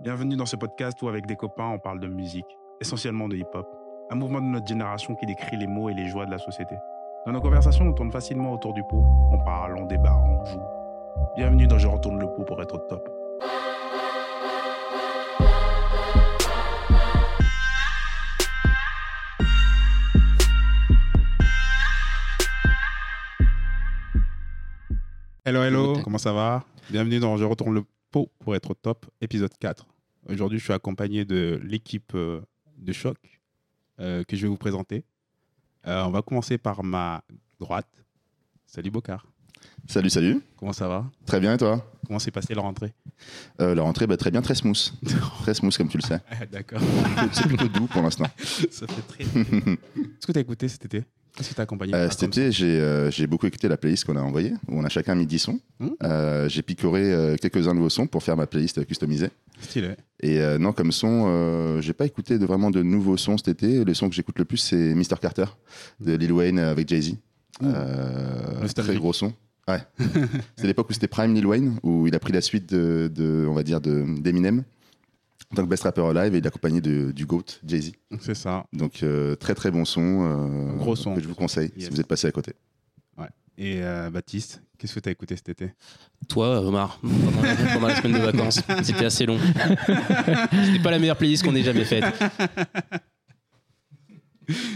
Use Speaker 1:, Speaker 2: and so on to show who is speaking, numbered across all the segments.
Speaker 1: Bienvenue dans ce podcast où avec des copains on parle de musique, essentiellement de hip-hop, un mouvement de notre génération qui décrit les mots et les joies de la société. Dans nos conversations, on tourne facilement autour du pot, on parle, on débat, on joue. Bienvenue dans Je retourne le pot pour être au top. Hello, hello,
Speaker 2: Hello.
Speaker 1: comment ça va Bienvenue dans Je retourne le pot pour être au top, épisode 4. Aujourd'hui, je suis accompagné de l'équipe euh, de choc euh, que je vais vous présenter. Euh, on va commencer par ma droite. Salut Bocard,
Speaker 3: Salut, salut.
Speaker 1: comment ça va
Speaker 3: Très bien, et toi
Speaker 1: Comment s'est passée la rentrée
Speaker 3: Euh, La rentrée, bah, très bien, très smooth. très smooth, comme tu le sais.
Speaker 1: Ah, D'accord,
Speaker 3: C'est plutôt doux pour l'instant.
Speaker 1: ça fait très. Qu'est-ce que t'as écouté cet été Qu'est-ce que t'as accompagné
Speaker 3: Euh,
Speaker 1: par
Speaker 3: cet
Speaker 1: comme
Speaker 3: été, j'ai euh, j'ai beaucoup écouté la playlist qu'on a envoyée, où on a chacun mis 10 sons.
Speaker 1: Hmm.
Speaker 3: Euh, j'ai picoré euh, quelques-uns de vos sons pour faire ma playlist customisée.
Speaker 1: Stylé.
Speaker 3: Et euh, non, comme son, euh, j'ai pas écouté de, vraiment de nouveaux sons cet été. Le son que j'écoute le plus, c'est Mr. Carter de Lil Wayne avec Jay-Z.
Speaker 1: Ouh.
Speaker 3: Euh,
Speaker 1: Nostalgique.
Speaker 3: très gros son. Ouais. c'est l'époque où c'était Prime Lil Wayne, où il a pris la suite de, de- on va dire, de- d'Eminem en tant que best rapper alive et il est accompagné de- du GOAT Jay-Z.
Speaker 1: C'est ça.
Speaker 3: Donc euh, très très bon son. euh,
Speaker 1: Gros son.
Speaker 3: Que je vous conseille
Speaker 1: Yes.
Speaker 3: si vous êtes passé à côté.
Speaker 1: Et euh, Baptiste, qu'est-ce que t'as écouté cet été
Speaker 2: Toi, Omar, pendant la, pendant la semaine de vacances, c'était assez long. C'était pas la meilleure playlist qu'on ait jamais faite.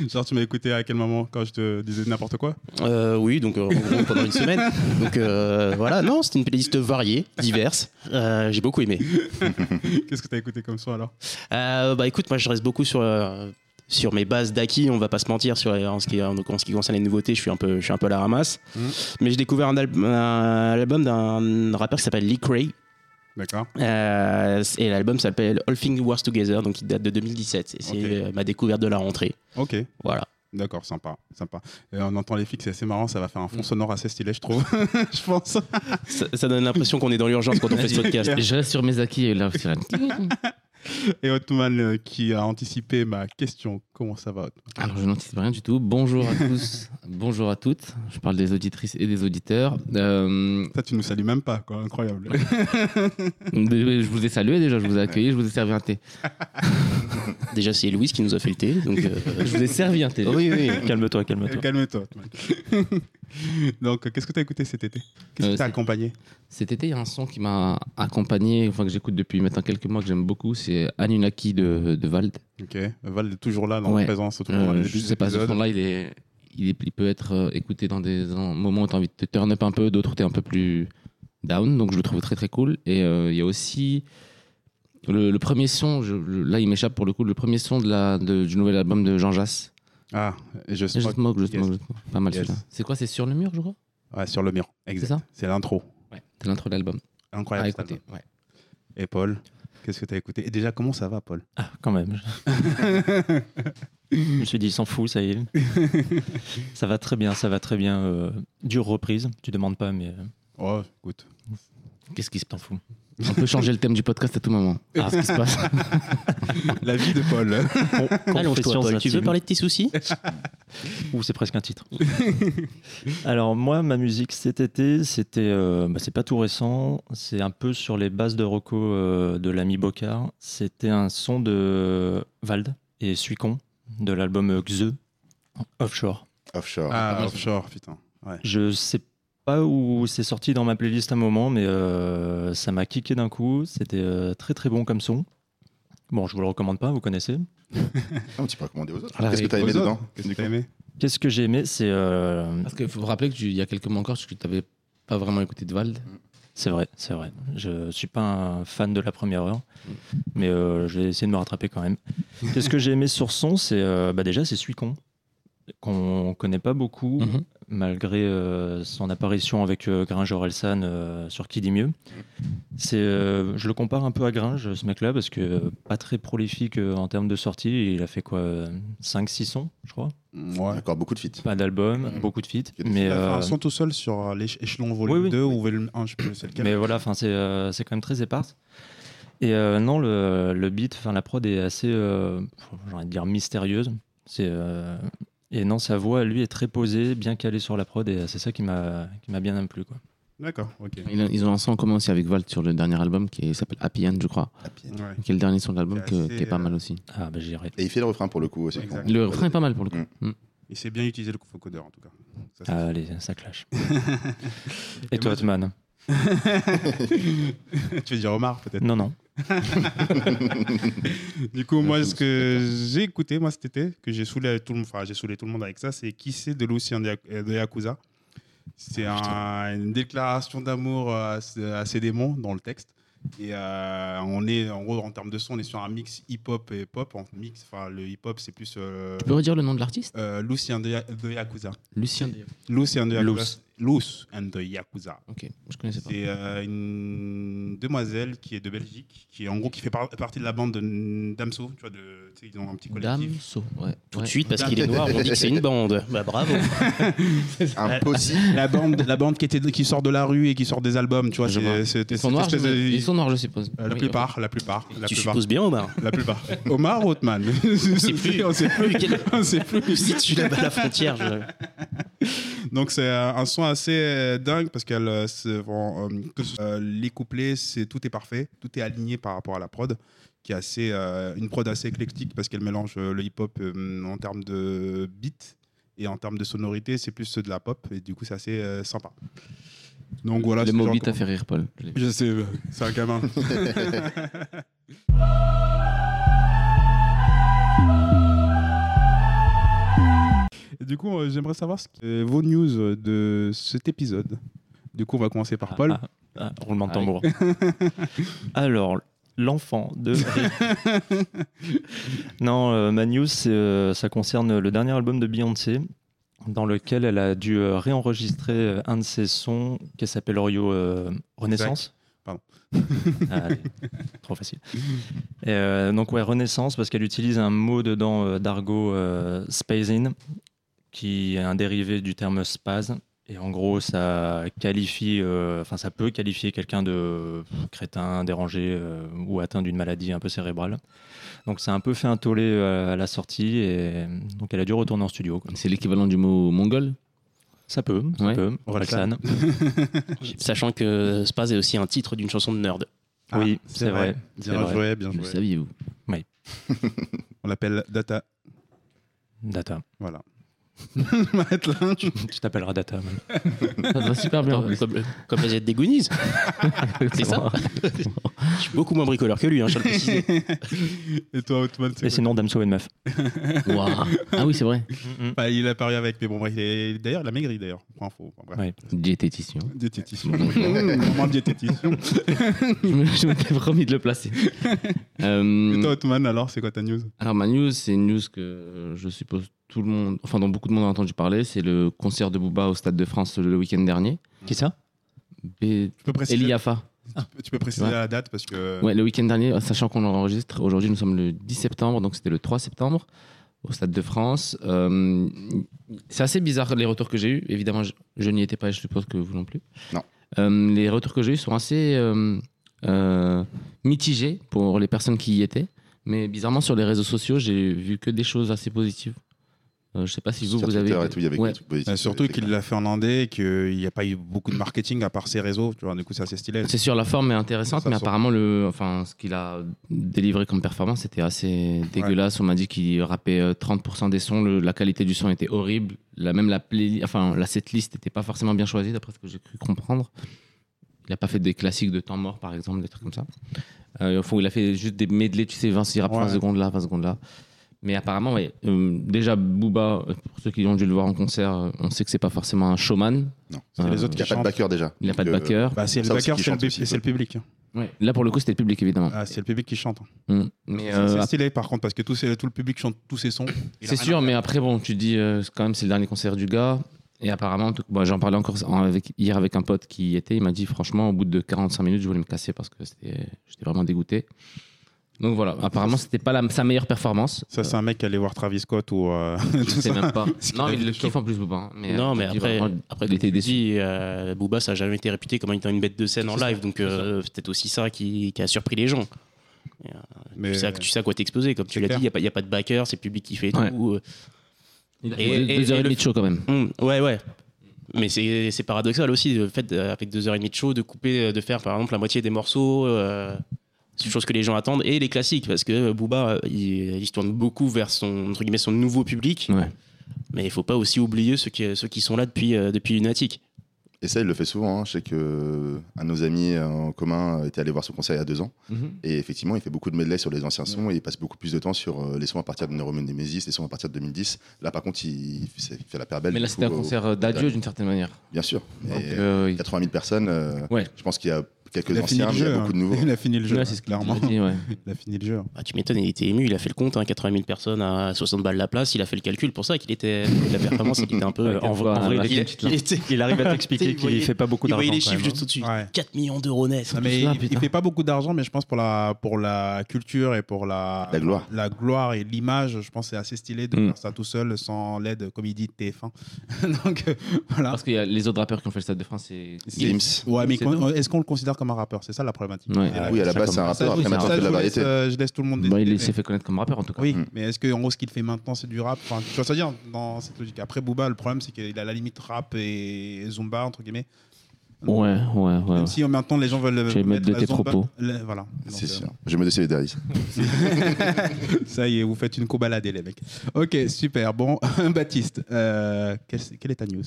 Speaker 1: Genre, tu m'as écouté à quel moment Quand je te disais n'importe quoi
Speaker 2: Euh, oui, donc euh, en gros, pendant une semaine. Donc euh, voilà, non, c'était une playlist variée, diverse. Euh, J'ai beaucoup aimé.
Speaker 1: Qu'est-ce que t'as écouté comme son alors
Speaker 2: Euh, bah écoute, moi je reste beaucoup sur euh, sur mes bases d'acquis. On va pas se mentir sur les- en ce qui en, en ce qui concerne les nouveautés, je suis un peu je suis un peu à la ramasse.
Speaker 1: Mhm.
Speaker 2: Mais j'ai découvert un, al- un album d'un rappeur qui s'appelle Lee Cray.
Speaker 1: D'accord.
Speaker 2: Euh, et l'album s'appelle All Things Works Together, donc il date de 2017. Et c'est
Speaker 1: Ok.
Speaker 2: euh, ma découverte de la rentrée.
Speaker 1: Ok.
Speaker 2: Voilà.
Speaker 1: D'accord, sympa, sympa. Et on entend les flics, c'est assez marrant, ça va faire un fond sonore assez stylé, je trouve. je pense.
Speaker 2: Ça, ça donne l'impression qu'on est dans l'urgence quand on fait ce podcast.
Speaker 4: Je reste sur mes acquis et là, c'est un-
Speaker 1: Et Otman euh, qui a anticipé ma question. Comment ça va Otman
Speaker 4: Alors, je n'anticipe rien du tout. Bonjour à tous, bonjour à toutes. Je parle des auditrices et des auditeurs. Euh,
Speaker 1: Ça, tu nous salues même pas, quoi. Incroyable.
Speaker 4: je vous ai salué déjà, je vous ai accueilli, je vous ai servi un thé.
Speaker 2: Déjà, c'est Louise qui nous a fait le thé. Donc, euh,
Speaker 4: Je vous ai servi un thé.
Speaker 2: oui, oui.
Speaker 5: Calme-toi, calme-toi.
Speaker 1: Calme-toi, Otman. Donc, euh, qu'est-ce que t'as écouté cet été Qu'est-ce
Speaker 4: Euh,
Speaker 1: que t'as
Speaker 4: c'est-
Speaker 1: accompagné
Speaker 4: Cet été, il y a un son qui m'a accompagné, enfin que j'écoute depuis maintenant quelques mois, que j'aime beaucoup, c'est Anunnaki de, de Vald.
Speaker 1: Ok. Val est toujours là, dans
Speaker 4: Ouais.
Speaker 1: la présence. autour
Speaker 4: Euh,
Speaker 1: de
Speaker 4: je sais pas, ce son-là, il, est, il, est- il peut être euh, écouté dans des en- moments où tu as envie de te turn up un peu, d'autres où tu es un peu plus down. Donc, je le trouve très, très cool. Et euh, il y a aussi le, le premier son, je- le- là, il m'échappe pour le coup, le premier son de la, de- du nouvel album de Jean Jass.
Speaker 1: Ah, et je
Speaker 4: Je
Speaker 1: smoke.
Speaker 4: smoke, je
Speaker 1: yes.
Speaker 4: smoke, je smoke. Pas mal
Speaker 1: Yes.
Speaker 4: celui-là. C'est quoi C'est sur le mur, je crois
Speaker 1: Ouais, Ah, sur le mur. Exact.
Speaker 4: ça Ah,
Speaker 1: C'est l'intro.
Speaker 4: Ouais. C'est l'intro de l'album. À
Speaker 1: Incroyable. cet
Speaker 4: écouter.
Speaker 1: album.
Speaker 4: ouais.
Speaker 1: Et Paul, qu'est-ce que t'as écouté Et déjà, comment ça va, Paul
Speaker 5: Ah, quand même. Je me suis dit, il s'en fout, ça y est. ça va très bien, ça va très bien. euh, dure reprise, tu demandes pas, mais euh,
Speaker 1: Oh, écoute.
Speaker 2: Euh,
Speaker 4: Qu'est-ce qui se
Speaker 5: t'en fous.
Speaker 4: On peut changer le thème du podcast à tout moment.
Speaker 5: Ah.
Speaker 4: Qu'est-ce qui se passe
Speaker 1: La vie de Paul.
Speaker 2: Allons-toi, Paul. Tu veux parler de tes soucis
Speaker 5: Ou c'est presque un titre. Alors, moi, ma musique cet été, c'était. euh, bah, c'est pas tout récent, c'est un peu sur les bases de Rocco euh, de l'ami Bocard. C'était un son de Vald et Suicon de l'album euh, Xe Offshore.
Speaker 3: Offshore.
Speaker 1: Ah,
Speaker 4: mal,
Speaker 1: offshore, putain. Ouais.
Speaker 5: Je sais pas où c'est sorti dans ma playlist à un moment, mais euh, ça m'a kické d'un coup. C'était euh, très très bon comme son. Bon, je vous le recommande pas, vous connaissez.
Speaker 3: Ah, tu peux recommander aux autres.
Speaker 4: Ah,
Speaker 3: Qu'est-ce que
Speaker 4: oui,
Speaker 3: t'as
Speaker 1: Aux
Speaker 3: aimé
Speaker 1: autres,
Speaker 3: dedans
Speaker 1: Qu'est-ce que
Speaker 3: du
Speaker 1: t'as
Speaker 3: coup
Speaker 1: aimé
Speaker 5: Qu'est-ce que j'ai aimé C'est euh,
Speaker 4: Parce qu'il faut vous rappeler qu'il y a quelques mois encore, tu n'avais pas vraiment écouté de Vald.
Speaker 5: c'est vrai, c'est vrai. Je suis pas un fan de la première heure, mais euh, je vais essayer de me rattraper quand même. Qu'est-ce que j'ai aimé sur son C'est euh, bah déjà c'est Suicon qu'on connaît pas beaucoup
Speaker 4: Mhm.
Speaker 5: malgré euh, son apparition avec euh, Gringe Orelsan euh, sur Qui dit mieux. C'est, euh, je le compare un peu à Gringe, ce mec-là, parce que euh, pas très prolifique euh, en termes de sorties. Il a fait quoi 5-6 sons, je crois.
Speaker 1: Ouais.
Speaker 3: Encore beaucoup de feats.
Speaker 5: Pas d'album,
Speaker 3: Mhm.
Speaker 5: beaucoup de feats.
Speaker 3: Il y a des
Speaker 5: Mais,
Speaker 1: Il a fait
Speaker 5: euh,
Speaker 1: un son tout seul sur l'éche- échelon volume
Speaker 5: oui, oui.
Speaker 1: 2 ou volume 1, je sais plus c'est lequel.
Speaker 5: mais voilà, enfin, c'est, euh, c'est quand même très éparse. Et euh, non, le, le beat, enfin, la prod est assez, euh, j'ai envie de dire, mystérieuse. C'est, euh, et non, sa voix, lui, est très posée, bien calée sur la prod, et c'est ça qui m'a, qui m'a bien plu. Quoi.
Speaker 1: D'accord, ok.
Speaker 4: Ils, ils ont lancé en commun aussi avec Valt sur le dernier album qui s'appelle Happy End, je crois,
Speaker 1: Ouais.
Speaker 4: qui est le dernier son de l'album
Speaker 1: C'est
Speaker 4: que-
Speaker 1: assez,
Speaker 4: qui est pas
Speaker 1: euh,
Speaker 4: mal aussi.
Speaker 5: Ah, bah j'irai.
Speaker 3: Et il fait le refrain pour le coup aussi.
Speaker 1: Exact.
Speaker 4: Le refrain est pas mal pour le coup.
Speaker 3: Mm.
Speaker 1: Il sait bien utiliser le codeur en tout cas. Ça, c'est-
Speaker 5: Ah, allez, ça clash. Et toi, Hotman
Speaker 1: tu veux dire Omar peut-être
Speaker 5: Non, non.
Speaker 1: Du coup, moi, ce que j'ai écouté, moi, cet été, que j'ai saoulé, tout le monde- enfin, j'ai saoulé tout le monde avec ça, c'est Qui c'est de Lucien de Yak- de Yakuza. C'est un- une déclaration d'amour à, ce- à ses démons dans le texte. Et euh, on est, en gros, en termes de son, on est sur un mix hip-hop et pop. En mix, enfin, le hip-hop, c'est plus euh,
Speaker 4: Tu peux redire le nom de l'artiste
Speaker 1: euh, Lucien de, Ya- de Yakuza.
Speaker 4: Lucien.
Speaker 1: Luce and the Yakuza.
Speaker 4: Luce.
Speaker 1: Luce and the Yakuza.
Speaker 4: Ok, je connaissais pas.
Speaker 1: C'est euh, une demoiselle qui est de Belgique, qui est en gros qui fait par- partie de la bande de Damso, tu vois, de, tu sais, ils ont un petit collectif.
Speaker 4: Dame So. Ouais.
Speaker 2: Tout
Speaker 4: Ouais.
Speaker 2: de suite, parce qu'il est noir, on dit que c'est une bande. Bah bravo.
Speaker 3: Impossible.
Speaker 1: La bande, la bande qui, était, qui sort de la rue et qui sort des albums, tu vois.
Speaker 4: Je
Speaker 1: c'est-
Speaker 4: vois.
Speaker 1: c'est-
Speaker 4: Ils
Speaker 1: c'est-
Speaker 4: sont noirs, je,
Speaker 1: espèce de-
Speaker 4: ils sont noirs, je suppose.
Speaker 1: euh, la
Speaker 4: Oui,
Speaker 1: plupart, la plupart, la
Speaker 2: tu
Speaker 1: plupart.
Speaker 2: supposes bien, Omar
Speaker 1: La plupart. Omar Othman. On
Speaker 2: sait plus.
Speaker 1: On sait plus.
Speaker 2: Quel-
Speaker 1: On sait plus.
Speaker 2: Si tu l'as à la frontière, je-
Speaker 1: Donc c'est euh, un son assez euh, dingue parce qu'elle euh, se- bon, euh, que ce- euh, les couplets, c'est tout est parfait, tout est aligné par rapport à la prod, qui est assez euh, une prod assez éclectique parce qu'elle mélange euh, le hip-hop euh, en termes de beat et en termes de sonorité, c'est plus ceux de la pop et du coup c'est assez euh, sympa. Donc voilà.
Speaker 4: Le
Speaker 1: Ah, c'est
Speaker 4: mot
Speaker 1: genre-
Speaker 4: beat a fait rire Paul. Je l'ai vu.
Speaker 1: Je sais, euh, c'est un gamin. Et du coup, euh, j'aimerais savoir ce qui- euh, vos news euh, de cet épisode. Du coup, on va commencer par Paul.
Speaker 5: Ah, ah, ah, roulement de tambour. Alors, l'enfant de. non, euh, ma news, c'est, euh, ça concerne le dernier album de Beyoncé, dans lequel elle a dû euh, réenregistrer euh, un de ses sons qui s'appelle Orio euh, Renaissance.
Speaker 1: Pardon.
Speaker 5: Ah, allez, trop facile. Et, euh, donc, ouais, Renaissance, parce qu'elle utilise un mot dedans euh, d'argot euh, spacing, qui est un dérivé du terme spaz. Et en gros, ça qualifie, euh, enfin, ça peut qualifier quelqu'un de euh, crétin, dérangé euh, ou atteint d'une maladie un peu cérébrale. Donc, ça a un peu fait un tollé euh, à la sortie et euh, donc elle a dû retourner en studio. quoi.
Speaker 4: C'est l'équivalent du mot mongol.
Speaker 1: Ah
Speaker 5: Ça peut, ça
Speaker 4: Ouais.
Speaker 5: peut.
Speaker 1: Roxane.
Speaker 5: Roxane.
Speaker 2: sachant que Spaz est aussi un titre d'une chanson de nerd.
Speaker 1: Ah,
Speaker 5: oui, c'est vrai.
Speaker 1: Bien
Speaker 5: c'est
Speaker 1: joué,
Speaker 5: vrai.
Speaker 1: bien
Speaker 4: Vous le
Speaker 1: joué.
Speaker 4: saviez-vous
Speaker 1: On l'appelle Data.
Speaker 5: Data.
Speaker 1: Voilà. Matlin, tu-
Speaker 5: Tu t'appelleras Data. même.
Speaker 4: Ça va super bien. en
Speaker 2: Comme,
Speaker 4: plus.
Speaker 2: comme- comme les aides des Goonies. c'est ça Je suis beaucoup moins bricoleur que lui, hein, je le précise.
Speaker 1: Et toi, Outman, c'est
Speaker 5: Et sinon, Damso et une meuf.
Speaker 4: Waouh. Ah oui, c'est vrai.
Speaker 1: quoi Bah, Il a paru avec, mais bon, bref, il est- d'ailleurs, il a maigri d'ailleurs. Pour info. Enfin, bref.
Speaker 5: Ouais.
Speaker 4: Diététicien.
Speaker 1: Diététicien. Moment diététicien.
Speaker 5: Mm.
Speaker 4: je me- je m'étais promis de le placer.
Speaker 1: Et
Speaker 4: Euh,
Speaker 1: toi, Outman, alors, c'est quoi ta news
Speaker 4: Alors ma news, c'est une news que euh, je suppose tout le monde, enfin dont beaucoup de monde a entendu parler, c'est le concert de Booba au Stade de France le week-end dernier.
Speaker 5: Qui ça
Speaker 4: B-
Speaker 1: Tu peux préciser,
Speaker 4: Eliafa.
Speaker 1: tu peux- tu peux préciser
Speaker 4: Ouais.
Speaker 1: la date parce que.
Speaker 3: Euh,
Speaker 4: Ouais, le week-end dernier, sachant qu'on l'enregistre, aujourd'hui nous sommes le 10 septembre, donc c'était le 3 septembre au Stade de France. Euh, c'est assez bizarre les retours que j'ai eus. Évidemment, je, je n'y étais pas et je suppose que vous non plus.
Speaker 3: Non.
Speaker 4: Euh, les retours que j'ai eus sont assez euh, euh, mitigés pour les personnes qui y étaient. Mais bizarrement, sur les réseaux sociaux, j'ai vu que des choses assez positives. Euh, je sais pas si vous,
Speaker 3: Sur
Speaker 4: vous avez.
Speaker 3: Twitter et tout, il y avait
Speaker 4: Ouais.
Speaker 3: des trucs positifs.
Speaker 1: Euh, surtout
Speaker 3: C'est
Speaker 1: qu'il
Speaker 3: clair.
Speaker 1: l'a fait en indé et qu'il n'y a pas eu beaucoup de marketing à part ses réseaux. Tu vois, du coup, c'est assez stylé.
Speaker 4: C'est sûr, la forme est intéressante,
Speaker 1: Ça
Speaker 4: mais
Speaker 1: sort.
Speaker 4: apparemment, le, enfin, ce qu'il a délivré comme performance était assez dégueulasse. On m'a dit qu'il rappait euh, 30% des sons, le- la qualité du son était horrible. La, même la, play, enfin, la setlist n'était pas forcément bien choisie, d'après ce que j'ai cru comprendre. Il n'a pas fait des classiques de temps mort, par exemple, des trucs comme ça. Euh, au fond, il a fait juste des medley, tu sais, 26 rap, 20
Speaker 1: Ouais.
Speaker 4: secondes là, 20 secondes là. Mais apparemment, ouais, euh, déjà, Booba, euh, pour ceux qui ont dû le voir en concert, euh, on sait que c'est pas forcément un showman.
Speaker 3: Non.
Speaker 1: C'est les autres qui
Speaker 3: Il n'y a pas de
Speaker 1: chantent.
Speaker 3: backer déjà. euh,
Speaker 4: Il n'a pas de
Speaker 3: Le-
Speaker 4: backer.
Speaker 1: Bah, c'est le
Speaker 3: Ça aussi
Speaker 1: backer,
Speaker 3: qui
Speaker 1: c'est le,
Speaker 3: chante
Speaker 1: bu-
Speaker 3: aussi,
Speaker 1: c'est le public.
Speaker 4: Là, pour le coup, c'était le public, évidemment.
Speaker 1: Ah, c'est le public qui chante.
Speaker 4: Mm. Mais
Speaker 1: C'est-
Speaker 4: euh,
Speaker 1: c'est stylé par contre parce que tout, c'est- tout le public chante tous ses sons. Il a
Speaker 4: C'est
Speaker 1: rien
Speaker 4: sûr,
Speaker 1: à-
Speaker 4: mais après, bon, tu dis euh, quand même, c'est le dernier concert du gars. Et apparemment, en tout- bon, j'en parlais encore en- avec, hier avec un pote qui y était. Il m'a dit, franchement, au bout de 45 minutes, je voulais me casser parce que c'était- j'étais vraiment dégoûté. Donc voilà, apparemment, c'était pas la- sa meilleure performance.
Speaker 1: Ça, c'est un mec qui allait voir Travis Scott ou. euh,
Speaker 4: Je
Speaker 1: tout ça.
Speaker 4: sais même pas.
Speaker 1: Ce qu'il
Speaker 4: Non,
Speaker 1: a
Speaker 4: il
Speaker 1: fait
Speaker 4: le
Speaker 1: chaud.
Speaker 4: kiffe en plus, Bouba. hein. Mais,
Speaker 2: non,
Speaker 4: euh,
Speaker 2: mais
Speaker 4: il dit
Speaker 2: après,
Speaker 4: vraiment,
Speaker 2: après
Speaker 4: il était
Speaker 2: tu te
Speaker 4: déçu.
Speaker 2: dis, euh, Booba, ça n'a jamais été réputé comme étant une bête de scène en live, donc euh, c'est peut-être aussi ça qui, qui a surpris les gens.
Speaker 1: Mais-
Speaker 2: Tu, sais, tu sais à quoi t'exposer, comme
Speaker 1: C'est
Speaker 2: tu l'as dit,
Speaker 1: clair.
Speaker 2: il n'y a, pas- y a pas de backer, c'est le public qui fait
Speaker 4: Ouais.
Speaker 2: tout. euh,
Speaker 4: Il a
Speaker 2: Et-
Speaker 4: fait deux-
Speaker 2: et-
Speaker 4: deux heures
Speaker 2: et
Speaker 4: et demie
Speaker 2: le-
Speaker 1: Mm.
Speaker 4: de show quand même.
Speaker 2: hum, ouais, ouais. Mais c'est c'est paradoxal aussi, le fait, euh, avec deux heures et demie de show, de couper, euh, de faire par exemple la moitié des morceaux, euh, c'est une chose que les gens attendent, et les classiques, parce que euh, Booba, euh, il, il se tourne beaucoup vers son, entre guillemets, son nouveau public,
Speaker 4: Ouais.
Speaker 2: mais il faut pas aussi oublier ceux qui, ceux qui sont là depuis, euh, depuis Lunatic.
Speaker 3: Et ça, il le fait souvent. hein. Je sais qu'un de nos amis euh, en commun était allé voir son concert il y a deux ans.
Speaker 4: Mhm.
Speaker 3: Et effectivement, il fait beaucoup de medley sur les anciens sons et il passe beaucoup plus de temps sur euh, les sons à partir de Neuroménémésis, les sons à partir de 2010. Là, par contre, il, il fait il fait la paire
Speaker 1: Bah,
Speaker 3: belle.
Speaker 4: Mais là,
Speaker 3: du
Speaker 4: c'était un
Speaker 3: coup, au-
Speaker 4: concert euh, d'adieu d'une certaine manière.
Speaker 3: Bien sûr.
Speaker 4: Donc,
Speaker 3: Et
Speaker 4: euh, il-
Speaker 3: 80 000 personnes. euh,
Speaker 4: Ouais.
Speaker 3: Je pense qu'il y a quelques
Speaker 1: Il a fini
Speaker 3: anciens,
Speaker 1: le
Speaker 3: mais il y
Speaker 1: jeu.
Speaker 3: a
Speaker 1: hein.
Speaker 3: beaucoup de nouveaux.
Speaker 1: Il a fini le jeu,
Speaker 4: Ouais,
Speaker 1: hein,
Speaker 4: c'est ce qu'il
Speaker 1: clairement.
Speaker 4: a dit, ouais.
Speaker 1: Il a fini le jeu. hein.
Speaker 2: Bah, tu m'étonnes, il était ému, il a fait le compte, hein, 80 000 personnes à 60 balles la place, il a fait le calcul, pour ça qu'il était, la performance, il était un peu
Speaker 4: Ouais,
Speaker 2: euh, en,
Speaker 4: quatre fois,
Speaker 2: en vrai,
Speaker 4: hein,
Speaker 2: il,
Speaker 4: la
Speaker 2: il était-
Speaker 5: Il arrive à
Speaker 2: Tu
Speaker 5: t'expliquer
Speaker 2: sais, il
Speaker 5: qu'il
Speaker 2: voyait-
Speaker 5: fait pas beaucoup
Speaker 2: il
Speaker 5: d'argent.
Speaker 2: voyait les
Speaker 5: quand
Speaker 2: chiffres
Speaker 5: même,
Speaker 2: juste au-dessus,
Speaker 1: Ouais.
Speaker 2: 4 millions d'euros net.
Speaker 1: Non, mais
Speaker 5: là,
Speaker 1: il- il
Speaker 5: putain.
Speaker 1: fait pas beaucoup d'argent, mais je pense pour la, pour la culture et pour la,
Speaker 3: La gloire.
Speaker 1: la gloire et l'image, je pense que c'est assez stylé de
Speaker 4: Mm.
Speaker 1: faire ça tout seul sans l'aide, comme il dit, de TF1. Donc euh, voilà.
Speaker 4: Parce qu'il y a les autres rappeurs qui ont fait le Stade de France. Et...
Speaker 1: C'est-
Speaker 3: Gims.
Speaker 1: Ouais, mais
Speaker 4: C'est
Speaker 1: qu'on- est-ce qu'on le considère comme un rappeur C'est ça la problématique.
Speaker 4: Ouais.
Speaker 1: Et là,
Speaker 3: Ah Oui, à la
Speaker 4: Ah, ça
Speaker 3: base, c'est un
Speaker 4: commence.
Speaker 1: ça,
Speaker 3: rappeur.
Speaker 1: je,
Speaker 3: Après,
Speaker 1: vous-
Speaker 3: maintenant,
Speaker 1: ça,
Speaker 3: c'est de
Speaker 1: je
Speaker 3: la
Speaker 1: vous laisse,
Speaker 3: variété.
Speaker 1: euh, je laisse tout le monde
Speaker 4: Bah, il
Speaker 1: décider,
Speaker 4: s'est fait connaître comme rappeur en tout cas.
Speaker 1: Oui,
Speaker 3: Mm.
Speaker 1: mais est-ce que en gros ce qu'il fait maintenant c'est du rap Enfin, tu vois ce que je veux dire dans cette logique. Après Booba, le problème c'est qu'il a la limite rap et Zumba entre guillemets.
Speaker 4: Ouais, ouais, ouais.
Speaker 1: Même si euh, maintenant les gens veulent euh,
Speaker 4: Je vais mettre de
Speaker 1: la
Speaker 4: tes
Speaker 1: Zumba-
Speaker 4: propos.
Speaker 1: la- voilà. Donc,
Speaker 3: C'est
Speaker 1: euh,
Speaker 3: sûr. Je me désolidarise.
Speaker 1: Ça y est, vous faites une cobaladée les mecs. Ok, super. Bon, Baptiste, euh, quelle, quelle est ta news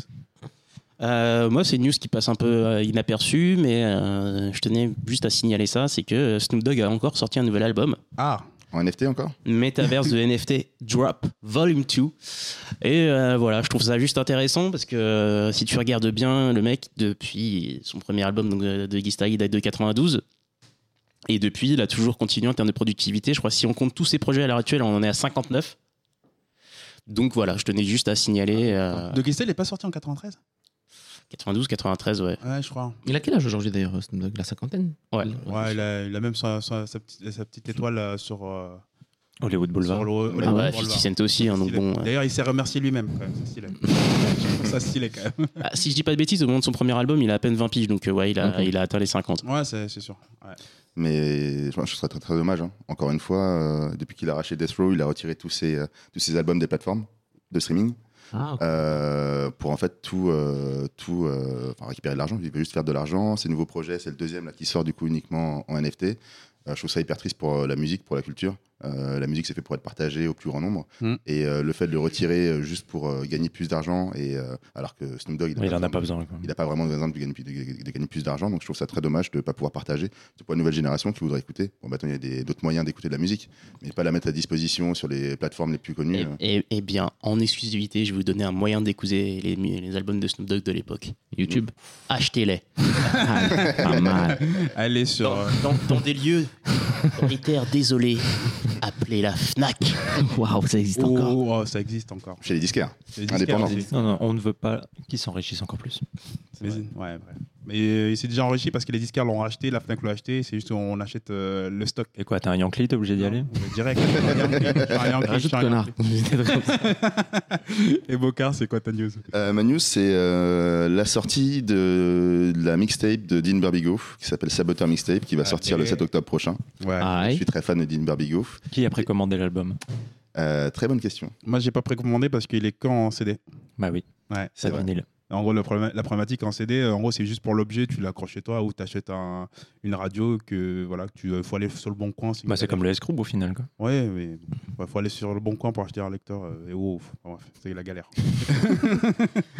Speaker 2: Euh, moi, c'est une news qui passe un peu euh, inaperçue, mais euh, je tenais juste à signaler ça, c'est que euh, Snoop Dogg a encore sorti un nouvel album,
Speaker 1: Ah,
Speaker 3: En NFT encore
Speaker 2: Metaverse de NFT Drop Volume 2. Et euh, voilà, je trouve ça juste intéressant parce que euh, si tu regardes bien, le mec, depuis son premier album donc, euh, de Gistagi date de 92, et depuis, il a toujours continué en termes de productivité. Je crois que si on compte tous ses projets à l'heure actuelle, on en est à 59. Donc voilà, je tenais juste à signaler euh,
Speaker 1: De Christelle n'est pas sorti en 93
Speaker 2: 92, 93, ouais.
Speaker 1: Ouais, je crois.
Speaker 4: Il a quel âge aujourd'hui d'ailleurs, Snoop Dogg La cinquantaine
Speaker 2: Ouais. Mmh.
Speaker 1: Ouais, il a, il a même sa, sa- sa petite, sa petite étoile euh, sur, euh,
Speaker 5: hein. Hollywood Boulevard.
Speaker 1: sur le.
Speaker 2: Ah
Speaker 1: le-
Speaker 2: ouais,
Speaker 1: le-
Speaker 2: 50 Cent aussi, hein, donc
Speaker 1: Stylé.
Speaker 2: bon. euh.
Speaker 1: D'ailleurs, il s'est remercié lui-même. quand même, c'est stylé. Je trouve ça stylé quand même.
Speaker 2: Ah, si je dis pas de bêtises, au moment de son premier album, il a à peine 20 piges, donc euh, ouais, il a,
Speaker 4: D'accord.
Speaker 2: il a atteint les 50.
Speaker 1: Ouais, c'est c'est sûr. Ouais.
Speaker 3: Mais je pense que ce serait très, très dommage. hein. Encore une fois, euh, depuis qu'il a arraché Death Row, il a retiré tous ses, euh, tous ses albums des plateformes de streaming
Speaker 4: Ah, ok.
Speaker 3: euh, pour en fait tout, euh, tout euh, enfin, récupérer de l'argent. Il veut juste faire de l'argent. Ses nouveaux projets, c'est le deuxième là, qui sort du coup uniquement en NFT. Euh, je trouve ça hyper triste pour euh, la musique, pour la culture. Euh, la musique, c'est fait pour être partagée au plus grand nombre.
Speaker 1: Mm.
Speaker 3: Et euh, le fait de le retirer euh, juste pour euh, gagner plus d'argent, et euh, alors que Snoop Dogg,
Speaker 5: Il en a
Speaker 3: besoin
Speaker 5: pas besoin. quoi.
Speaker 3: il n'a pas vraiment besoin de gagner, plus- de- de- de gagner plus d'argent, donc je trouve ça très dommage de ne pas pouvoir partager. C'est pour la nouvelle génération qui voudrait écouter. Bon, maintenant, il y a des- d'autres moyens d'écouter de la musique, mais pas la mettre à disposition sur les plateformes les plus connues. euh,
Speaker 2: Et, et- eh bien, en exclusivité, je vais vous donner un moyen d'écouter les, mu- les albums de Snoop Dogg de l'époque.
Speaker 4: YouTube.
Speaker 2: Achetez-les.
Speaker 4: Ah, pas mal.
Speaker 1: Allez sur.
Speaker 2: Dans,
Speaker 1: euh,
Speaker 2: dans- dans des lieux terres désolés, appelez la FNAC.
Speaker 4: Waouh, ça existe
Speaker 1: oh,
Speaker 4: encore.
Speaker 1: oh, ça existe encore.
Speaker 3: Chez les disquaires.
Speaker 1: Les disques
Speaker 3: Indépendant.
Speaker 1: artistes.
Speaker 5: Non, non, on ne veut pas qu'ils s'enrichissent encore plus.
Speaker 1: Mais, ouais, bref. Mais euh, il s'est déjà enrichi parce que les disquaires l'ont acheté, la Fnac l'a acheté, c'est juste on achète euh, le stock.
Speaker 5: Et quoi, t'es un Yankee, t'es obligé d'y aller
Speaker 1: On est Direct. Je suis un Yankee, je suis un Yankee, je
Speaker 4: Rajoute
Speaker 1: suis un
Speaker 4: connard.
Speaker 1: Yankee. Et Bocard, c'est quoi ta news
Speaker 3: Euh, ma news, c'est euh, la sortie de, de la mixtape de Dean Barbigo, qui s'appelle Saboteur Mixtape, qui va
Speaker 1: Ah,
Speaker 3: sortir
Speaker 1: et-
Speaker 3: le 7 octobre prochain.
Speaker 1: Ouais.
Speaker 4: Ah,
Speaker 3: Je
Speaker 4: ouais.
Speaker 3: suis très fan de Dean Barbigo.
Speaker 5: Qui a précommandé l'album
Speaker 3: Euh, très bonne question.
Speaker 1: Moi, j'ai pas précommandé parce qu'il est qu'en CD.
Speaker 5: Bah oui,
Speaker 1: Ouais.
Speaker 5: ça
Speaker 3: vrai.
Speaker 5: vinyle.
Speaker 1: En gros, le problème, la problématique en CD, euh, en gros, c'est juste pour l'objet, tu l'accroches chez toi ou t'achètes un, une radio que voilà, que tu euh, faut aller sur le bon coin.
Speaker 5: Bah, c'est comme le S-Group au final. Quoi.
Speaker 1: Ouais, mais bon, ouais, faut aller sur le bon coin pour acheter un lecteur. euh, et oh, pff, bref, c'est la galère.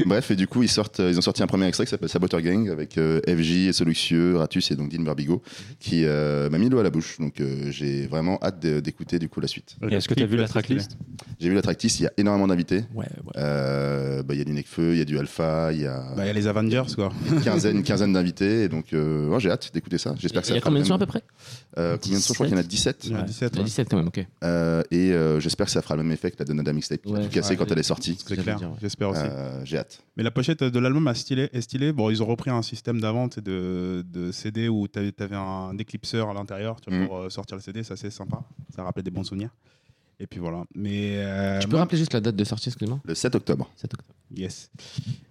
Speaker 3: Bref, et du coup, ils, sortent, euh, ils ont sorti un premier extrait qui s'appelle Saboteur Gang avec euh, FJ, Soluxieux, Ratus et donc Dean Barbigo qui euh, m'a mis l'eau à la bouche. Donc euh, j'ai vraiment hâte de- d'écouter du coup la suite.
Speaker 5: Et est-ce que t'as vu la tracklist
Speaker 3: J'ai vu la tracklist, il y a énormément d'invités.
Speaker 5: Ouais, ouais.
Speaker 3: Euh, bah, Il y a du Necfeu, il y a du Alpha, il y a
Speaker 1: Bah, il y a les Avengers, quoi.
Speaker 3: une quinzaine, une quinzaine d'invités. Et Donc euh, ouais, j'ai hâte d'écouter ça. J'espère que
Speaker 4: Il
Speaker 3: ça
Speaker 4: y a
Speaker 3: fera
Speaker 4: combien de
Speaker 3: le
Speaker 4: sons à
Speaker 3: même-
Speaker 4: peu près
Speaker 3: Euh, Combien de sons Je crois qu'il y en a 17.
Speaker 1: Il y en a
Speaker 5: Ouais.
Speaker 1: 17,
Speaker 4: Il y a
Speaker 1: ouais.
Speaker 4: 17 quand même, ok.
Speaker 3: Euh, et euh, j'espère que ça fera le même effet que la Donada Mixtape qui a
Speaker 4: Ouais,
Speaker 3: tout cassé
Speaker 1: ouais.
Speaker 3: quand elle est sortie.
Speaker 1: C'est
Speaker 4: J'allais
Speaker 1: clair,
Speaker 4: dire, ouais.
Speaker 1: j'espère aussi.
Speaker 3: Euh, j'ai hâte.
Speaker 1: Mais la pochette de l'album est stylée, est stylée. Bon, ils ont repris un système d'avant tu sais, de, de CD où tu avais, un éclipseur à l'intérieur tu vois,
Speaker 3: Mm.
Speaker 1: pour euh, sortir le CD. Ça, c'est sympa. Ça rappelait des bons souvenirs. Et puis voilà. Mais. euh,
Speaker 4: Tu peux
Speaker 1: moi-
Speaker 4: rappeler juste la date de sortie, excuse-moi
Speaker 3: Le 7 octobre.
Speaker 4: 7 octobre.
Speaker 1: Yes.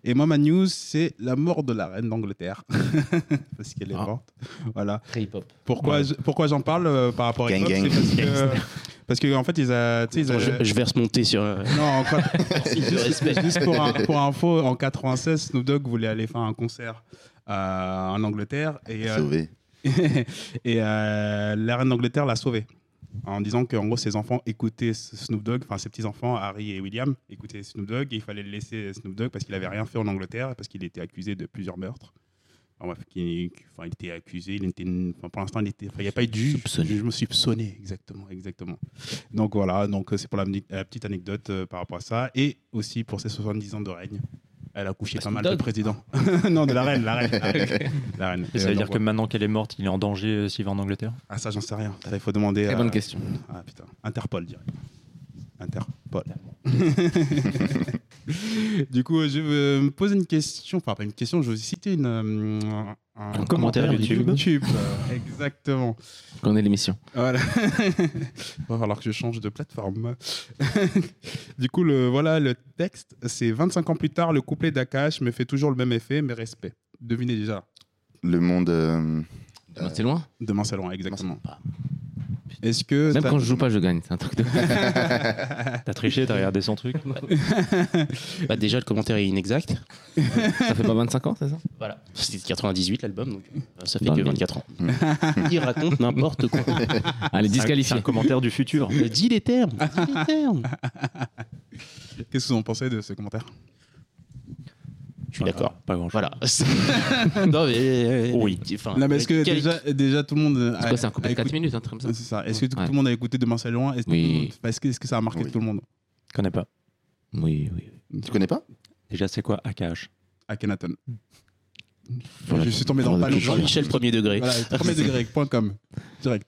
Speaker 1: Et moi, ma news, c'est la mort de la reine d'Angleterre. Parce qu'elle est
Speaker 4: Ah.
Speaker 1: morte. Voilà.
Speaker 4: Très hip-hop.
Speaker 1: Pourquoi, je- pourquoi j'en parle euh, par rapport à
Speaker 3: Gang,
Speaker 1: hip-hop,
Speaker 3: gang.
Speaker 1: c'est parce que, Parce qu'en en fait, ils a, tu sais, ils a-
Speaker 2: Je, je vais remonter sur. euh,
Speaker 1: Non, en quoi-
Speaker 2: de respect.
Speaker 1: Juste pour, un- pour info, en 96, Snoop Dogg voulait aller faire un concert euh, en Angleterre et, euh,
Speaker 3: Sauvé.
Speaker 1: et euh, la reine d'Angleterre l'a sauvé en disant qu'en gros ses enfants écoutaient ce Snoop Dogg, enfin ses petits enfants Harry et William écoutaient Snoop Dogg et il fallait le laisser Snoop Dogg parce qu'il avait rien fait en Angleterre et parce qu'il était accusé de plusieurs meurtres. Enfin, bref, qu'il- qu'il- enfin, il était accusé, il était, enfin, pour l'instant il était, enfin, il n'y a pas eu de juge.
Speaker 4: Soupçonné.
Speaker 1: Je me suis soupçonné, exactement, exactement. Donc voilà, donc euh, c'est pour la, mni- la petite anecdote euh, par rapport à ça et aussi pour ses 70 ans de règne. Elle a couché
Speaker 2: Bah,
Speaker 1: pas
Speaker 2: Snoop
Speaker 1: mal de
Speaker 2: Dogg.
Speaker 1: présidents. non, de la reine, la reine. La reine. La reine.
Speaker 5: Et ça
Speaker 1: Euh,
Speaker 5: veut
Speaker 1: donc,
Speaker 5: dire que
Speaker 1: voilà.
Speaker 5: maintenant qu'elle est morte, il est en danger euh, s'il va en Angleterre
Speaker 1: Ah ça j'en sais rien. Ça, il faut demander.
Speaker 4: Très
Speaker 1: à-
Speaker 4: bonne question.
Speaker 1: Ah putain, Interpol direct. Interpol. du coup, je vais me poser une question, enfin pas une question, je vais citer une, euh, un, un
Speaker 2: commentaire YouTube.
Speaker 1: euh, exactement.
Speaker 4: Qu'on est l'émission.
Speaker 1: Voilà. Va falloir que je change de plateforme. du coup, le, voilà le texte, c'est 25 ans plus tard, le couplet d'Akash me fait toujours le même effet, mais respect. Devinez déjà.
Speaker 3: Le monde. euh,
Speaker 4: Non, C'est loin.
Speaker 1: Demain c'est loin, exactement. Est-ce que
Speaker 4: Même
Speaker 1: ça-
Speaker 4: quand je joue pas, je gagne. C'est un truc de.
Speaker 5: T'as triché, t'as regardé son truc
Speaker 2: Bah, déjà, le commentaire est inexact.
Speaker 4: Ça fait pas 25 ans, c'est ça
Speaker 2: Voilà. C'était 98 l'album, donc euh, ça fait
Speaker 4: Dans
Speaker 2: que
Speaker 4: le mille.
Speaker 2: 24 ans. il raconte n'importe quoi.
Speaker 4: Allez,
Speaker 5: C'est
Speaker 4: disqualifié.
Speaker 5: un commentaire du futur.
Speaker 2: Euh, Dis les termes. Dis les termes.
Speaker 1: qu'est-ce que vous en pensez de ce commentaire
Speaker 2: Je suis d'accord.
Speaker 5: Pas grand-chose.
Speaker 2: Voilà. non, mais. euh,
Speaker 5: Oui.
Speaker 2: Enfin, euh,
Speaker 1: Non, mais est-ce que
Speaker 2: quel-
Speaker 1: déjà, déjà tout le monde.
Speaker 4: C'est
Speaker 1: a-
Speaker 4: quoi, c'est un
Speaker 1: a
Speaker 4: couplet de 4
Speaker 1: écouté-
Speaker 4: minutes, un truc comme
Speaker 1: Ah, C'est
Speaker 4: ça
Speaker 1: ça. Est-ce que tout,
Speaker 4: Ouais.
Speaker 1: le monde a écouté Demain c'est loin Est-ce que,
Speaker 4: Oui.
Speaker 1: tout le monde- parce que- est-ce que ça a marqué
Speaker 3: Oui.
Speaker 1: tout le monde
Speaker 5: Je connais pas.
Speaker 4: Oui, oui.
Speaker 3: Tu connais pas
Speaker 5: Déjà, c'est quoi AKH
Speaker 1: à Kenaton
Speaker 4: Voilà.
Speaker 1: Je suis tombé dans Ah, le
Speaker 4: Voilà,
Speaker 1: panneau.
Speaker 4: je-
Speaker 2: Jean-Michel, premier degré.
Speaker 1: Voilà, premier degré, point com. Direct.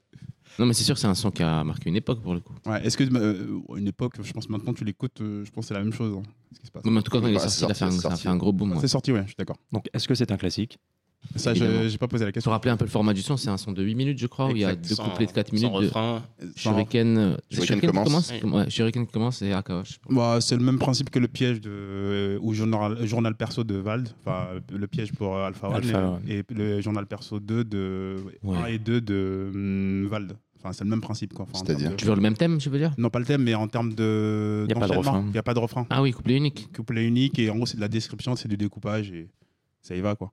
Speaker 4: Non, mais c'est sûr, c'est un son qui a marqué une époque pour le coup.
Speaker 1: Ouais, est-ce que, euh, une époque, je pense maintenant tu l'écoutes, euh, je pense que c'est la même chose. hein, ce qui se passe.
Speaker 4: Non, mais en tout cas, quand il est
Speaker 3: Bah,
Speaker 4: sorti,
Speaker 3: c'est
Speaker 4: il a fait un,
Speaker 3: sorti,
Speaker 4: ça a
Speaker 3: sorti.
Speaker 4: fait un gros boom.
Speaker 1: C'est
Speaker 4: Ouais.
Speaker 1: sorti, ouais, je suis d'accord.
Speaker 5: Donc, est-ce que c'est un classique
Speaker 1: Ça, je
Speaker 4: Évidemment.
Speaker 1: j'ai pas posé la question.
Speaker 4: Pour rappeler un peu le format du son, c'est un son de 8 minutes, je crois, où il y a
Speaker 1: Exact.
Speaker 4: deux
Speaker 2: Sans-
Speaker 4: couplets de 4
Speaker 2: Sans
Speaker 4: minutes. De
Speaker 2: refrain.
Speaker 1: Sans-
Speaker 4: Shuriken, euh,
Speaker 3: Shuriken
Speaker 4: Shuriken
Speaker 3: commence.
Speaker 4: qui commence Ouais, Shuriken qui commence et Akaosh.
Speaker 1: Bah, c'est le même principe que le piège de, euh, ou journal, journal perso de Vald, enfin le piège pour euh, Alpha One,
Speaker 5: Alpha One.
Speaker 1: et, et le journal perso 2 de
Speaker 4: Ouais.
Speaker 1: 1 et 2 de hum, Vald. Enfin, c'est le même principe. quoi. Enfin, en
Speaker 3: C'est-à-dire
Speaker 1: termes de-
Speaker 4: Tu veux le même thème, je veux dire
Speaker 1: Non, pas le thème, mais en termes de.
Speaker 5: Y a pas de
Speaker 1: d'enchaînement,
Speaker 5: refrain.
Speaker 1: Y a pas de refrain.
Speaker 4: Ah oui, couplet unique.
Speaker 1: Couplet unique, et en gros, c'est de la description, c'est du découpage, et ça y va, quoi.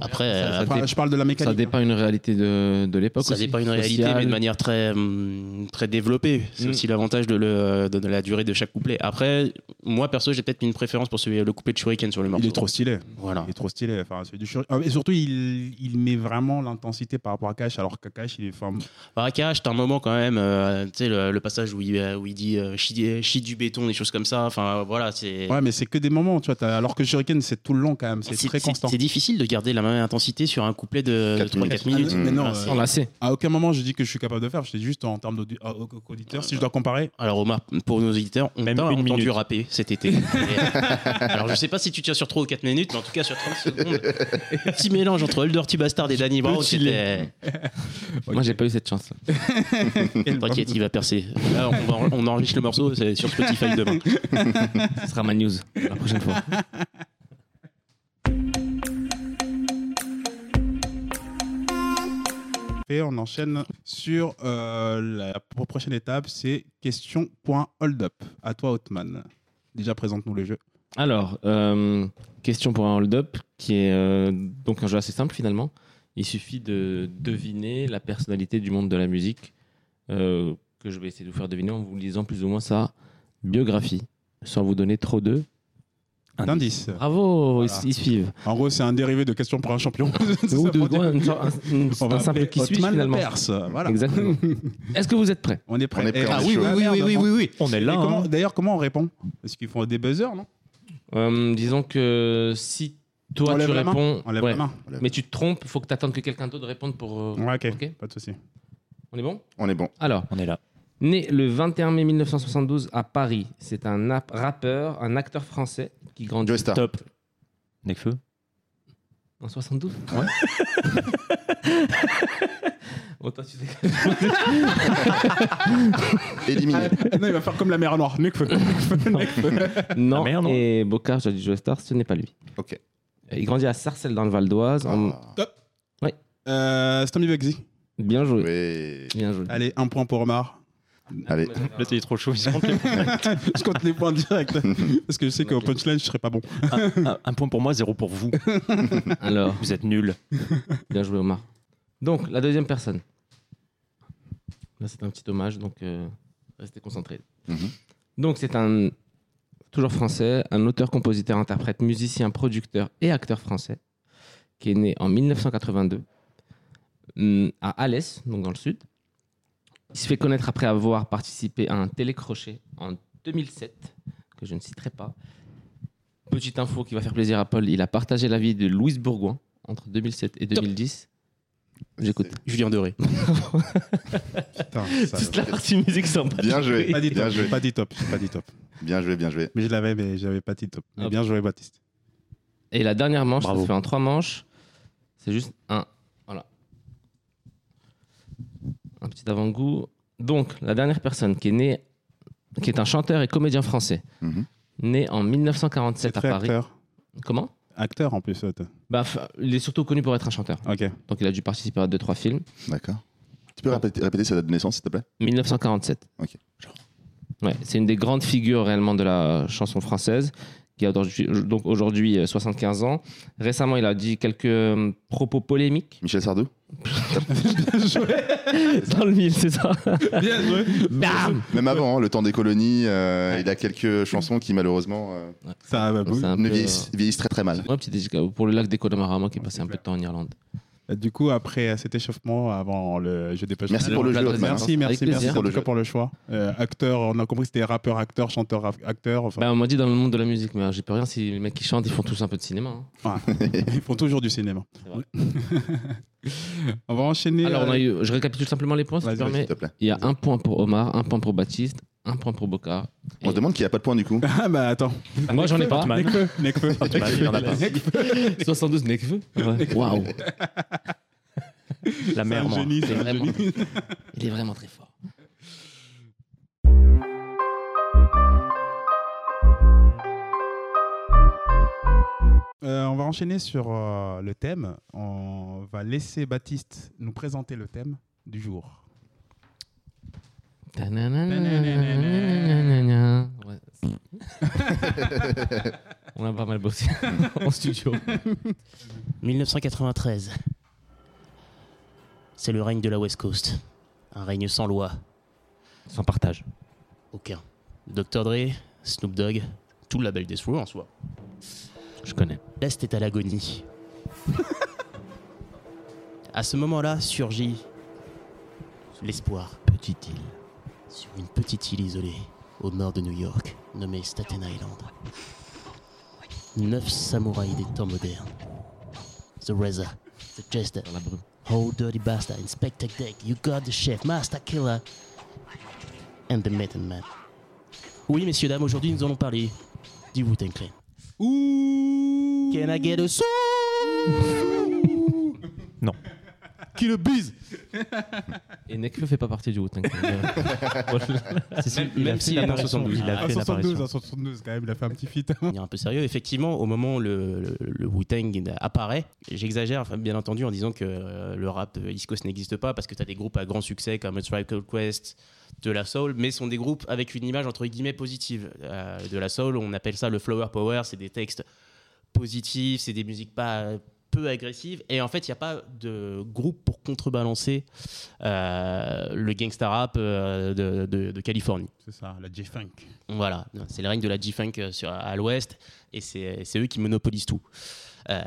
Speaker 2: Après,
Speaker 4: Ça,
Speaker 2: euh,
Speaker 4: ça
Speaker 1: Je parle-
Speaker 4: dé-
Speaker 1: je parle de la
Speaker 4: Ça
Speaker 1: mécanique. hein.
Speaker 4: dépend une réalité de, de l'époque.
Speaker 2: Ça
Speaker 4: aussi,
Speaker 2: n'est pas une réalité,
Speaker 4: sociale.
Speaker 2: mais de manière très, hum, très développée. C'est
Speaker 4: Mm.
Speaker 2: aussi l'avantage de, le- de- de la durée de chaque couplet. Après, moi perso, j'ai peut-être une préférence pour celui, le couplet de Shuriken sur le morceau.
Speaker 1: Il est trop stylé.
Speaker 2: Voilà.
Speaker 1: Il est trop stylé. Enfin, c'est du chur- Ah, Et surtout, il, il met vraiment l'intensité par rapport à Cash, alors que Cash, il est. Enfin,
Speaker 2: Baraka, t'as un moment quand même, euh, tu sais, le, le passage où il, euh, où il dit euh, chie, chie du béton, des choses comme ça. Enfin, voilà, c'est.
Speaker 1: ouais, mais c'est que des moments, tu vois. t'as- Alors que Shuriken, c'est tout le long, quand même. C'est très constant.
Speaker 2: c'est difficile de garder la même intensité sur un couplet de
Speaker 3: Quatre
Speaker 2: 3-4
Speaker 1: minutes.
Speaker 2: minutes.
Speaker 1: Ah, mais non,
Speaker 2: Voilà,
Speaker 1: euh,
Speaker 2: c'est-
Speaker 4: Enlacé.
Speaker 1: À aucun moment, je dis que je suis capable de faire. Je dis juste en termes d'auditeur. Si je dois comparer,
Speaker 2: Alors Omar, pour nos auditeurs, on
Speaker 5: Même
Speaker 2: t'a
Speaker 5: une
Speaker 2: entendu
Speaker 5: minute.
Speaker 2: rapper cet été. Et, euh, Alors je sais pas si tu tiens sur 3 ou 4 minutes, mais en tout cas sur 30 secondes. Petit mélange entre Elder T Bastard et Danny Brown, c'était...
Speaker 4: Moi, j'ai pas eu cette chance.
Speaker 2: T'inquiète, il va percer. Là, on, va en- on enregistre le morceau, c'est sur Spotify demain.
Speaker 4: Ce sera ma news la prochaine fois.
Speaker 1: Et on enchaîne sur euh, la pro- prochaine étape, c'est question.holdup. À toi, Hotman. Déjà, présente-nous le jeu.
Speaker 4: Alors, euh, question pour un hold-up, qui est euh, donc un jeu assez simple finalement. Il suffit de deviner la personnalité du monde de la musique, euh, que je vais essayer de vous faire deviner en vous lisant plus ou moins sa biographie, sans vous donner trop de...
Speaker 1: L'indice.
Speaker 4: Bravo, ils-
Speaker 1: Voilà.
Speaker 4: ils, suivent.
Speaker 1: En gros, c'est un dérivé de question pour un champion. C'est ça,
Speaker 4: Ou de-
Speaker 1: pour dire-
Speaker 4: ouais, une sorte- un, une-
Speaker 1: On va
Speaker 4: un simple
Speaker 1: appeler
Speaker 4: qui suit
Speaker 1: Hotman
Speaker 4: finalement.
Speaker 1: Perse. Voilà.
Speaker 4: Exactement. Est-ce que vous êtes prêts
Speaker 1: On est prêt.
Speaker 3: On est prêt,
Speaker 1: Eh,
Speaker 3: on
Speaker 1: ah
Speaker 3: est
Speaker 1: oui,
Speaker 3: chaud.
Speaker 1: oui, oui, oui, oui, oui, oui.
Speaker 5: On est
Speaker 1: Et
Speaker 5: là.
Speaker 1: comment-
Speaker 5: hein.
Speaker 1: D'ailleurs, comment on répond Parce qu'ils font des buzzers, non
Speaker 4: Euh, Disons que si
Speaker 1: On
Speaker 4: toi
Speaker 1: lève
Speaker 4: tu
Speaker 1: la main
Speaker 4: réponds,
Speaker 1: On lève
Speaker 4: ouais,
Speaker 1: la main.
Speaker 4: mais tu te trompes, il faut que tu attendes que quelqu'un d'autre réponde pour... euh,
Speaker 1: Ouais, ok.
Speaker 4: Ok.
Speaker 1: Pas de souci.
Speaker 4: On est bon
Speaker 3: On est bon.
Speaker 4: Alors.
Speaker 5: On est là.
Speaker 4: Né le 21 mai 1972 à Paris, c'est un ap- rappeur, un acteur français qui grandit
Speaker 3: Joe Star.
Speaker 5: Top. Necfeu
Speaker 4: en 72.
Speaker 3: Ouais.
Speaker 4: Oh, toi, tu sais-
Speaker 3: Éliminé.
Speaker 1: non, il va faire comme la mer noire. Necfeu.
Speaker 4: non,
Speaker 5: Ah, merde, non.
Speaker 4: et Bocard, j'ai dit Joe Star, ce n'est pas lui.
Speaker 3: Ok.
Speaker 4: Euh, Il grandit à Sarcelles dans le Val d'Oise. en-
Speaker 3: Ah,
Speaker 1: Euh, Stomy Bugsy.
Speaker 4: Bien joué.
Speaker 3: oui.
Speaker 4: Bien joué.
Speaker 1: Allez, un point pour Omar.
Speaker 3: Allez,
Speaker 5: Là, t'es trop chaud. ils se comptent les points.
Speaker 6: Je compte les points directs. Parce que je sais qu'au
Speaker 2: Ok.
Speaker 6: punchline, je serais pas bon.
Speaker 5: un, un point pour moi, zéro pour vous.
Speaker 4: Alors,
Speaker 5: Vous êtes nuls.
Speaker 4: bien joué, Omar. Donc, la deuxième personne. Là, c'est un petit hommage, donc euh, restez concentrés.
Speaker 3: Mhm.
Speaker 4: Donc, c'est un, toujours français, un auteur, compositeur, interprète, musicien, producteur et acteur français, qui est né en 1982 hum, à Alès, donc dans le sud. Il se fait connaître après avoir participé à un télécrochet en 2007, que je ne citerai pas. Petite info qui va faire plaisir à Paul, il a partagé la vie de Louise Bourgoin entre 2007 et 2010. J'écoute.
Speaker 2: Julien Doré.
Speaker 6: Putain, ça-
Speaker 4: Toute la partie musique sympa.
Speaker 3: bien joué,
Speaker 6: Pas dit
Speaker 3: bien
Speaker 6: top,
Speaker 3: joué,
Speaker 6: pas dit top, pas dit top.
Speaker 3: bien joué, bien joué.
Speaker 6: Mais je l'avais, mais j'avais pas dit top. Mais
Speaker 4: Hop.
Speaker 6: bien joué, Baptiste.
Speaker 4: Et la dernière manche, ça
Speaker 2: Bravo.
Speaker 4: se fait en trois manches. C'est juste un. Voilà. Un petit avant-goût. Donc, la dernière personne qui est née, qui est un chanteur et comédien français,
Speaker 3: Mhm.
Speaker 4: né en 1947 à
Speaker 6: Très
Speaker 4: Paris.
Speaker 6: acteur.
Speaker 4: Comment
Speaker 6: Acteur en plus. euh, t'as-
Speaker 4: bah, f- Il est surtout connu pour être un chanteur.
Speaker 6: Ok.
Speaker 4: Donc, il a dû participer à deux, trois films.
Speaker 3: D'accord. Tu peux répéter, répéter sa date de naissance, s'il te plaît
Speaker 4: 1947.
Speaker 3: Ok.
Speaker 4: Ouais, c'est une des grandes figures réellement de la chanson française, qui a aujourd'hui- donc aujourd'hui euh, 75 ans. Récemment, il a dit quelques euh, propos polémiques
Speaker 3: Michel Sardou
Speaker 4: dans le mille, c'est ça
Speaker 6: Bien joué.
Speaker 4: Bam
Speaker 3: Même avant, hein, le temps des colonies, euh, il a quelques chansons qui malheureusement euh,
Speaker 6: Ça va, bah,
Speaker 4: C'est un
Speaker 3: ne
Speaker 4: peu,
Speaker 3: vieillissent, vieillissent très très mal.
Speaker 4: euh, ouais, petit dédicace pour le lac des Connemara, moi qui ai passé un peu de temps en Irlande.
Speaker 6: Du coup, après euh, cet échauffement, avant le jeu des pêches.
Speaker 3: Merci
Speaker 4: Alors,
Speaker 3: pour le
Speaker 4: la
Speaker 3: jeu,
Speaker 4: deuxième
Speaker 3: Hotman, hein.
Speaker 6: Merci,
Speaker 4: Avec
Speaker 6: merci, merci
Speaker 4: plaisir.
Speaker 6: en tout
Speaker 3: Pour le
Speaker 6: cas pour le choix. Euh, acteur, on a compris que c'était rappeur, acteur, chanteur, ac- acteur. Enfin,
Speaker 4: Bah, on m'a dit dans le monde de la musique, mais euh, j'y peux rien si les mecs qui chantent, ils font tous un peu de cinéma. hein.
Speaker 6: ils font toujours du cinéma.
Speaker 4: C'est vrai.
Speaker 6: on va enchaîner.
Speaker 4: Alors, on a
Speaker 6: euh,
Speaker 4: eu- je récapitule simplement les points, si
Speaker 6: Vas-y,
Speaker 4: tu
Speaker 6: vas-y.
Speaker 4: permets.
Speaker 3: S'il te plaît.
Speaker 4: Il y a un point pour Omar, un point pour Baptiste, un point pour Bocard.
Speaker 3: On se demande qui a pas de point du coup.
Speaker 6: Ah bah attends.
Speaker 4: Moi, j'en ai pas.
Speaker 6: Nekfeu, Nekfeu.
Speaker 5: Bah, il y en a pas.
Speaker 4: 72 Nekfeu Waouh
Speaker 5: La
Speaker 6: C'est
Speaker 5: mère,
Speaker 6: un
Speaker 5: moi.
Speaker 6: génie,
Speaker 4: C'est
Speaker 6: c'est un
Speaker 4: vraiment-
Speaker 6: génie.
Speaker 4: Il est vraiment très fort.
Speaker 6: Euh, on va enchaîner sur euh, le thème. On va laisser Baptiste nous présenter le thème du jour.
Speaker 4: Ouais. On a pas mal bossé en studio.
Speaker 2: 1993. C'est le règne de la West Coast. Un règne sans loi.
Speaker 4: Sans partage.
Speaker 2: Aucun. Dr. Dre, Snoop Dogg, tout le label des Row en soi.
Speaker 4: Je connais.
Speaker 2: L'Est est à l'agonie. à ce moment-là surgit l'espoir. Petite île. Sur une petite île isolée, au nord de New York, nommée Staten Island. Neuf samouraïs des temps modernes. The Razor, The Jester,
Speaker 4: Dans la brume.
Speaker 2: Oh Dirty Bastard, Inspector Deck, You Got the Chef, Master Killer, and the Method Man. Oui, messieurs, dames, aujourd'hui nous allons parler du Wu-Tang Clan.
Speaker 6: Ouh
Speaker 2: Can I get a soul
Speaker 6: Qui le bise
Speaker 4: Et Nekfeu fait pas partie du Wu-Tang.
Speaker 5: Si, si,
Speaker 2: Même-
Speaker 5: il a
Speaker 2: même
Speaker 5: fait
Speaker 2: s'il est
Speaker 5: une
Speaker 2: né en
Speaker 5: apparition,
Speaker 2: 72.
Speaker 1: Ah,
Speaker 5: Il a
Speaker 4: Ah,
Speaker 6: En
Speaker 5: fait une
Speaker 6: 72, en
Speaker 1: hein,
Speaker 5: apparition.
Speaker 6: 72 quand même, il a fait un petit feat.
Speaker 2: On est un peu sérieux. Effectivement, au moment où le, le, le Wu-Tang apparaît, j'exagère enfin, bien entendu en disant que euh, le rap euh, East Coast n'existe pas parce que tu as des groupes à grand succès comme A Tribe Called Quest, De La Soul, mais sont des groupes avec une image entre guillemets positive. Euh, de La Soul, on appelle ça le flower power, c'est des textes positifs, c'est des musiques pas peu agressives et en fait il n'y a pas de groupe pour contrebalancer euh, le gangsta rap euh, de- de- de Californie.
Speaker 6: C'est ça, la J-Funk.
Speaker 2: Voilà, c'est le règne de la G-Funk euh, sur- à l'ouest et c'est c'est eux qui monopolisent tout. Euh,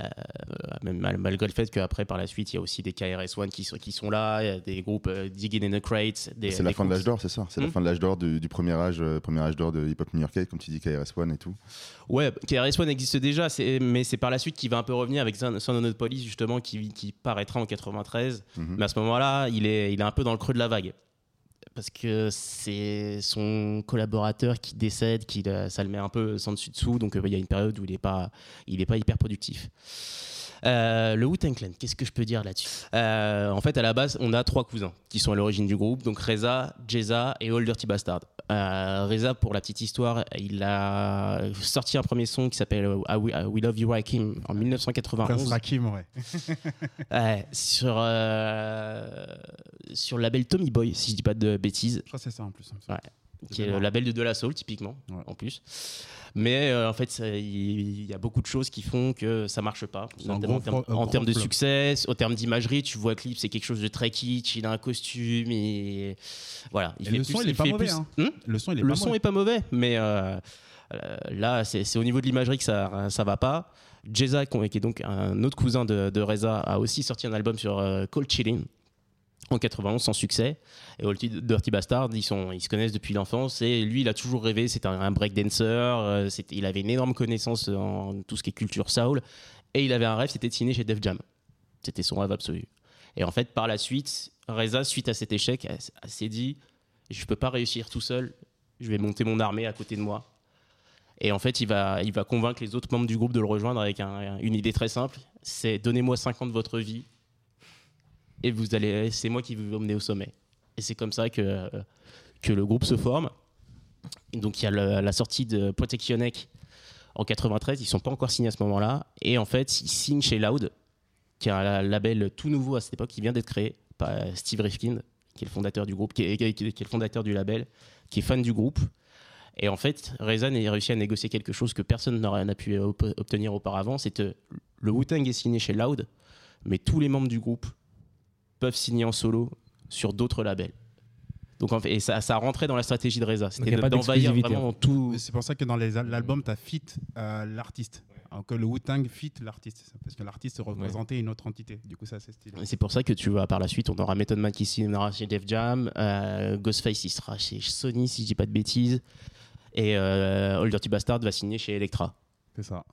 Speaker 2: même mal- malgré le fait qu'après, par la suite, il y a aussi des KRS-One qui, sont- qui sont là, il y a des groupes euh, Digging in the Crates. des-
Speaker 3: C'est la
Speaker 2: des
Speaker 3: fin de
Speaker 2: groupes-
Speaker 3: l'âge d'or, c'est ça. C'est
Speaker 2: Hmm.
Speaker 3: la fin de l'âge d'or du, du premier âge, euh, premier âge d'or de hip-hop new-yorkais, comme tu dis, KRS-One et tout.
Speaker 2: Ouais, KRS-One existe déjà, c'est- mais c'est par la suite qu'il va un peu revenir avec Son Son of the Police, justement, qui, qui paraîtra en 93.
Speaker 3: Mhm.
Speaker 2: Mais à ce moment-là, il est, il est un peu dans le creux de la vague. Parce que c'est son collaborateur qui décède, qui, le- ça le met un peu sans dessus dessous. Donc euh, il y a une période où il n'est pas, il est pas hyper productif. Euh, le Wu-Tang Clan, qu'est-ce que je peux dire là-dessus Euh, En fait, à la base, on a trois cousins qui sont à l'origine du groupe. Donc Reza, Jeza et Old Dirty Bastard. Euh, Reza, pour la petite histoire, il a sorti un premier son qui s'appelle euh, I We, I We Love You Rakim en
Speaker 1: Prince
Speaker 2: 1991
Speaker 1: Rakim, ouais.
Speaker 2: Ouais, sur, euh, sur le label Tommy Boy, si je dis pas de bêtises.
Speaker 1: Je crois que c'est ça en plus. il me semble.
Speaker 2: Ouais. qui est le label de De La Soul typiquement
Speaker 1: Ouais.
Speaker 2: en plus mais euh, en fait ça- il il y a beaucoup de choses qui font que ça marche pas
Speaker 1: C'est un
Speaker 2: notamment en
Speaker 1: gros
Speaker 2: termes,
Speaker 1: flop- un
Speaker 2: en
Speaker 1: gros
Speaker 2: termes de
Speaker 1: flop.
Speaker 2: succès en termes d'imagerie tu vois le clip c'est quelque chose de très kitsch il a un costume et voilà
Speaker 1: Et le son, il est pas mauvais, hein.
Speaker 2: Hmm
Speaker 1: Le son, il est
Speaker 2: le
Speaker 1: pas
Speaker 2: son
Speaker 1: mauvais.
Speaker 2: est pas mauvais mais euh, euh, là c'est c'est au niveau de l'imagerie que ça ça va pas Jeza qui est donc un autre cousin de, de Reza a aussi sorti un album sur euh, Cold Chillin en 91 sans succès et Old T- Dirty Bastard ils, sont, ils se connaissent depuis l'enfance et lui il a toujours rêvé c'était un, un breakdancer euh, c'était- il avait une énorme connaissance en tout ce qui est culture soul et il avait un rêve c'était de signer chez Def Jam c'était son rêve absolu et en fait par la suite Reza suite à cet échec elle s- elle s'est dit je peux pas réussir tout seul je vais monter mon armée à côté de moi. Et en fait, il va, il va convaincre les autres membres du groupe de le rejoindre avec un- une idée très simple. C'est donnez-moi 5 ans de votre vie et vous allez, c'est moi qui vais vous emmener au sommet. Et c'est comme ça que, que le groupe se forme. Et donc il y a le- la sortie de Protection Neck en 93. Ils sont pas encore signés à ce moment-là. Et en fait, ils signent chez Loud, qui est un label tout nouveau à cette époque, qui vient d'être créé par Steve Rifkin, qui est le fondateur du groupe, qui est- qui est- qui est le fondateur du label qui est fan du groupe. Et en fait, Rezan a réussi à négocier quelque chose que personne n'aurait- n'a pu op- obtenir auparavant. C'est que le Wu-Tang est signé chez Loud, mais tous les membres du groupe peuvent signer en solo sur d'autres labels. Donc, en fait, et ça, ça rentrait dans la stratégie de Reza.
Speaker 1: y
Speaker 2: C'était
Speaker 1: a pas
Speaker 2: d'envahir
Speaker 1: d'exclusivité,
Speaker 2: vraiment tout.
Speaker 1: Mais C'est pour ça que dans les al- l'album, tu as fit euh, l'artiste. Alors que le Wu-Tang fit l'artiste. c'est ça, Parce que l'artiste représentait une autre entité. Du coup, ça, c'est stylé.
Speaker 2: Et C'est pour ça que tu vois, par la suite, on aura Method Man qui signera chez Def Jam, euh, Ghostface il sera chez Sony, si je dis pas de bêtises, et euh, All Dirty Bastard va signer chez Electra.
Speaker 1: C'est ça.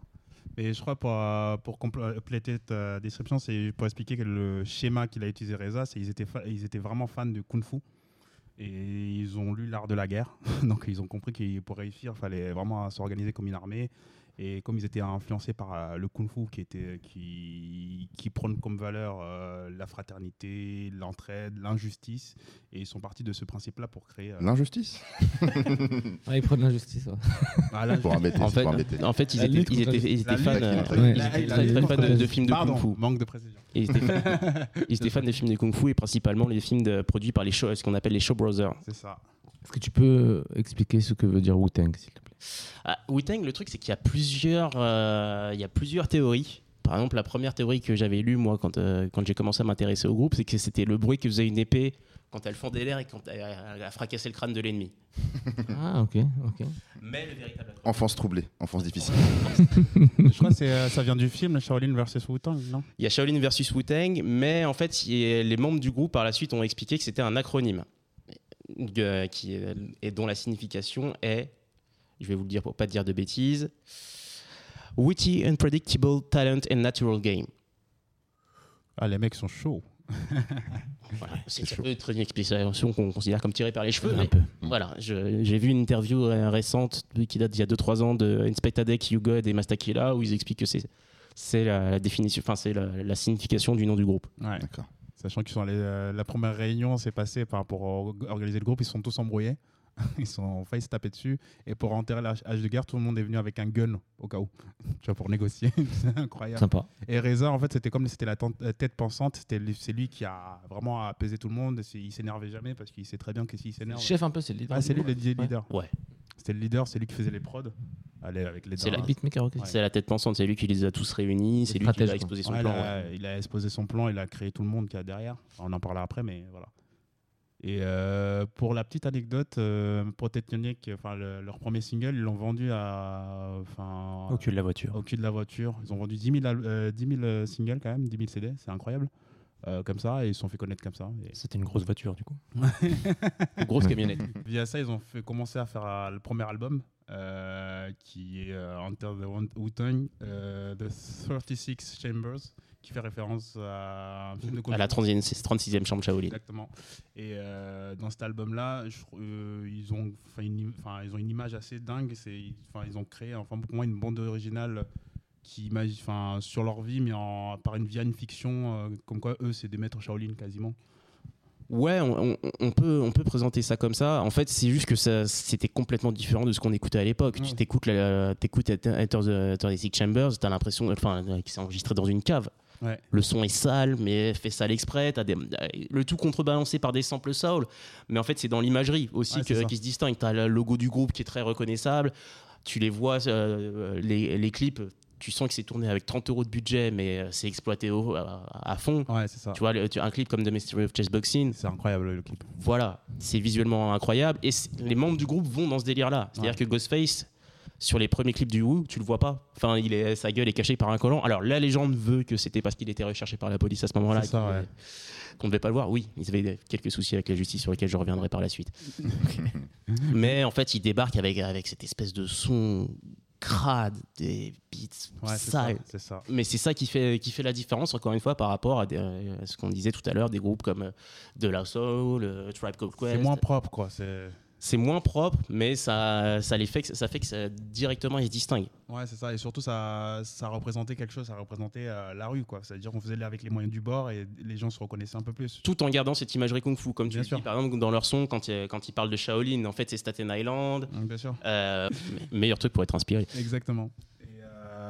Speaker 1: Et je crois pour, euh, pour compléter ta description, c'est pour expliquer que le schéma qu'il a utilisé Reza, c'est qu'ils étaient, fa- ils étaient vraiment fans de Kung Fu. Et ils ont lu l'art de la guerre. Donc ils ont compris que pour réussir, il fallait vraiment s'organiser comme une armée. Et comme ils étaient influencés par euh, le Kung Fu qui, était, qui, qui prône comme valeur euh, la fraternité, l'entraide, l'injustice, et ils sont partis de ce principe-là pour créer... euh,
Speaker 3: L'injustice
Speaker 4: ils prennent l'injustice.
Speaker 1: ah, là,
Speaker 3: Pour un métier,
Speaker 2: En
Speaker 3: c'est
Speaker 2: fait,
Speaker 3: pour un métier.
Speaker 2: en fait, ils
Speaker 4: La
Speaker 2: étaient,
Speaker 4: lutte
Speaker 2: ils
Speaker 4: contre
Speaker 2: étaient, ils étaient
Speaker 1: la
Speaker 2: fans,
Speaker 3: lutte.
Speaker 2: euh,
Speaker 3: Ouais.
Speaker 4: Ouais.
Speaker 2: ils
Speaker 1: La-
Speaker 2: étaient
Speaker 1: la
Speaker 2: très,
Speaker 1: lutte
Speaker 2: très
Speaker 1: contre
Speaker 2: fans de,
Speaker 1: la-
Speaker 2: de films de
Speaker 1: Pardon,
Speaker 2: kung-fu.
Speaker 1: manque de précision.
Speaker 2: Et Ils étaient, fans, ils étaient fans des films de kung-fu et principalement les films de- produits par les show, ce qu'on appelle les show brothers.
Speaker 1: C'est ça.
Speaker 4: Est-ce que tu peux euh, expliquer ce que veut dire Wu-Tang, s'il te plaît
Speaker 2: Ah, Wu Tang, le truc, c'est qu'il y a plusieurs, euh, il y a plusieurs théories. Par exemple, la première théorie que j'avais lue moi quand euh, quand j'ai commencé à m'intéresser au groupe, c'est que c'était le bruit que faisait une épée quand elle fendait l'air et quand elle, elle a fracassé le crâne de l'ennemi.
Speaker 4: Ah, ok, ok.
Speaker 2: Mais le véritable
Speaker 3: Enfance troublée, enfance difficile.
Speaker 1: Je crois que c'est, euh, ça vient du film Shaolin vs Wu-Tang, non
Speaker 2: Il y a Shaolin versus Wu-Tang, mais en fait, il y a- les membres du groupe par la suite ont expliqué que c'était un acronyme euh, qui est- et dont la signification est, je vais vous le dire pour pas dire de bêtises, Witty, Unpredictable, Talent and Natural Game.
Speaker 1: Ah, les mecs sont chauds.
Speaker 2: Voilà, c'est ça peut être une explication qu'on considère comme tirée par les cheveux.
Speaker 4: Un
Speaker 2: mais
Speaker 4: peu.
Speaker 2: Voilà, je- j'ai vu une interview euh, récente de- qui date d'il y a 2-3 ans de Inspectadec, You God et Mastakila où ils expliquent que c'est c'est la, la définition, enfin c'est la- la signification du nom du groupe.
Speaker 1: Ouais.
Speaker 3: D'accord.
Speaker 1: Sachant qu'ils sont allés, euh, la première réunion s'est passée par, pour or- organiser le groupe, ils se sont tous embrouillés. Ils sont ont failli se taper dessus. Et pour enterrer la hache de guerre, tout le monde est venu avec un gun au cas où. Tu vois, pour négocier. c'est incroyable.
Speaker 4: Sympa.
Speaker 1: Et Reza, en fait, c'était comme c'était la tente- euh, tête pensante. C'était lui- C'est lui qui a vraiment apaisé tout le monde. C'est- Il s'énervait jamais parce qu'il sait très bien que s'il s'énerve.
Speaker 4: Chef un peu, c'est le leader.
Speaker 1: Ah, c'est lui le
Speaker 4: Ouais.
Speaker 1: leader.
Speaker 2: Ouais.
Speaker 1: C'était le leader, c'est lui qui faisait les prods. Allez, avec les
Speaker 2: C'est
Speaker 1: dents.
Speaker 2: la-
Speaker 4: Le beatmaker aussi.
Speaker 1: Ouais.
Speaker 2: C'est la tête pensante, c'est lui qui les a tous réunis, c'est lui qui
Speaker 4: stratège,
Speaker 2: a
Speaker 4: quoi.
Speaker 2: exposé son
Speaker 1: Ouais,
Speaker 2: plan.
Speaker 1: il, a,
Speaker 2: ouais.
Speaker 1: il a exposé son plan, il a créé tout le monde qu'il y a derrière. On en parlera après, mais voilà. Et euh, pour la petite anecdote, euh, Protectionic, enfin le- leur premier single, ils l'ont vendu à, enfin,
Speaker 5: Au cul de la voiture.
Speaker 1: au cul de la voiture. Ils ont vendu 10 000, al- euh, 10 000 euh, singles quand même, 10 000 CD, c'est incroyable. Euh, comme ça, et ils se sont fait connaître comme ça. Et
Speaker 5: C'était une grosse voiture, du coup.
Speaker 2: Grosse camionnette.
Speaker 1: via ça, ils ont fait, commencé à faire euh, le premier album, euh, qui est euh, Enter the Wu- Wu-Tang, euh, The 36 Chambers, qui fait référence à un film de
Speaker 2: À la
Speaker 1: Kung Fu.
Speaker 2: 30e 36e chambre Shaolin.
Speaker 1: Exactement. Et euh, dans cet album-là, je trou- euh, ils, ont fait une, im- enfin, ils ont une image assez dingue. C'est, ils- enfin, ils ont créé, enfin, pour moi, une bande originale qui imagine, enfin, sur leur vie, mais en, par une via une fiction, euh, comme quoi eux, c'est des maîtres Shaolin quasiment.
Speaker 2: Ouais, on, on- on peut, on peut présenter ça comme ça. En fait, c'est juste que ça, c'était complètement différent de ce qu'on écoutait à l'époque.
Speaker 1: Ouais.
Speaker 2: Tu t'écoutes, la- t'écoutes Enter the, Enter the Sick Chambers, t'as l'impression, enfin, euh, qu'il s'est enregistré dans une cave.
Speaker 1: Ouais.
Speaker 2: Le son est sale, mais fait sale exprès. T'as des, le tout contrebalancé par des samples soul. Mais en fait, c'est dans l'imagerie aussi
Speaker 1: Ouais,
Speaker 2: que-
Speaker 1: c'est ça.
Speaker 2: qui se distingue. T'as le logo du groupe qui est très reconnaissable. Tu les vois, euh, les, les clips, tu sens que c'est tourné avec 30 euros de budget, mais euh, c'est exploité au- à, à fond.
Speaker 1: Ouais, c'est ça.
Speaker 2: Tu vois, le- tu- un clip comme The Mystery of Chessboxing,
Speaker 1: C'est incroyable le clip.
Speaker 2: voilà, c'est visuellement incroyable. Et c- les membres du groupe vont dans ce délire-là. C'est-à-dire
Speaker 1: Ouais.
Speaker 2: que Ghostface, sur les premiers clips du Who, tu le vois pas. Enfin, il est, sa gueule est cachée par un collant. Alors la légende veut que c'était parce qu'il était recherché par la police à ce moment-là
Speaker 1: C'est ça,
Speaker 2: qu'il-
Speaker 1: ouais.
Speaker 2: qu'on ne devait pas le voir. Oui, ils avaient des- quelques soucis avec la justice sur lesquels je reviendrai par la suite. Mais en fait, il débarque avec, avec cette espèce de son crade, des beats
Speaker 1: Ouais, c'est ça.
Speaker 2: sales.
Speaker 1: C'est ça.
Speaker 2: Mais c'est ça qui fait, qui fait la différence, encore une fois, par rapport à, des- euh, à ce qu'on disait tout à l'heure, des groupes comme euh, The Loud Soul, euh, Tribe Called Quest.
Speaker 1: C'est moins propre, quoi. C'est...
Speaker 2: C'est moins propre, mais ça, ça, les fait, que- ça fait que ça, directement ils se distinguent.
Speaker 1: Ouais, c'est ça. Et surtout, ça, ça représentait quelque chose. Ça représentait euh, la rue, quoi. C'est-à-dire qu'on faisait avec les moyens du bord et les gens se reconnaissaient un peu plus.
Speaker 2: Tout en gardant cette imagerie kung-fu, comme tu
Speaker 1: Bien
Speaker 2: le
Speaker 1: sûr.
Speaker 2: dis par exemple dans leur son, quand, il- quand ils parlent de Shaolin, en fait c'est Staten Island.
Speaker 1: Mm, Bien sûr.
Speaker 2: Euh, me- meilleur truc pour être inspiré.
Speaker 1: Exactement. Et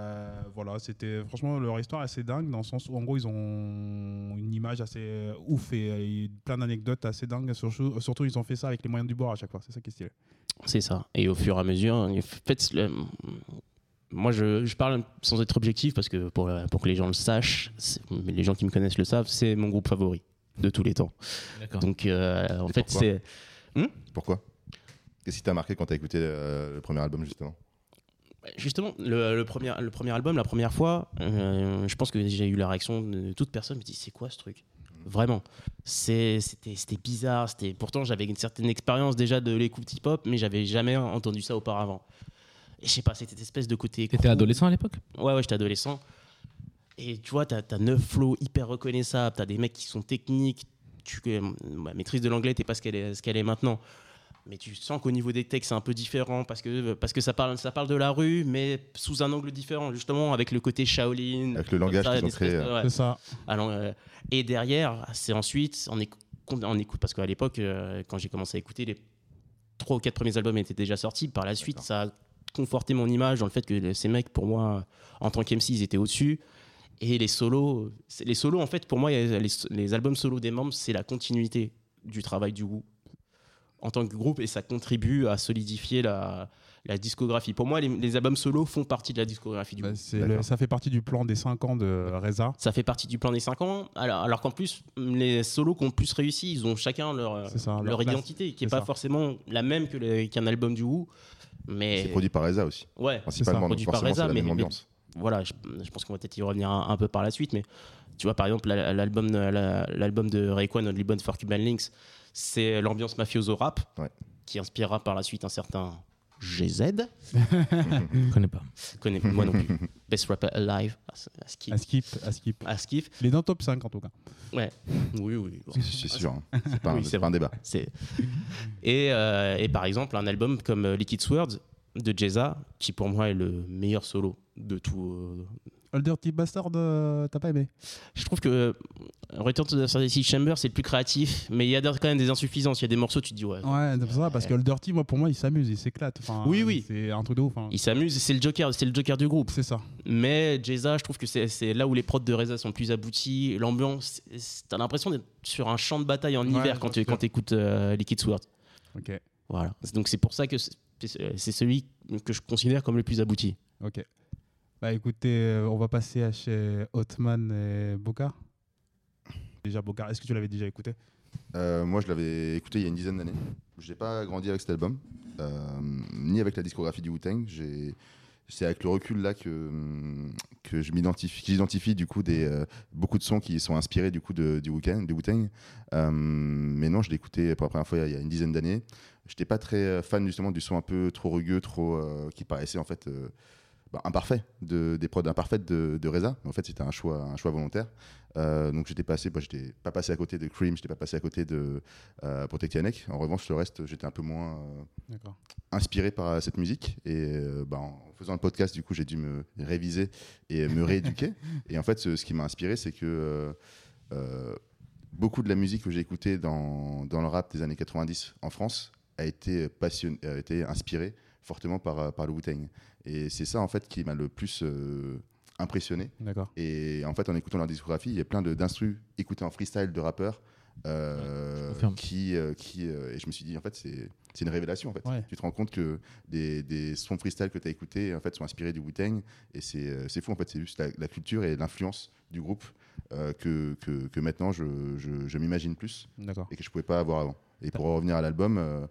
Speaker 1: euh, voilà, c'était franchement leur histoire est assez dingue dans le sens où en gros ils ont une image assez euh, ouf et, euh, plein d'anecdotes assez dingues. Surtout, euh, surtout, ils ont fait ça avec les moyens du bord à chaque fois. C'est ça qui est stylé.
Speaker 2: C'est ça. Et au fur et à mesure, en fait, le- moi je, je parle sans être objectif parce que pour, pour que les gens le sachent, c'est- mais les gens qui me connaissent le savent, c'est mon groupe favori de tous les temps.
Speaker 4: D'accord.
Speaker 2: Donc euh, en
Speaker 3: Et
Speaker 2: fait
Speaker 3: pourquoi
Speaker 2: c'est
Speaker 3: Pourquoi Qu'est-ce qui t'a marqué quand t'as écouté euh, le premier album justement
Speaker 2: justement le, le premier, le premier album, la première fois, euh, je pense que j'ai eu la réaction de toute personne, je me dit c'est quoi ce truc Vraiment, C'est- c'était c'était bizarre. C'était pourtant j'avais une certaine expérience déjà de l'écoute hip-hop, mais j'avais jamais entendu ça auparavant. Et je sais pas, c'était cette espèce de côté.
Speaker 4: T'étais
Speaker 2: cool.
Speaker 4: adolescent à l'époque
Speaker 2: Ouais, ouais, j'étais adolescent. Et tu vois, t'as as neuf flots hyper reconnaissables, t'as des mecs qui sont techniques, tu, euh, ma maîtrise de l'anglais, t'es pas ce qu'elle est, ce qu'elle est maintenant. Mais tu sens qu'au niveau des textes, c'est un peu différent parce que, parce que ça, parle, ça parle de la rue, mais sous un angle différent, justement, avec le côté Shaolin.
Speaker 3: Avec le langage
Speaker 2: Ça,
Speaker 3: qu'ils
Speaker 2: une
Speaker 3: ont
Speaker 2: espèce
Speaker 3: créé.
Speaker 2: de-
Speaker 3: euh,
Speaker 2: ouais.
Speaker 1: C'est ça.
Speaker 2: Alors, euh, et derrière, c'est ensuite, on, écoute- on écoute, parce qu'à l'époque, euh, quand j'ai commencé à écouter, les trois ou quatre premiers albums étaient déjà sortis. Par la suite,
Speaker 3: D'accord.
Speaker 2: ça a conforté mon image dans le fait que le- ces mecs, pour moi, en tant qu'MC, ils étaient au-dessus. Et les solos, c'est- les solos, en fait, pour moi, les, les albums solos des membres, c'est la continuité du travail du Wu en tant que groupe et ça contribue à solidifier la, la discographie. Pour moi, les, les albums solos font partie de la discographie du Wu.
Speaker 1: Bah, c'est
Speaker 3: D'accord.
Speaker 1: le- ça fait partie du plan des 5 ans de Reza.
Speaker 2: Ça fait partie du plan des 5 ans, alors, alors qu'en plus, les solos qui ont le plus réussi, ils ont chacun leur, euh,
Speaker 1: C'est ça,
Speaker 2: leur,
Speaker 1: leur place.
Speaker 2: identité, qui n'est
Speaker 1: C'est
Speaker 2: pas
Speaker 1: ça.
Speaker 2: forcément la même que le- qu'un album du Who. Mais
Speaker 3: C'est produit par Reza aussi,
Speaker 2: ouais,
Speaker 3: principalement. Donc
Speaker 2: Produit par
Speaker 3: forcément,
Speaker 2: Reza,
Speaker 3: c'est la
Speaker 2: mais-
Speaker 3: même
Speaker 2: mais-
Speaker 3: ambiance.
Speaker 2: voilà, je, je pense qu'on va peut-être y revenir un, un peu par la suite, mais tu vois, par exemple, la- l'album la- l'album de Rayquan, Only Bond for Cuban Links, c'est l'ambiance mafioso rap
Speaker 3: Ouais.
Speaker 2: qui inspirera par la suite un certain GZ,
Speaker 4: Je connais pas.
Speaker 2: connais moi non plus, Best Rapper Alive, à, à skip.
Speaker 1: À skip, à skip.
Speaker 2: À skip.
Speaker 1: Il est dans le top 5 en tout cas.
Speaker 2: Oui, oui. bon.
Speaker 3: C'est sûr, hein. c'est pas, un-
Speaker 2: Oui,
Speaker 3: c'est
Speaker 2: c'est
Speaker 3: pas un débat.
Speaker 2: C'est- Et, euh, et par exemple, un album comme euh, Liquid Swords de Jeza, qui pour moi est le meilleur solo de tout. euh,
Speaker 1: Old Dirty Bastard, euh, t'as pas aimé
Speaker 2: Je trouve que euh, Return to the 36 Chamber, c'est le plus créatif, mais il y a quand même des insuffisances. Il y a des morceaux, tu te dis, ouais.
Speaker 1: Ouais, c'est pour ça, parce que Old Dirty, moi pour moi, il s'amuse, il s'éclate. Enfin,
Speaker 2: Oui, oui.
Speaker 1: C'est un truc de ouf. hein.
Speaker 2: Il s'amuse, c'est le Joker, c'est le Joker du groupe.
Speaker 1: C'est ça.
Speaker 2: Mais Jeza, je trouve que c'est c'est là où les prods de Reza sont le plus aboutis. L'ambiance, c'est- t'as l'impression d'être sur un champ de bataille en
Speaker 1: Ouais, je
Speaker 2: hiver
Speaker 1: vois
Speaker 2: quand
Speaker 1: ce que
Speaker 2: tu quand écoutes Liquid Swords.
Speaker 1: Ok.
Speaker 2: Voilà. Donc c'est pour ça que c'est c'est celui que je considère comme le plus abouti.
Speaker 1: Ok. Bah écoutez, euh, on va passer à chez Hotman et Bocard. Déjà Bocard, est-ce que tu l'avais déjà écouté
Speaker 3: Euh, moi, je l'avais écouté il y a une dizaine d'années. Je n'ai pas grandi avec cet album, euh, ni avec la discographie du Wu-Tang. J'ai- C'est avec le recul là que, hum, que je m'identifie, que j'identifie du coup des, euh, beaucoup de sons qui sont inspirés du coup de, du Wu-Tang. du Wu-Tang. Euh, mais non, je l'ai écouté pour la première fois il y a une dizaine d'années. J'étais pas très euh, fan justement du son un peu trop rugueux, trop euh, qui paraissait en fait euh, bah, imparfait de, des prods imparfaites de, de Reza. En fait, c'était un choix, un choix volontaire. Euh, donc j'étais passé, bah, j'étais pas passé à côté de Cream, j'étais pas passé à côté de euh, Protect Yannick. En revanche, le reste, j'étais un peu moins euh,
Speaker 1: D'accord.
Speaker 3: inspiré par cette musique. Et euh, bah, en faisant le podcast, du coup, j'ai dû me réviser et me rééduquer. et en fait, ce, ce qui m'a inspiré, c'est que euh, euh, beaucoup de la musique que j'ai écoutée dans, dans le rap des années 90 en France a été, passionn- a été inspirée fortement par, euh, par le Wu-Tang. Et c'est ça, en fait, qui m'a le plus euh, impressionné.
Speaker 1: D'accord.
Speaker 3: Et en fait, en écoutant leur discographie, il y a plein de- d'instrus écoutés en freestyle de rappeurs euh,
Speaker 7: confirme.
Speaker 3: qui, euh, qui euh, et je me suis dit en fait c'est c'est une révélation en fait.
Speaker 1: Ouais.
Speaker 3: Tu te rends compte que des, des sons freestyle que tu as écoutés en fait sont inspirés du Wu-Tang et c'est euh, c'est fou en fait c'est juste la, la culture et l'influence du groupe euh, que, que, que maintenant je, je, je m'imagine plus
Speaker 1: D'accord.
Speaker 3: et que je pouvais pas avoir avant. Et pour en revenir à l'album, euh,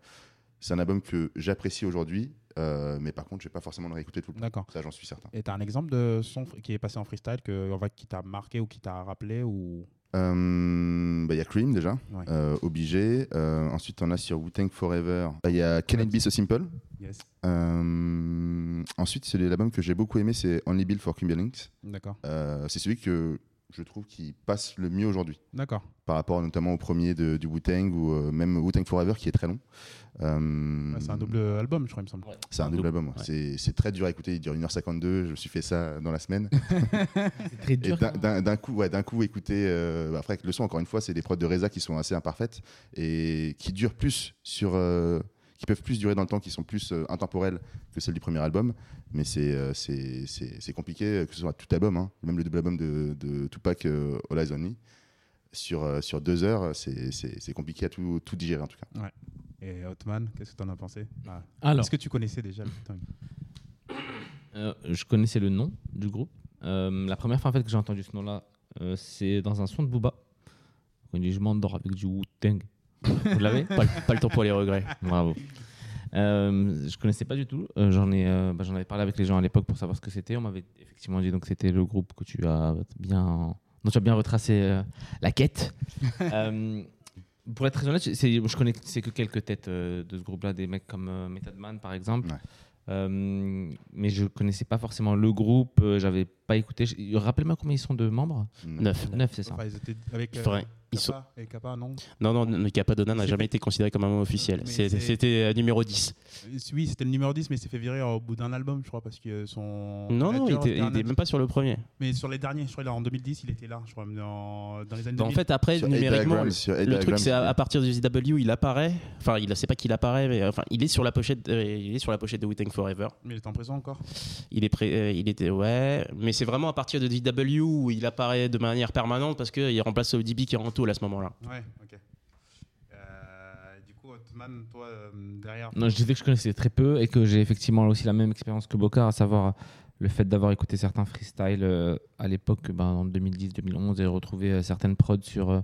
Speaker 3: c'est un album que j'apprécie aujourd'hui, euh, mais par contre je vais pas forcément le réécouter tout le temps.
Speaker 1: D'accord.
Speaker 3: Ça j'en suis certain.
Speaker 1: Et t'as un exemple de son fr- qui est passé en freestyle que, en fait, qui t'a marqué ou qui t'a rappelé ou...
Speaker 3: Euh, bah, Il y a Cream déjà,
Speaker 1: Ouais.
Speaker 3: euh, Obligé. Euh, ensuite, on a sur Wu-Tang Forever. Bah, Il y a Can It Be So Simple.
Speaker 1: Yes.
Speaker 3: Euh, ensuite, c'est l'album que j'ai beaucoup aimé, c'est Only Bill for Kimberlings.
Speaker 1: D'accord.
Speaker 3: Euh, c'est celui que je trouve qui passe le mieux aujourd'hui,
Speaker 1: D'accord.
Speaker 3: par rapport notamment au premier de, du Wu-Tang ou euh, même Wu-Tang Forever qui est très long. Euh,
Speaker 1: Ouais, c'est un double album, je crois, il me semble.
Speaker 3: C'est un double album. ouais.
Speaker 2: Ouais.
Speaker 3: C'est- C'est très dur à écouter, il dure 1h52, je me suis fait ça dans la semaine.
Speaker 7: C'est très
Speaker 3: Et
Speaker 7: dur.
Speaker 3: d'un- d'un d'un coup, ouais, d'un coup, écoutez, euh, bah, après, le son, encore une fois, c'est des prods de Reza qui sont assez imparfaites et qui durent plus sur. euh, qui peuvent plus durer dans le temps, qui sont plus euh, intemporelles que celles du premier album. Mais c'est euh, c'est- c'est c'est compliqué, euh, que ce soit tout album, hein, même le double album de, de Tupac, euh, All Eyes on Me. Sur, euh, sur deux heures, c'est- c'est c'est compliqué à tout, tout digérer en tout cas.
Speaker 1: Et Hotman, qu'est-ce que t'en as pensé Ah.
Speaker 7: Alors,
Speaker 1: Est-ce que tu connaissais déjà le Wu-Tang
Speaker 4: Euh, je connaissais le nom du groupe. Euh, la première fois en fait, que j'ai entendu ce nom-là, euh, c'est dans un son de Booba. On dit Je m'endors avec du Wu-Tang. Vous l'avez
Speaker 2: Pas, le- pas le temps pour les regrets.
Speaker 4: Bravo. Euh, je connaissais pas du tout. Euh, j'en ai, euh, bah, j'en avais parlé avec les gens à l'époque pour savoir ce que c'était. On m'avait effectivement dit donc c'était le groupe que tu as bien, dont tu as bien retracé euh, la quête. Euh, pour être très honnête, c'est- je connais c'est que quelques têtes euh, de ce groupe-là, des mecs comme euh, Method Man par exemple.
Speaker 3: Ouais.
Speaker 4: Euh, mais je connaissais pas forcément le groupe. euh, J'avais pas écouté. Je- Rappelle-moi combien ils sont de membres.
Speaker 2: Neuf.
Speaker 4: Neuf, c'est ça.
Speaker 1: Enfin, ils étaient avec.
Speaker 2: Il
Speaker 1: euh,
Speaker 2: faudrait- ils sont-
Speaker 1: Kappa et Kappa, non
Speaker 2: Non, non, le Capadonna n'a
Speaker 1: C'est-
Speaker 2: jamais été considéré comme un mot officiel.
Speaker 1: Mais
Speaker 2: C'est-
Speaker 1: c'est-
Speaker 2: C'était euh, numéro 10.
Speaker 1: Oui, c'était le numéro 10, mais il s'est fait virer au bout d'un album, je crois, parce que son.
Speaker 2: Non, non, il
Speaker 1: manager
Speaker 2: était, il
Speaker 1: alternatif-
Speaker 2: était même pas sur le premier.
Speaker 1: Mais sur les derniers, je crois, là, en 2010, il était là, je crois, dans, dans les années
Speaker 2: Bah, en
Speaker 1: 2000.
Speaker 2: fait, après,
Speaker 3: Sur Eight
Speaker 2: numériquement,
Speaker 3: Diagrams,
Speaker 2: le,
Speaker 3: sur Eight
Speaker 2: le truc,
Speaker 3: Diagrams,
Speaker 2: c'est à, à partir du ZW, il apparaît. Enfin, il c'est pas qu'il apparaît, mais enfin, il est sur la pochette. euh, il est sur la pochette de Waiting Forever.
Speaker 1: Mais il était en prison encore.
Speaker 2: Il est pré- euh, il était ouais, mais c'est vraiment à partir de DW où il apparaît de manière permanente parce qu'il remplace ODB qui est en taule à ce moment-là.
Speaker 1: Ouais, ok. Euh, du coup, Hotman, toi, euh, derrière.
Speaker 4: Non, je disais que je connaissais très peu et que j'ai effectivement aussi la même expérience que Bocard, à savoir le fait d'avoir écouté certains freestyles euh, à l'époque, ben, en 2010-2011, et retrouvé euh, certaines prods sur, euh,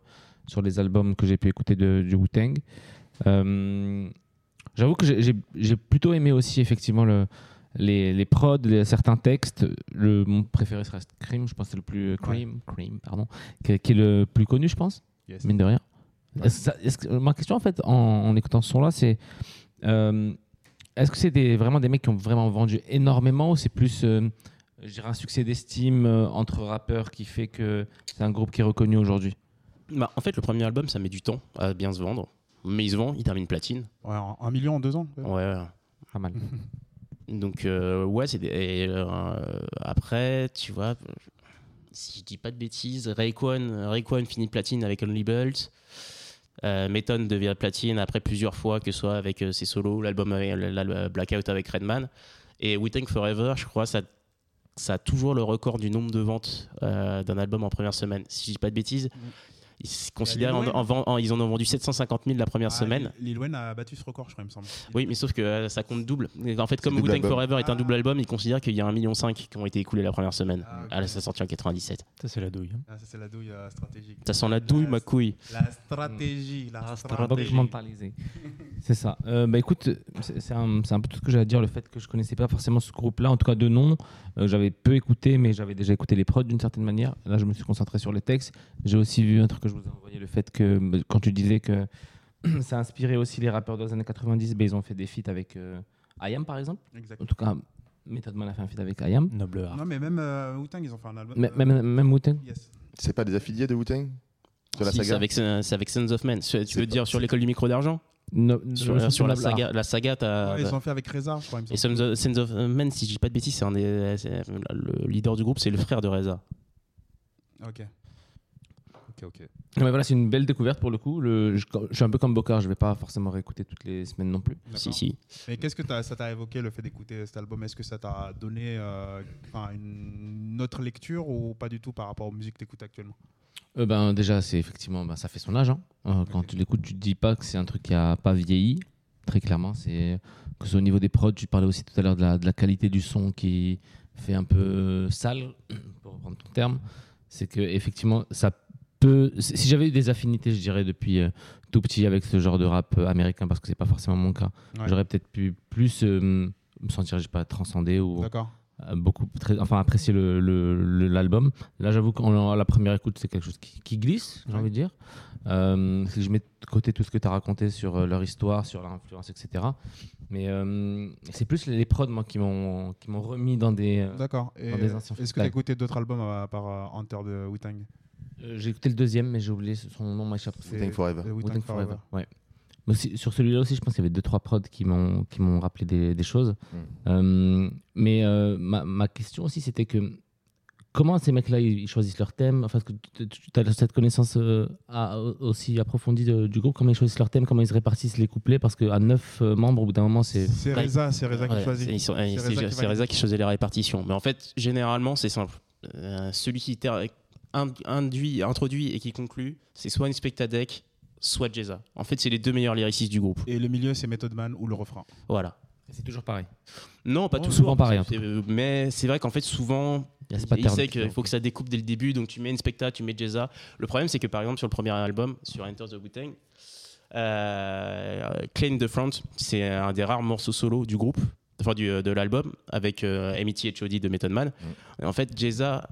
Speaker 4: sur les albums que j'ai pu écouter de, du Wu-Tang. Euh, J'avoue que j'ai- j'ai j'ai plutôt aimé aussi effectivement le, les, les prods, les- certains textes. Le, mon préféré serait Cream, je pense que c'est le plus. euh, Cream, Cream, pardon, qui, est- qui est le plus connu, je pense
Speaker 1: Yes.
Speaker 4: mine de rien. Est-ce que ça- est-ce que- ma question en fait, en, en écoutant ce son-là, c'est euh, est-ce que c'est des- vraiment des mecs qui ont vraiment vendu énormément ou c'est plus, euh, je dirais, un succès d'estime euh, entre rappeurs qui fait que c'est un groupe qui est reconnu aujourd'hui
Speaker 2: Bah, en fait, le premier album, ça met du temps à bien se vendre. Mais il se vend, il termine platine.
Speaker 1: Ouais, en- un million en deux ans. ouais.
Speaker 2: Ouais, ouais.
Speaker 4: Pas mal.
Speaker 2: Donc, euh, ouais, c'est des- et, euh, après, tu vois, si je dis pas de bêtises, Rayquan, Rayquan finit platine avec Only Bolt. Euh, Method devient platine après plusieurs fois, que ce soit avec euh, ses solos, l'album avec- l'al- Blackout avec Redman. Et We Think Forever, je crois, ça, ça a toujours le record du nombre de ventes euh, d'un album en première semaine. Si je dis pas de bêtises, ils, se considèrent en-
Speaker 1: Lil Wayne.
Speaker 2: en vend- en- ils en ont vendu 750 000 la première
Speaker 1: Ah,
Speaker 2: semaine.
Speaker 1: Lil Lil Wayne a battu ce record, je crois, il me semble.
Speaker 2: Oui, mais sauf que euh, ça compte double. En fait, comme
Speaker 3: double
Speaker 2: Wu-Tang
Speaker 3: album.
Speaker 2: Forever est un
Speaker 1: Ah.
Speaker 2: double album, ils considèrent qu'il y a 1,5 million qui ont été écoulés la première semaine.
Speaker 1: Ah, ok.
Speaker 2: Ah, là, ça sortit en 97.
Speaker 5: Ça, c'est la douille. hein.
Speaker 1: Ah, ça, c'est la douille euh, stratégique.
Speaker 2: Ça sent la douille,
Speaker 1: Ah,
Speaker 2: ma couille.
Speaker 1: La stratégie, la stratégie.
Speaker 4: Documentalisé. C'est ça. Euh, bah écoute, c'est c'est un, c'est un peu tout ce que j'ai à dire. Le fait que je connaissais pas forcément ce groupe-là, en tout cas de nom, Euh, j'avais peu écouté, mais j'avais déjà écouté les prods d'une certaine manière. Là, je me suis concentré sur les textes. J'ai aussi vu un truc que je vous ai envoyé, le fait que bah, quand tu disais que ça a inspiré aussi les rappeurs des années 90, bah, ils ont fait des feats avec euh, IAM par exemple.
Speaker 1: Exact.
Speaker 4: En tout cas, Method Man a fait un feat avec IAM.
Speaker 5: Noble art.
Speaker 1: Non, mais même euh, Wu-Tang, ils ont fait un album.
Speaker 4: Même,
Speaker 1: euh,
Speaker 4: même, même Wu-Tang.
Speaker 1: Yes.
Speaker 3: C'est pas des affiliés de Wu-Tang Sur la
Speaker 2: Si, c'est
Speaker 3: saga
Speaker 2: avec, euh, c'est avec Sons of Men. Tu
Speaker 3: C'est
Speaker 2: veux
Speaker 3: pas-
Speaker 2: dire sur l'école du micro d'argent
Speaker 4: No-
Speaker 2: Sur,
Speaker 4: no-
Speaker 2: euh, sur la
Speaker 4: Noble Art.
Speaker 2: saga, la saga t'as.
Speaker 1: Ouais, ils ont fait avec Reza, je crois, il me
Speaker 2: Ah, bah. Et
Speaker 1: semble.
Speaker 2: Sons of, Sons of Men, si je dis pas de bêtises, c'est euh, un des- c'est le leader du groupe, c'est le frère de Reza.
Speaker 1: Ok.
Speaker 7: ok,
Speaker 1: Ok,
Speaker 7: ok.
Speaker 4: Non, mais voilà, c'est une belle découverte pour le coup. Le- je, je suis un peu comme Bocard, je vais pas forcément réécouter toutes les semaines non plus.
Speaker 2: Si, si.
Speaker 1: Mais qu'est-ce que t'as- ça t'a évoqué le fait d'écouter cet album Est-ce que ça t'a donné euh, enfin, une autre lecture ou pas du tout par rapport aux musiques que t'écoutes actuellement
Speaker 4: Euh, ben, déjà, c'est effectivement, ben, ça fait son âge. hein. Euh, quand
Speaker 1: Ok.
Speaker 4: tu l'écoutes, tu te dis pas que c'est un truc qui a pas vieilli. Très clairement, c'est que ce soit au niveau des prods, tu parlais aussi tout à l'heure de la, de la qualité du son qui fait un peu euh, sale, pour reprendre ton terme. C'est que effectivement, ça peut. Si si j'avais eu des affinités, je dirais depuis euh, tout petit avec ce genre de rap euh, américain, parce que c'est pas forcément mon cas,
Speaker 1: Ouais.
Speaker 4: j'aurais peut-être pu plus euh, me sentir, je sais pas, transcendé ou
Speaker 1: D'accord.
Speaker 4: euh, beaucoup très, enfin apprécier le- le- le- l'album. Là, j'avoue qu'en à la première écoute, c'est quelque chose qui, qui glisse, j'ai
Speaker 1: Ouais.
Speaker 4: envie de dire. Euh, si je mets de côté tout ce que tu as raconté sur euh, leur histoire, sur leur influence, etc. Mais euh, c'est plus les prods moi qui m'ont qui m'ont remis dans des. euh,
Speaker 1: D'accord. Et,
Speaker 4: Dans des anciens
Speaker 1: Est-ce que
Speaker 4: freestyles.
Speaker 1: t'as écouté d'autres albums à part euh, Hunter de Wu-Tang
Speaker 4: euh, j'ai écouté le deuxième, mais j'ai oublié son nom m'échappe.
Speaker 1: C'est-
Speaker 3: Wu-Tang
Speaker 2: Bah,
Speaker 3: Forever.
Speaker 1: de Wu-Tang
Speaker 4: Wu-Tang
Speaker 1: Euh, Forever.
Speaker 4: Forever, ouais. Mais aussi, sur celui-là aussi, je pense qu'il y avait deux trois prods qui m'ont qui m'ont rappelé des, des choses.
Speaker 3: Mm.
Speaker 4: Euh, mais euh, ma, ma question aussi, c'était que comment ces mecs-là ils ils choisissent leur thème Enfin, est-ce que tu as cette connaissance euh, à- aussi approfondie de- du groupe, comment ils choisissent leur thème, comment ils répartissent les couplets Parce qu'à neuf euh, membres, au bout d'un moment, c'est
Speaker 1: C'est
Speaker 2: Ouais.
Speaker 1: Reza, c'est Reza qui
Speaker 2: Ouais,
Speaker 1: choisit.
Speaker 2: c'est- ils sont- ouais,
Speaker 1: C'est
Speaker 2: C'est
Speaker 1: Reza qui
Speaker 2: c'est
Speaker 1: valide.
Speaker 2: Reza qui faisait les répartitions. Mais en fait, généralement, c'est simple. Euh, celui qui ter- in- induit, introduit et qui conclut, c'est soit Inspectadec, soit Jeza. En fait, c'est les deux meilleurs lyricistes du groupe.
Speaker 1: Et le milieu, c'est Method Man ou le refrain.
Speaker 2: Voilà.
Speaker 4: c'est toujours pareil.
Speaker 2: Non, pas
Speaker 4: Oh,
Speaker 2: toujours.
Speaker 4: souvent pareil, en
Speaker 2: c'est- euh, mais c'est vrai qu'en fait, souvent,
Speaker 4: Il y a ce
Speaker 2: il
Speaker 4: pattern.
Speaker 2: sait qu'il faut que ça découpe dès le début. Donc, tu mets Inspecta, tu mets Jeza. Le problème, c'est que par exemple, sur le premier album, sur Enter the Wu-Tang, euh, Clean the Front, c'est un des rares morceaux solo du groupe, enfin du, euh, de l'album, avec euh, M.E.T. et Chody de Method Man. Et en fait, Jeza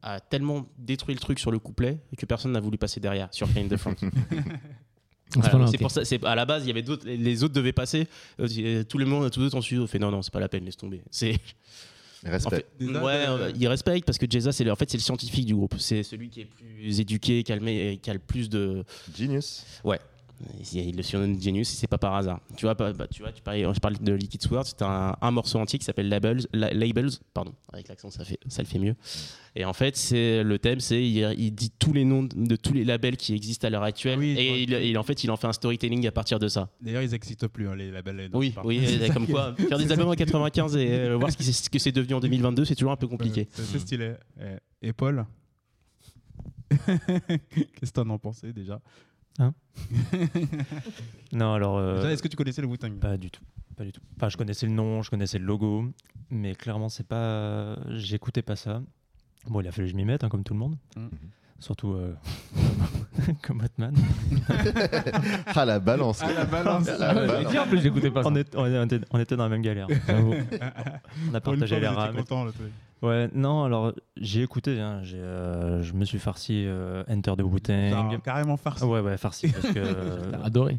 Speaker 2: a tellement détruit le truc sur le couplet que personne n'a voulu passer derrière sur Clean the Front.
Speaker 4: À ce
Speaker 2: Voilà,
Speaker 4: point-là,
Speaker 2: donc c'est
Speaker 4: ok.
Speaker 2: pour ça. C'est à la base, il y avait d'autres. Les autres devaient passer. Euh, Tout le monde, tous les autres en studio, fait non, non, c'est pas la peine, laisse tomber. C'est en
Speaker 3: Respect.
Speaker 2: fait, ouais, euh, il respecte parce que Jeza, c'est le- en fait, c'est le scientifique du groupe. C'est celui qui est plus éduqué, calmé, et qui a le plus de.
Speaker 3: Genius.
Speaker 2: Il il le surnomme Genius, et c'est pas par hasard. Tu vois, bah, bah, tu vois, tu parlais- je parle de Liquid Swords, c'est un, un morceau antique qui s'appelle Labels, La- Labels, pardon, avec l'accent ça fait, ça le fait mieux. Et en fait, c'est le thème, c'est il, il dit tous les noms de, de tous les labels qui existent à l'heure actuelle,
Speaker 1: Oui, je vois.
Speaker 2: et il- il- en fait, il en fait un storytelling à partir de ça.
Speaker 1: D'ailleurs, ils n'existent plus, hein, les labels. dont
Speaker 2: Oui,
Speaker 1: tu parles.
Speaker 2: oui,
Speaker 1: C'est
Speaker 2: euh,
Speaker 1: ça
Speaker 2: comme
Speaker 1: qui est-
Speaker 2: quoi, faire des albums en 95 et euh, voir ce, qui- ce que c'est devenu en 2022, c'est toujours un peu compliqué.
Speaker 1: C'est c'est stylé. Et, et Paul Qu'est-ce que t'en as pensé déjà
Speaker 5: Non, alors. euh,
Speaker 1: Déjà, Est-ce que tu connaissais le Wu-Tang
Speaker 5: Pas du tout. Pas du tout. Enfin, je connaissais le nom, je connaissais le logo, mais clairement, c'est pas. J'écoutais pas ça. Bon, il a fallu que je m'y mette, hein, comme tout le monde.
Speaker 1: Mhm.
Speaker 5: Surtout euh, comme Batman.
Speaker 3: Ah la balance.
Speaker 1: Ah, la balance
Speaker 3: Ah, la balance.
Speaker 4: en plus, j'écoutais pas.
Speaker 5: bah, On, est- on est- on était, on était dans la même galère. J'avoue. on a
Speaker 1: Pour une fois,
Speaker 5: partagé les
Speaker 1: vous étiez
Speaker 5: rames.
Speaker 1: content, le truc.
Speaker 5: Ouais, non, alors j'ai écouté. hein, j'ai, euh, je me suis farci euh, Enter the Wu-Tang.
Speaker 1: Genre, Carrément farce.
Speaker 5: Ah Ouais, ouais, farci parce que euh,
Speaker 4: T'as adoré.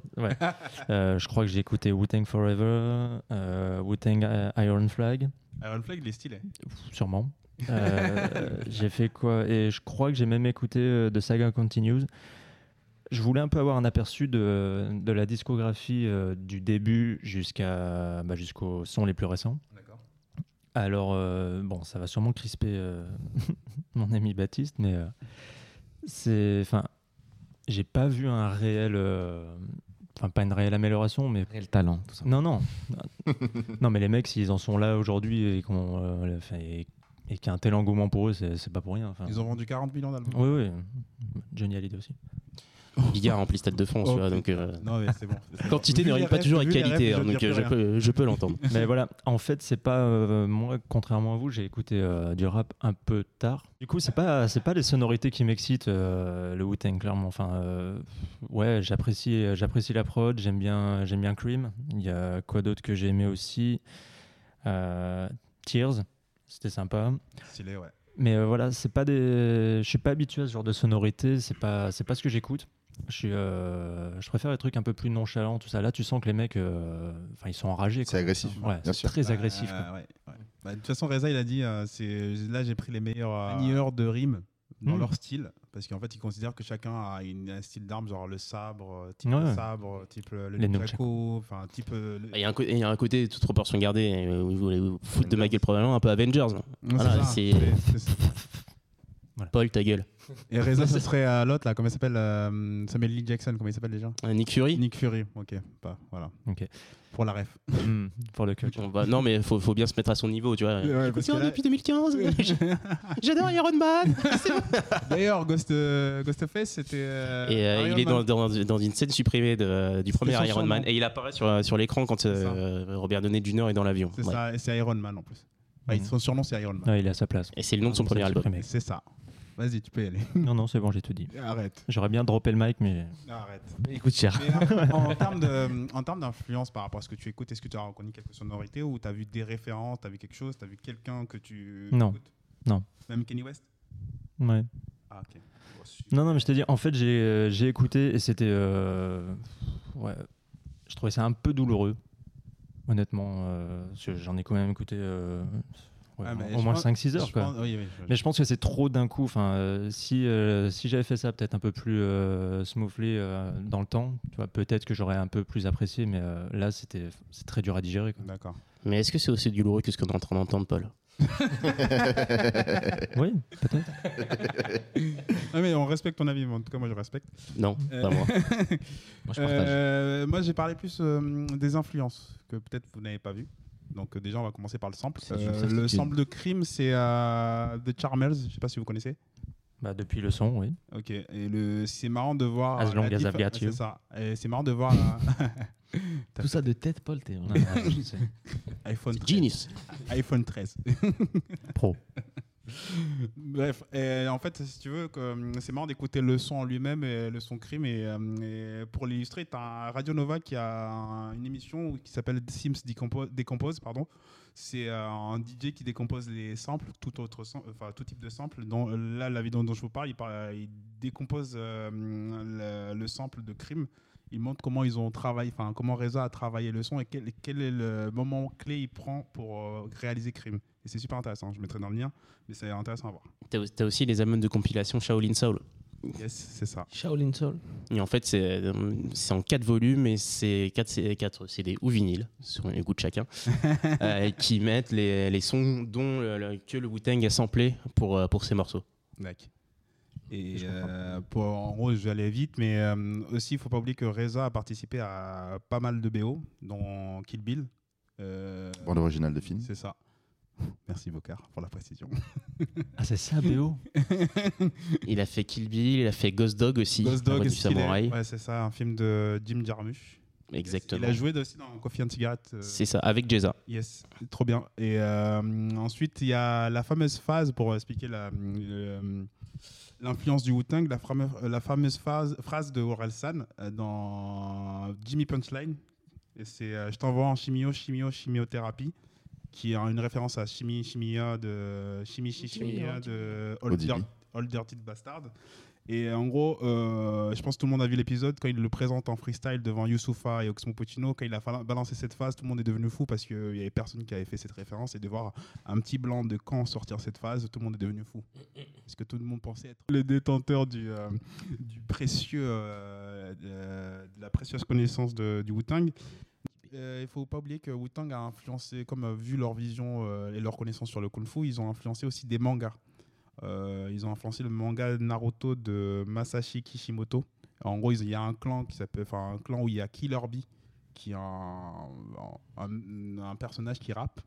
Speaker 5: euh, je crois que j'ai écouté Wu-Tang Forever, euh, Wu-Tang euh, Iron Flag.
Speaker 1: Iron Flag, Ah, il est stylé.
Speaker 5: Sûrement. Euh, j'ai fait quoi Et je crois que j'ai même écouté euh, The Saga Continues. Je voulais un peu avoir un aperçu de, de la discographie euh, du début jusqu'à bah, jusqu'aux sons les plus récents.
Speaker 1: D'accord.
Speaker 5: Alors, euh, bon, ça va sûrement crisper euh, mon ami Baptiste, mais euh, c'est. Enfin, j'ai pas vu un réel. euh, Enfin, pas une réelle amélioration, mais
Speaker 4: Après, le talent, tout ça.
Speaker 5: non, non. non, mais les mecs, s'ils en sont là aujourd'hui et qu'on, euh, voilà, enfin, et, et qu'il y a un tel engouement pour eux, c'est c'est pas pour rien. enfin.
Speaker 1: Ils ont vendu 40 millions d'albums.
Speaker 5: Oui, oui. Johnny Hallyday aussi.
Speaker 2: Giga remplit Stade de France,
Speaker 1: Oh,
Speaker 2: tu vois, donc. euh,
Speaker 1: Non, mais c'est bon. c'est bon.
Speaker 2: Quantité
Speaker 1: Vu
Speaker 2: ne
Speaker 1: les
Speaker 2: rime pas
Speaker 1: refs,
Speaker 2: toujours
Speaker 1: vu
Speaker 2: avec
Speaker 1: les
Speaker 2: qualité,
Speaker 1: refs,
Speaker 2: hein,
Speaker 1: je
Speaker 2: donc
Speaker 1: dis
Speaker 2: euh, je
Speaker 1: rien.
Speaker 2: peux, je peux l'entendre.
Speaker 5: Mais voilà, en fait, c'est pas euh, moi, contrairement à vous, j'ai écouté euh, du rap un peu tard. Du coup, c'est pas c'est pas les sonorités qui m'excitent euh, le Wu-Tang clairement. Enfin, euh, ouais, j'apprécie j'apprécie la prod, j'aime bien j'aime bien Cream. Il y a quoi d'autre que j'ai aimé aussi Euh, Tears, c'était sympa.
Speaker 1: Stylé, ouais.
Speaker 5: Mais euh, voilà, c'est pas des. Je suis pas habitué à ce genre de sonorité. C'est pas, c'est pas ce que j'écoute. Je suis, euh, je préfère les trucs un peu plus nonchalants, tout ça. Là, tu sens que les mecs, euh, enfin, ils sont enragés.
Speaker 3: C'est
Speaker 5: quoi.
Speaker 3: agressif.
Speaker 5: Ouais,
Speaker 3: Bien
Speaker 5: c'est
Speaker 3: sûr.
Speaker 5: très agressif.
Speaker 1: Ah, ouais, ouais. Bah, de toute façon, Reza, il a dit euh, c'est là, j'ai pris les meilleurs euh, manieurs de rimes dans
Speaker 5: Hmm.
Speaker 1: leur style. Parce qu'en fait, ils considèrent que chacun a une- un style d'arme, genre le sabre, euh, type
Speaker 5: Ouais,
Speaker 1: le
Speaker 5: ouais.
Speaker 1: sabre, type euh, le
Speaker 5: Les
Speaker 1: nunchaku, enfin, type. euh, le-
Speaker 2: Il y, a un co- il y a un côté, toute proportion gardée,
Speaker 5: Ah,
Speaker 2: euh, où vous voulez vous foutre de ma gueule probablement, un peu Avengers. hein.
Speaker 1: Ouais, ça.
Speaker 2: Voilà, c'est-
Speaker 1: C'est- c'est-
Speaker 2: Paul, ta gueule.
Speaker 1: Et Reza, ce serait euh, l'autre, là, comment il s'appelle euh, Samuel Lee Jackson, comment il s'appelle déjà
Speaker 2: Euh, Nick Fury
Speaker 1: Nick Fury, ok, pas, voilà.
Speaker 5: Ok.
Speaker 1: Pour la ref.
Speaker 5: Hmm, pour le culture.
Speaker 2: Bon, bah, Non, mais faut, faut bien se mettre à son niveau, tu vois.
Speaker 1: Ouais, parce que
Speaker 2: Tiens,
Speaker 1: là-
Speaker 2: depuis 2015, j'adore Iron Man.
Speaker 1: D'ailleurs, Ghost, euh, Ghostface, c'était. euh,
Speaker 2: Et euh,
Speaker 1: Iron
Speaker 2: il est
Speaker 1: Man.
Speaker 2: dans, dans, dans une scène supprimée de, euh, du premier
Speaker 1: son
Speaker 2: Iron Man et il apparaît sur, euh, sur l'écran quand
Speaker 1: C'est ça.
Speaker 2: euh, Robert Downey Jr. est dans l'avion.
Speaker 1: C'est
Speaker 2: Ouais.
Speaker 1: ça, et c'est Iron Man en plus. Ouais,
Speaker 5: Mhm.
Speaker 1: Son surnom, c'est Iron Man.
Speaker 5: Ah, il est à sa place.
Speaker 2: Et c'est le nom de son
Speaker 5: Ah,
Speaker 2: premier
Speaker 5: ça,
Speaker 2: album.
Speaker 5: supprimé.
Speaker 1: C'est ça. Vas-y, tu peux y aller.
Speaker 5: Non, non, c'est bon, j'ai tout dit.
Speaker 1: Arrête.
Speaker 5: J'aurais bien droppé le mic, mais
Speaker 1: Arrête.
Speaker 5: il coûte cher.
Speaker 1: Mais là, en termes de- en termes d'influence par rapport à ce que tu écoutes, est-ce que tu as reconnu quelques sonorités ou tu as vu des références, tu as vu quelque chose, tu as vu quelqu'un que tu.
Speaker 5: Non.
Speaker 1: écoutes
Speaker 5: Non.
Speaker 1: Même Kenny West
Speaker 5: Ouais.
Speaker 1: Ah, ok. Bon, super.
Speaker 5: Non, non, mais je t'ai dit, en fait, j'ai euh, j'ai écouté et c'était. euh, ouais. Je trouvais ça un peu douloureux, honnêtement. euh, parce que J'en ai quand même écouté euh, ouais,
Speaker 1: Ah, mais
Speaker 5: au
Speaker 1: je
Speaker 5: moins
Speaker 1: pense-
Speaker 5: 5-6 heures.
Speaker 1: Je
Speaker 5: quoi.
Speaker 1: pense- oui, oui, je-
Speaker 5: Mais je pense que c'est trop d'un coup. Enfin, euh, si euh, si j'avais fait ça peut-être un peu plus euh, smoothly euh, dans le temps, tu vois, peut-être que j'aurais un peu plus apprécié. Mais euh, là, c'était c'est très dur à digérer. quoi.
Speaker 1: D'accord.
Speaker 2: Mais est-ce que c'est aussi douloureux que ce qu'on est en train d'entendre, Paul
Speaker 5: Oui, peut-être.
Speaker 1: Ah, mais on respecte ton avis, mais en tout cas, moi, je respecte.
Speaker 2: Non, pas moi.
Speaker 4: Moi, je partage.
Speaker 1: Euh, moi, j'ai parlé plus euh, des influences que peut-être vous n'avez pas vues. Donc, euh, déjà, on va commencer par le sample.
Speaker 4: C'est une
Speaker 1: Euh,
Speaker 4: certitude.
Speaker 1: le sample de crime, c'est euh, The Charmers. Je sais pas si vous connaissez.
Speaker 5: Bah, depuis le son, oui.
Speaker 1: Ok. Et le, c'est marrant de
Speaker 4: Ah,
Speaker 1: voir.
Speaker 5: As
Speaker 1: la
Speaker 5: long as
Speaker 1: diff-
Speaker 5: I've got
Speaker 1: C'est
Speaker 5: you.
Speaker 1: ça. Et c'est marrant de voir euh, la-
Speaker 4: Tout ça de tête, Paul, t'es
Speaker 5: Non, non, je sais.
Speaker 1: iPhone 13.
Speaker 2: Genius.
Speaker 1: iPhone 13.
Speaker 5: Pro.
Speaker 1: Bref, et euh, en fait, si tu veux, comme- c'est marrant d'écouter le son en lui-même, et le son crime. Et, euh, et pour l'illustrer, tu as Radio Nova qui a un- une émission où- qui s'appelle Sims Decompo- Décompose. Pardon. C'est euh, un DJ qui décompose les samples, tout, autre, sam- enfin, tout type de sample. Dont, là, la vidéo dont je vous parle, il, parle- il décompose euh, le, le sample de crime. Il montre comment ils ont travaillé, enfin comment Reza a travaillé le son et quel, quel est le moment clé il prend pour euh, réaliser crime. Et c'est super intéressant. Je mettrai dans le lien, mais c'est intéressant à voir.
Speaker 2: T'as t'as aussi les albums de compilation Shaolin Soul.
Speaker 1: Yes, c'est ça.
Speaker 4: Shaolin Soul.
Speaker 2: Et en fait, c'est euh, c'est en 4 volumes et c'est 4 c'est quatre CD ou vinyle, sur les goûts de chacun, euh, qui mettent les, les sons dont le- le- que le Wu-Tang a samplé pour, euh, pour ses morceaux.
Speaker 1: D'accord. Et euh, pour, en gros, je vais aller vite, mais euh, aussi, il faut pas oublier que Reza a participé à pas mal de BO, dont Kill Bill. Euh,
Speaker 3: Bande originale de film.
Speaker 1: c'est ça. Merci, Bocard, pour la précision.
Speaker 5: Ah, c'est ça, BO.
Speaker 2: Il a fait Kill Bill, il a fait Ghost Dog aussi,
Speaker 1: Ghost
Speaker 2: la voix
Speaker 1: Dog,
Speaker 2: du
Speaker 1: est-ce qu'il est-
Speaker 2: samouraï.
Speaker 1: ouais, c'est ça, un film de Jim Jarmusch.
Speaker 2: Exactement.
Speaker 1: Il a joué aussi dans Coffee and Cigarette. euh,
Speaker 2: C'est ça, avec Jeza.
Speaker 1: Yes, trop bien. Et euh, ensuite, il y a la fameuse phase, pour expliquer la, euh, l'influence du Wu-Tang, la, frame- euh, la fameuse phase, phrase de Orelsan euh, dans Jimmy Punchline. Et c'est euh, Je t'envoie en chimio, chimio, chimiothérapie, qui est une référence à Chimie, Chimia de Chimie, Chi- Chimia de Old,
Speaker 3: ODB.
Speaker 1: Dir- Old Dirty Bastard. Et en gros, euh, je pense que tout le monde a vu l'épisode quand il le présente en freestyle devant Youssoufa et Oxmo Puccino. Quand il a fala- balancé cette phase, tout le monde est devenu fou parce qu'il n'y avait personne qui avait fait cette référence. Et de voir un petit blanc de quand sortir cette phase, tout le monde est devenu fou. Parce que tout le monde pensait être le détenteur du, euh, du précieux, euh, de, de la précieuse connaissance de- du Wu-Tang. Euh, il faut pas oublier que Wu-Tang a influencé, comme euh, vu leur vision euh, et leur connaissance sur le kung-fu, ils ont influencé aussi des mangas. Euh, ils ont influencé le manga Naruto de Masashi Kishimoto. En gros, ils- il y a un clan qui s'appelle, enfin un clan où il y a Killer Bee, qui est un, un- un personnage qui rappe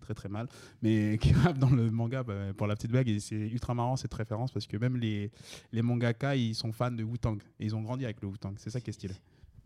Speaker 1: très très mal, mais qui rappe dans le manga bah, pour la petite blague. Et c'est ultra marrant cette référence parce que même les les mangaka ils sont fans de Wu Tang et ils ont grandi avec le Wu Tang. C'est ça qui est stylé.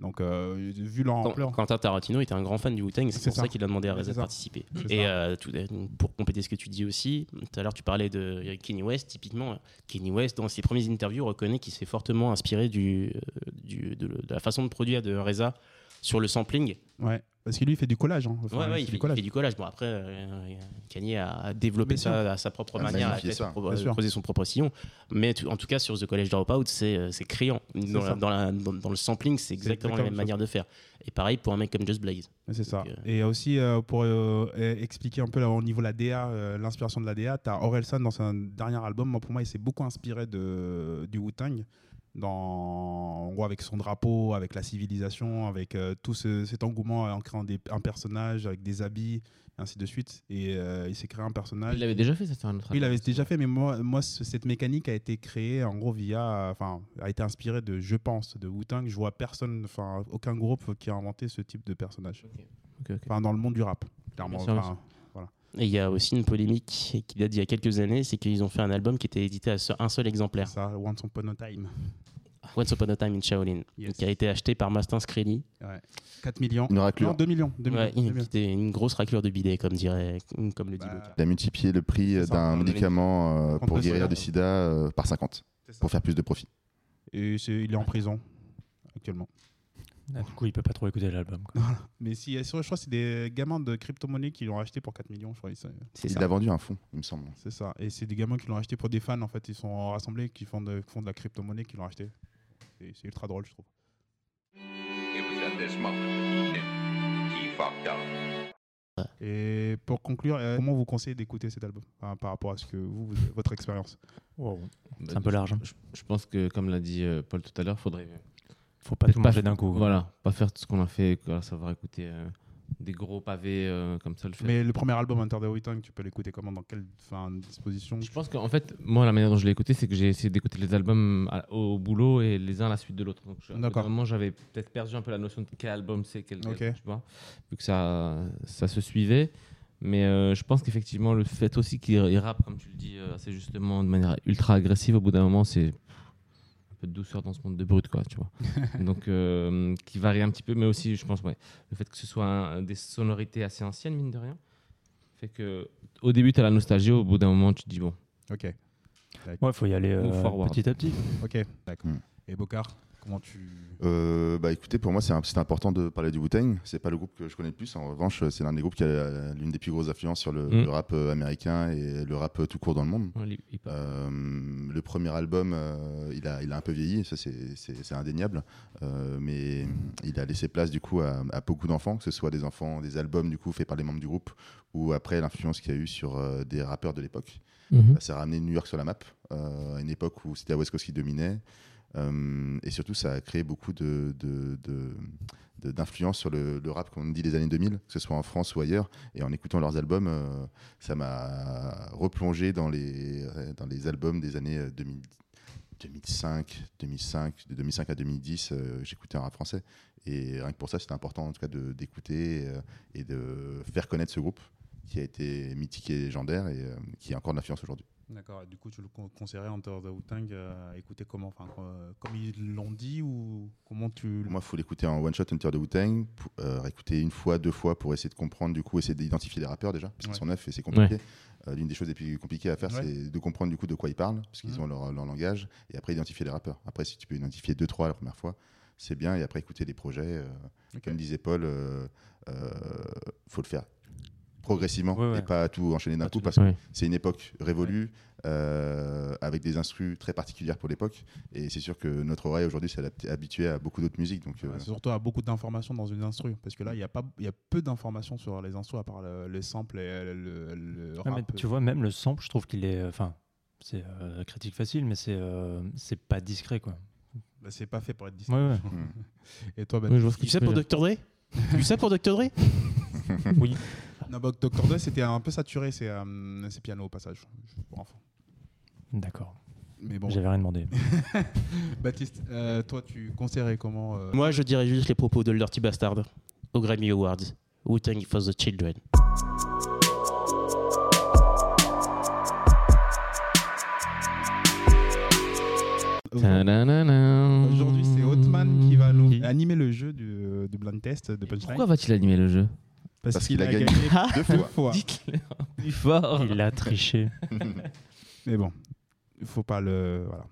Speaker 1: Donc euh, vu leur
Speaker 2: Quand-
Speaker 1: ampleur,
Speaker 2: Quentin Tarantino était un grand fan du Wu-Tang, et c'est
Speaker 1: C'est
Speaker 2: pour ça,
Speaker 1: ça.
Speaker 2: qu'il a demandé à
Speaker 1: Ouais,
Speaker 2: Reza
Speaker 1: c'est
Speaker 2: de
Speaker 1: ça.
Speaker 2: participer.
Speaker 1: C'est
Speaker 2: Et
Speaker 1: ça.
Speaker 2: euh, tout- euh, pour compléter ce que tu dis aussi, tout à l'heure tu parlais de Kenny West, typiquement, Kenny West dans ses premières interviews reconnaît qu'il s'est fortement inspiré du, euh, du- de, le- de la façon de produire de Reza sur le sampling.
Speaker 1: ouais, parce que lui il fait du collage. hein. Enfin,
Speaker 2: ouais, ouais,
Speaker 1: il fait du
Speaker 2: il
Speaker 1: collage.
Speaker 2: fait du collage. Bon, après, euh, Kanye a développé
Speaker 1: Bien bah,
Speaker 2: ça à sa propre
Speaker 3: Ah,
Speaker 2: manière, a
Speaker 3: magnifié
Speaker 2: fait son
Speaker 3: ça,
Speaker 2: propre-
Speaker 1: bien sûr.
Speaker 2: creuser son propre sillon. Mais tu- en tout cas, sur The College Dropout, c'est euh, c'est criant. Dans, la-
Speaker 1: ça.
Speaker 2: dans la- dans- dans le sampling, c'est exactement,
Speaker 1: exactement
Speaker 2: la
Speaker 1: la
Speaker 2: même
Speaker 1: chose.
Speaker 2: manière de faire. Et pareil pour un mec comme Just Blaze.
Speaker 1: Ouais, C'est ça.
Speaker 2: Donc, euh,
Speaker 1: Et aussi, euh, pour euh, euh, expliquer un peu là, au niveau de la DA, euh, l'inspiration de la DA, tu as Orelsan dans son dernier album. Moi, pour moi, il s'est beaucoup inspiré de, du Wu-Tang. dans, en gros, avec son drapeau, avec la civilisation, avec euh, tout ce- cet engouement euh, en créant des- un personnage, avec des habits, et ainsi de suite. Et euh, il s'est créé un personnage.
Speaker 4: Ah, Il l'avait déjà fait, ça, c'est un autre
Speaker 1: Oui, il
Speaker 4: album.
Speaker 1: avait déjà fait, mais moi, moi ce- cette mécanique a été créée en gros via, enfin, a été inspirée de, je pense, de Wu-Tang. Je vois personne, enfin, aucun groupe qui a inventé ce type de personnage.
Speaker 4: Ok, ok.
Speaker 1: Enfin, dans le monde du rap, clairement.
Speaker 4: Bien sûr,
Speaker 1: Enfin,
Speaker 2: Et il y a aussi une polémique qui date d'il y a quelques années, c'est qu'ils ont fait un album qui était édité à se- un seul exemplaire,
Speaker 1: ça, Once Upon a Time.
Speaker 2: Once Upon a Time in Shaolin,
Speaker 1: Yes.
Speaker 2: qui a été acheté par Mastin Screlly,
Speaker 1: 4 millions.
Speaker 3: Une
Speaker 1: Non,
Speaker 3: raclure.
Speaker 1: 2 millions. 2
Speaker 2: Ouais,
Speaker 1: millions, 2
Speaker 2: une,
Speaker 1: millions.
Speaker 2: qui était une grosse raclure de bidet, comme, dirait, comme le dit
Speaker 1: Bah,
Speaker 2: Lucas.
Speaker 3: Il a multiplié le prix
Speaker 1: C'est ça, on
Speaker 3: d'un
Speaker 1: a
Speaker 3: médicament euh,
Speaker 1: Contre
Speaker 3: pour
Speaker 1: le
Speaker 3: guérir
Speaker 1: sida.
Speaker 3: du sida euh, par 50
Speaker 1: C'est ça.
Speaker 3: pour faire plus de profit.
Speaker 1: Et c'est- il est en prison actuellement.
Speaker 5: Ah, du coup, il peut pas trop écouter l'album. quoi.
Speaker 1: Mais si, je crois que c'est des gamins de crypto-monnaie qui l'ont acheté pour 4 millions, je crois. c'est-
Speaker 2: C'est
Speaker 3: Il
Speaker 2: ça.
Speaker 3: l'a vendu à un fonds, il me semble.
Speaker 1: C'est ça. Et c'est des gamins qui l'ont acheté pour des fans, en fait. Ils sont rassemblés, qui font de, qui font de la crypto-monnaie, qui l'ont acheté. C'est c'est ultra drôle, je trouve.
Speaker 7: It was at this moment that he fucked up.
Speaker 1: Et pour conclure, euh, comment vous conseillez d'écouter cet album Enfin, par rapport à ce que vous, vous- votre expérience
Speaker 5: C'est un peu large. hein.
Speaker 4: Je, je pense que, comme l'a dit euh, Paul tout à l'heure, faudrait
Speaker 5: Faut pas
Speaker 4: Peut-être
Speaker 5: tout
Speaker 4: pas
Speaker 5: manger
Speaker 4: f-
Speaker 5: d'un coup. quoi.
Speaker 4: voilà, pas faire tout ce qu'on a fait, quoi, savoir écouter euh, des gros pavés euh, comme ça. Le fait.
Speaker 1: Mais le premier album Enter the Waiting, tu peux l'écouter comment Dans quelle enfin, disposition
Speaker 4: Je pense qu'en fait, moi, la manière dont je l'ai écouté, c'est que j'ai essayé d'écouter les albums à- au boulot et les uns à la suite de l'autre. Donc, je-
Speaker 1: D'accord.
Speaker 4: à un moment, j'avais peut-être perdu un peu la notion de quel album c'est, quel
Speaker 1: Ok.
Speaker 4: tu vois, vu que ça, ça se suivait. Mais euh, je pense qu'effectivement, le fait aussi qu'il il rappe, comme tu le dis, euh, assez justement, de manière ultra agressive, au bout d'un moment, c'est un peu de douceur dans ce monde de brut, quoi, tu vois. Donc, euh, qui varie un petit peu, mais aussi, je pense, ouais, le fait que ce soit un- des sonorités assez anciennes, mine de rien, fait que au début, tu as la nostalgie, au bout d'un moment, tu te dis, bon,
Speaker 1: Ok,
Speaker 5: Ouais, faut y aller
Speaker 4: Move
Speaker 5: euh,
Speaker 4: forward.
Speaker 5: petit à petit.
Speaker 1: ok, d'accord.
Speaker 3: Hmm.
Speaker 1: Et Bocard, comment tu.
Speaker 3: Euh, bah écoutez, pour moi, c'est un- c'est important de parler du Wu-Tang. C'est pas le groupe que je connais le plus. En revanche, c'est l'un des groupes qui a la- l'une des plus grosses influences sur le,
Speaker 4: Mm.
Speaker 3: le rap euh, américain et le rap euh, tout court dans le monde.
Speaker 4: Ouais, il- il part.
Speaker 3: Euh, le premier album, euh, il, a, il a un peu vieilli, ça c'est- c'est c'est indéniable, Euh, mais il a laissé place du coup à, à beaucoup d'enfants, que ce soit des enfants, des albums du coup faits par les membres du groupe, ou après l'influence qu'il y a eu sur euh, des rappeurs de l'époque.
Speaker 4: Mhm.
Speaker 3: Ça a ramené New York sur la map, euh, à une époque où c'était la West Coast qui dominait. Euh, et surtout, ça a créé beaucoup de- de- de- de- d'influence sur le, le rap, qu'on dit, des années 2000, que ce soit en France ou ailleurs. Et en écoutant leurs albums, euh, ça m'a replongé dans les, euh, dans les albums des années euh, 2000 2005, 2005, de 2005 à 2010, euh, j'écoutais un rap français. Et rien que pour ça, c'était important en tout cas de- d'écouter euh, et de faire connaître ce groupe qui a été mythique et légendaire et euh, qui a encore de l'influence aujourd'hui.
Speaker 1: D'accord, et du coup, tu le con- conseillerais Enter the Waiting euh, à écouter comment Enfin, euh, comme ils l'ont dit ou comment tu. le-
Speaker 3: Moi, il faut l'écouter en one shot Hunter de Wu-Tang, pou- euh, réécouter une fois, deux fois pour essayer de comprendre, du coup, essayer d'identifier les rappeurs déjà, parce qu'ils
Speaker 1: Ouais.
Speaker 3: sont neufs et c'est compliqué. Euh, L'une des choses les plus compliquées à faire,
Speaker 1: Ouais.
Speaker 3: c'est de comprendre du coup de quoi ils parlent, parce qu'ils
Speaker 1: Mhm.
Speaker 3: ont leur, leur langage, et après identifier les rappeurs. Après, si tu peux identifier deux, trois la première fois, c'est bien, et après écouter les projets. euh, Comme disait Paul, euh, euh, faut le faire progressivement
Speaker 5: Ouais, ouais.
Speaker 3: et pas tout enchaîner d'un
Speaker 5: Pas
Speaker 3: coup,
Speaker 5: tout
Speaker 3: parce
Speaker 4: Ouais.
Speaker 3: c'est une époque révolue, euh, avec des instrus très particulières pour l'époque. Et c'est sûr que notre oreille aujourd'hui s'est adaptée- habituée à beaucoup d'autres musiques. Donc, euh,
Speaker 1: Ouais, c'est surtout à beaucoup d'informations dans une instru. Parce que là, il y, a pas- il y a peu d'informations sur les instrus à part le, le sample et euh, le, le
Speaker 5: Ouais, mais
Speaker 1: rap.
Speaker 5: tu vois, même le sample, je trouve qu'il est. Enfin, c'est euh, critique facile, mais c'est euh, c'est pas discret, quoi.
Speaker 1: Bah, c'est pas fait pour être distinct.
Speaker 5: Ouais, ouais.
Speaker 3: hmm.
Speaker 1: Et toi, Ben
Speaker 4: Oui, je vois ce que
Speaker 2: Tu
Speaker 4: tu
Speaker 2: sais
Speaker 4: veux
Speaker 2: pour
Speaker 4: dire.
Speaker 2: Dr. Dre Tu sais pour Dr. Dre
Speaker 1: Non, bah, Dr. Dre, c'était un peu saturé, c'est euh, c'est piano au passage. Je- bon, enfin.
Speaker 5: D'accord.
Speaker 1: Mais bon,
Speaker 5: J'avais rien demandé.
Speaker 1: Baptiste, euh, toi, tu conseillerais comment euh,
Speaker 2: Moi, je dirais juste les propos de Dirty Bastard au Grammy Awards. Wu-Tang for the Children.
Speaker 1: aujourd'hui
Speaker 4: Ta-da-da-da.
Speaker 1: Aujourd'hui, c'est Hotman qui va nous
Speaker 5: Mmh.
Speaker 1: animer le jeu du, du blind test de Punchline.
Speaker 4: Pourquoi va-t-il animer le jeu
Speaker 3: Parce qu'il a gagné. deux
Speaker 1: deux
Speaker 3: fois.
Speaker 1: fois.
Speaker 4: Dites-le plus fort.
Speaker 5: Il a triché.
Speaker 1: Mais bon, il faut pas le. Voilà.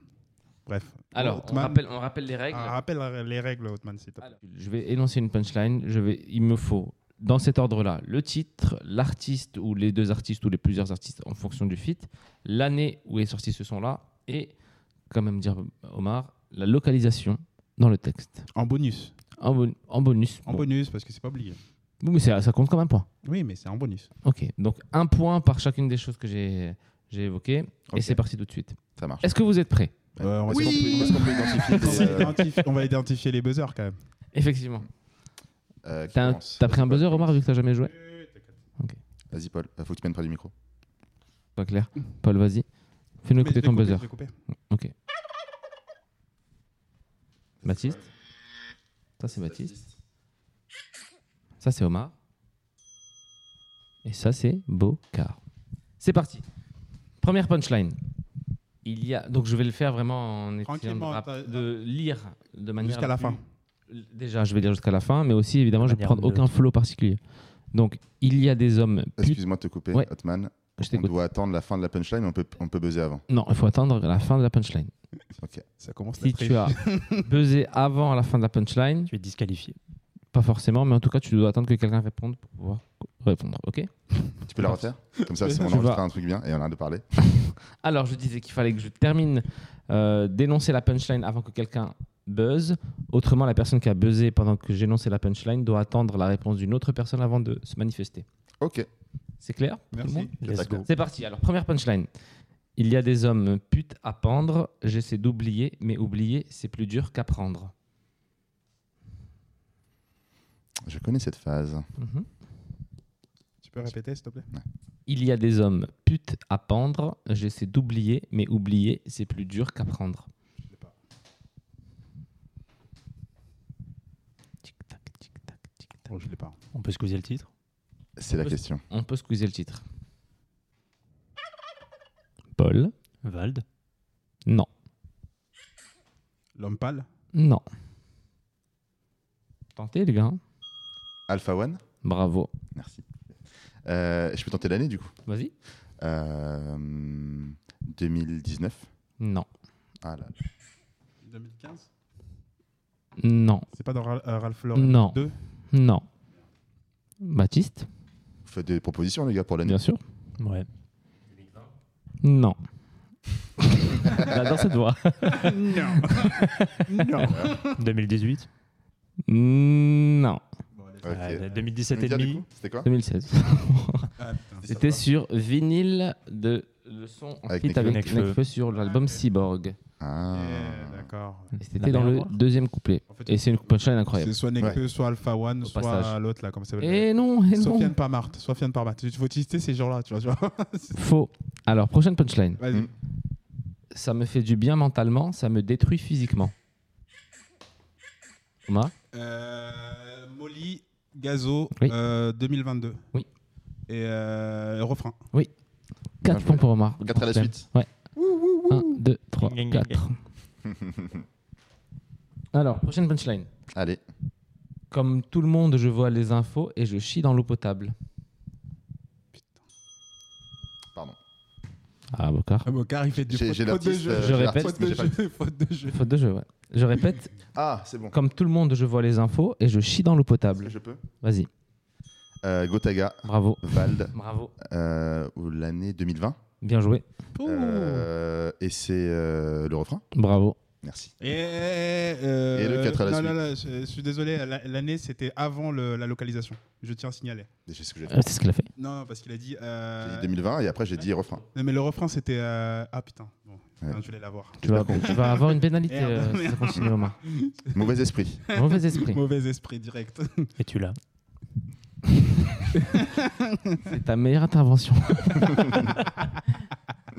Speaker 1: Bref.
Speaker 4: Alors, on
Speaker 1: Hotman-
Speaker 4: rappelle, on rappelle les règles.
Speaker 1: Ah, rappelle les règles, Hotman, s'il te plaît.
Speaker 4: Alors, Je vais énoncer une punchline. Je vais, il me faut, dans cet ordre-là, le titre, l'artiste ou les deux artistes ou les plusieurs artistes en fonction du feat, l'année où est sorti ce son-là et, quand même dire Omar, la localisation dans le texte.
Speaker 1: En bonus.
Speaker 4: En, bon- en bonus.
Speaker 1: En
Speaker 4: Bon.
Speaker 1: bonus, parce que c'est pas oublié.
Speaker 4: Oui, mais ça, ça compte comme un point.
Speaker 1: Oui, mais c'est en bonus.
Speaker 4: Ok. Donc un point par chacune des choses que j'ai j'ai évoquées.
Speaker 3: Ok.
Speaker 4: Et c'est parti tout de suite.
Speaker 3: ça marche.
Speaker 4: Est-ce que vous êtes prêts
Speaker 1: Euh, on, va
Speaker 3: Est-ce qu'on peut- est-ce qu'on peut identifier
Speaker 1: on va
Speaker 3: des, euh,
Speaker 1: identifier- on va identifier les buzzers quand même.
Speaker 4: Effectivement.
Speaker 3: euh, qui
Speaker 4: T'as un-
Speaker 3: commence
Speaker 4: t'as pris un buzzer, Omar, vu que t'as jamais joué
Speaker 3: Vas-y, Paul, euh, faut que tu viennes près du micro.
Speaker 4: Pas clair. Paul, vas-y.
Speaker 1: Mais
Speaker 4: Fais-nous
Speaker 1: je
Speaker 4: écouter
Speaker 1: vais
Speaker 4: ton
Speaker 1: couper,
Speaker 4: buzzer.
Speaker 1: je vais couper.
Speaker 4: Ok. Baptiste Ça, c'est Baptiste. Ça, c'est Omar. Et ça, c'est Bocard. C'est parti. Première punchline. Il y a... Donc, je vais le faire vraiment en essayant de,
Speaker 1: Tranquillement,
Speaker 4: rap-
Speaker 1: t'as-
Speaker 4: de lire de manière...
Speaker 1: Jusqu'à la
Speaker 4: plus-
Speaker 1: fin.
Speaker 4: Déjà, je vais dire jusqu'à la fin, mais aussi, évidemment, je ne vais
Speaker 5: Manière
Speaker 4: prendre
Speaker 5: neutre.
Speaker 4: aucun flow particulier. Donc, il y a des hommes... pip-
Speaker 3: Excuse-moi de te couper,
Speaker 4: Ouais.
Speaker 3: Hotman.
Speaker 4: Je
Speaker 3: On
Speaker 4: t'écoute.
Speaker 3: doit attendre la fin de la punchline, on peut, on peut buzzer avant.
Speaker 4: Non, il faut attendre la fin de la punchline.
Speaker 3: Ok.
Speaker 1: Ça commence
Speaker 4: Si
Speaker 1: très
Speaker 4: tu as buzzé avant la fin de la punchline,
Speaker 5: Tu es disqualifié.
Speaker 4: pas forcément, mais en tout cas, tu dois attendre que quelqu'un réponde pour pouvoir répondre, ok
Speaker 3: Tu peux la refaire Comme ça,
Speaker 1: Oui,
Speaker 3: on
Speaker 4: je
Speaker 3: enregistre
Speaker 4: vois.
Speaker 3: un truc bien et on arrête de parler.
Speaker 4: Alors, je disais qu'il fallait que je termine euh, d'énoncer la punchline avant que quelqu'un buzz. Autrement, la personne qui a buzzé pendant que j'énonçais la punchline doit attendre la réponse d'une autre personne avant de se manifester.
Speaker 3: Ok.
Speaker 4: C'est clair
Speaker 1: Merci.
Speaker 5: Let's go.
Speaker 4: C'est parti. Alors, première punchline. Il y a des hommes putes à pendre. J'essaie d'oublier, mais oublier, c'est plus dur qu'apprendre.
Speaker 3: Je connais cette phase.
Speaker 4: Mhm.
Speaker 1: Tu peux répéter s'il te plaît
Speaker 4: Il y a des hommes putes à pendre, j'essaie d'oublier, mais oublier, c'est plus dur qu'apprendre. Tic-tac, tic-tac, tic-tac.
Speaker 1: Oh, je l'ai pas.
Speaker 5: On peut squeezer le titre
Speaker 3: C'est la
Speaker 4: Parce-
Speaker 3: question.
Speaker 4: On peut squeezer le titre. Paul
Speaker 5: Vald.
Speaker 4: Non.
Speaker 1: L'homme pâle
Speaker 4: Non. Tentez, les gars.
Speaker 3: Alpha One
Speaker 4: Bravo.
Speaker 3: Merci. Euh, je peux tenter l'année du coup
Speaker 4: Vas-y.
Speaker 3: Euh, 2019.
Speaker 4: Non.
Speaker 3: Ah là.
Speaker 1: 2015
Speaker 4: Non.
Speaker 1: C'est pas dans Ra- euh, Ralph Lauren
Speaker 4: Non.
Speaker 1: 2
Speaker 4: Non. Baptiste
Speaker 3: Vous faites des propositions, les gars, pour l'année
Speaker 4: Bien sûr.
Speaker 5: Ouais.
Speaker 4: Non. J'adore cette voix.
Speaker 1: Non Non
Speaker 5: 2018.
Speaker 4: Non.
Speaker 3: Ok.
Speaker 5: Ouais,
Speaker 3: Tu
Speaker 5: 2017
Speaker 3: veux
Speaker 5: et
Speaker 3: dire, du
Speaker 5: demi.
Speaker 3: coup, C'était quoi
Speaker 4: 2016.
Speaker 1: Ah, putain.
Speaker 4: C'était sur vinyle de le son en
Speaker 3: Avec
Speaker 4: feat
Speaker 3: Nekfeu.
Speaker 4: avec
Speaker 5: Nekfeu.
Speaker 4: Nekfeu sur l'album Cyborg.
Speaker 3: Ah.
Speaker 1: Eh,
Speaker 5: euh,
Speaker 1: D'accord.
Speaker 4: Et C'était dans
Speaker 5: rien à
Speaker 4: le
Speaker 5: voir.
Speaker 4: deuxième couplet.
Speaker 1: En fait,
Speaker 4: Et c'est une punchline incroyable.
Speaker 1: C'est soit Nekfeu, soit Alpha One,
Speaker 4: Au
Speaker 1: soit
Speaker 4: passage. Eh,
Speaker 1: l'autre là, comme ça s'appelle.
Speaker 4: Et non, et non.
Speaker 1: Sofiane Pamart, Sofiane Pamart. Il faut tester ces gens-là, tu vois. tu vois.
Speaker 4: Faux. Alors, prochaine punchline.
Speaker 1: Vas-y.
Speaker 3: Mm.
Speaker 4: Ça me fait du bien mentalement, ça me détruit physiquement. Omar
Speaker 1: Euh, Molly, Gazo,
Speaker 4: Oui.
Speaker 1: euh, 2022.
Speaker 4: Oui.
Speaker 1: Et euh, refrain.
Speaker 4: 4
Speaker 3: joué.
Speaker 4: points pour Omar.
Speaker 3: Quatre à la suite.
Speaker 4: Ouais. 1, 2, 3,
Speaker 5: Gang, gang,
Speaker 4: 4. Alors, prochaine punchline.
Speaker 3: Allez.
Speaker 4: Comme tout le monde, je vois les infos et je chie dans l'eau potable.
Speaker 3: Pardon.
Speaker 4: Ah, Bocard.
Speaker 1: Ah bon, car il fait du
Speaker 3: J'ai
Speaker 1: faute faute
Speaker 3: j'ai
Speaker 1: de
Speaker 3: l'artiste.
Speaker 1: jeu.
Speaker 3: euh,
Speaker 4: Je
Speaker 3: j'ai
Speaker 4: répète.
Speaker 3: l'artiste,
Speaker 1: Faute
Speaker 3: mais
Speaker 1: de
Speaker 3: j'ai pas
Speaker 1: jeu. Faute de jeu.
Speaker 4: Faute de jeu, ouais. Je répète,
Speaker 3: le- Ah, c'est bon.
Speaker 4: Comme tout le monde, je vois les infos et je chie dans l'eau
Speaker 3: Est-ce que
Speaker 4: potable.
Speaker 3: Je peux.
Speaker 4: Vas-y,
Speaker 3: Euh, Gotaga,
Speaker 4: bravo.
Speaker 3: Vald,
Speaker 4: Bravo.
Speaker 3: euh, ou l'année 2020.
Speaker 4: Bien joué.
Speaker 3: Euh, et c'est euh, le refrain.
Speaker 4: Bravo.
Speaker 3: Merci.
Speaker 1: Et, euh,
Speaker 3: Et le quatre à la
Speaker 1: non,
Speaker 3: suite.
Speaker 1: Non, non, je, je suis désolé, la- l'année c'était avant le- la localisation. Je tiens à signaler.
Speaker 3: C'est ce que j'ai fait.
Speaker 4: Euh, C'est ce qu'elle a fait.
Speaker 1: Non, non, parce qu'il a dit. euh,
Speaker 3: J'ai dit 2020 et après j'ai dit refrain.
Speaker 1: non, mais le refrain c'était. euh, Ah putain, bon,
Speaker 3: Ouais.
Speaker 1: je voulais l'avoir.
Speaker 4: Tu vas, tu vas avoir une pénalité
Speaker 1: Merde,
Speaker 4: euh, si ça continue, Omar.
Speaker 3: Mauvais esprit.
Speaker 4: Mauvais esprit.
Speaker 1: Mauvais esprit direct.
Speaker 5: Et tu l'as.
Speaker 4: C'est ta meilleure intervention.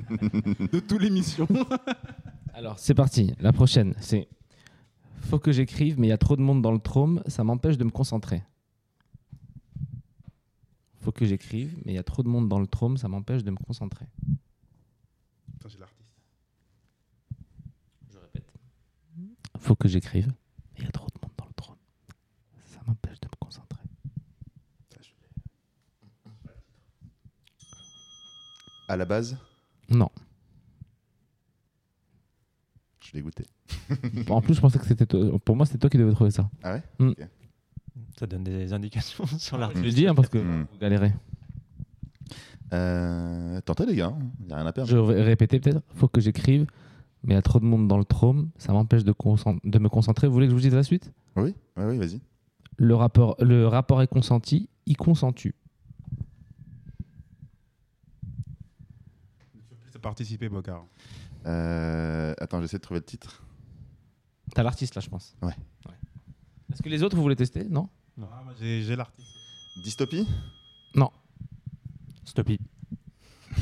Speaker 1: de toute l'émission.
Speaker 4: Alors, c'est parti. La prochaine, c'est Faut que j'écrive, mais il y a trop de monde dans le trôme, ça m'empêche de me concentrer. Faut que j'écrive, mais il y a trop de monde dans le trôme, ça m'empêche de me concentrer.
Speaker 1: Putain, j'ai l'artiste.
Speaker 4: Je répète. Faut que j'écrive, mais il y a trop de monde dans le trône. Ça m'empêche de me concentrer.
Speaker 3: À la base,
Speaker 4: Non.
Speaker 3: je l'ai goûté.
Speaker 4: En plus, je pensais que c'était toi- Pour moi, c'était toi qui devais trouver ça.
Speaker 3: Ah ouais
Speaker 5: Ça donne des indications sur
Speaker 4: Je
Speaker 5: l'artiste.
Speaker 4: le dis hein, parce que
Speaker 3: Mm.
Speaker 4: vous galérez.
Speaker 3: euh, Tentez les gars, il n'y a rien à perdre.
Speaker 4: Je vais répéter peut-être. Faut que j'écrive, mais il y a trop de monde dans le trôme. Ça m'empêche de, concent- de me concentrer. Vous voulez que je vous dise la suite
Speaker 3: Oui, oui, oui vas-y.
Speaker 4: le rapport, le rapport est consenti, y consentu.
Speaker 1: Participer, Bocard.
Speaker 3: Euh, attends, j'essaie de trouver le titre.
Speaker 4: T'as l'artiste là, je pense.
Speaker 3: Ouais.
Speaker 4: Est-ce que les autres, vous voulez tester Non
Speaker 1: Ah, moi, j'ai j'ai l'artiste.
Speaker 3: Dystopie
Speaker 4: Stoppy.
Speaker 1: Tu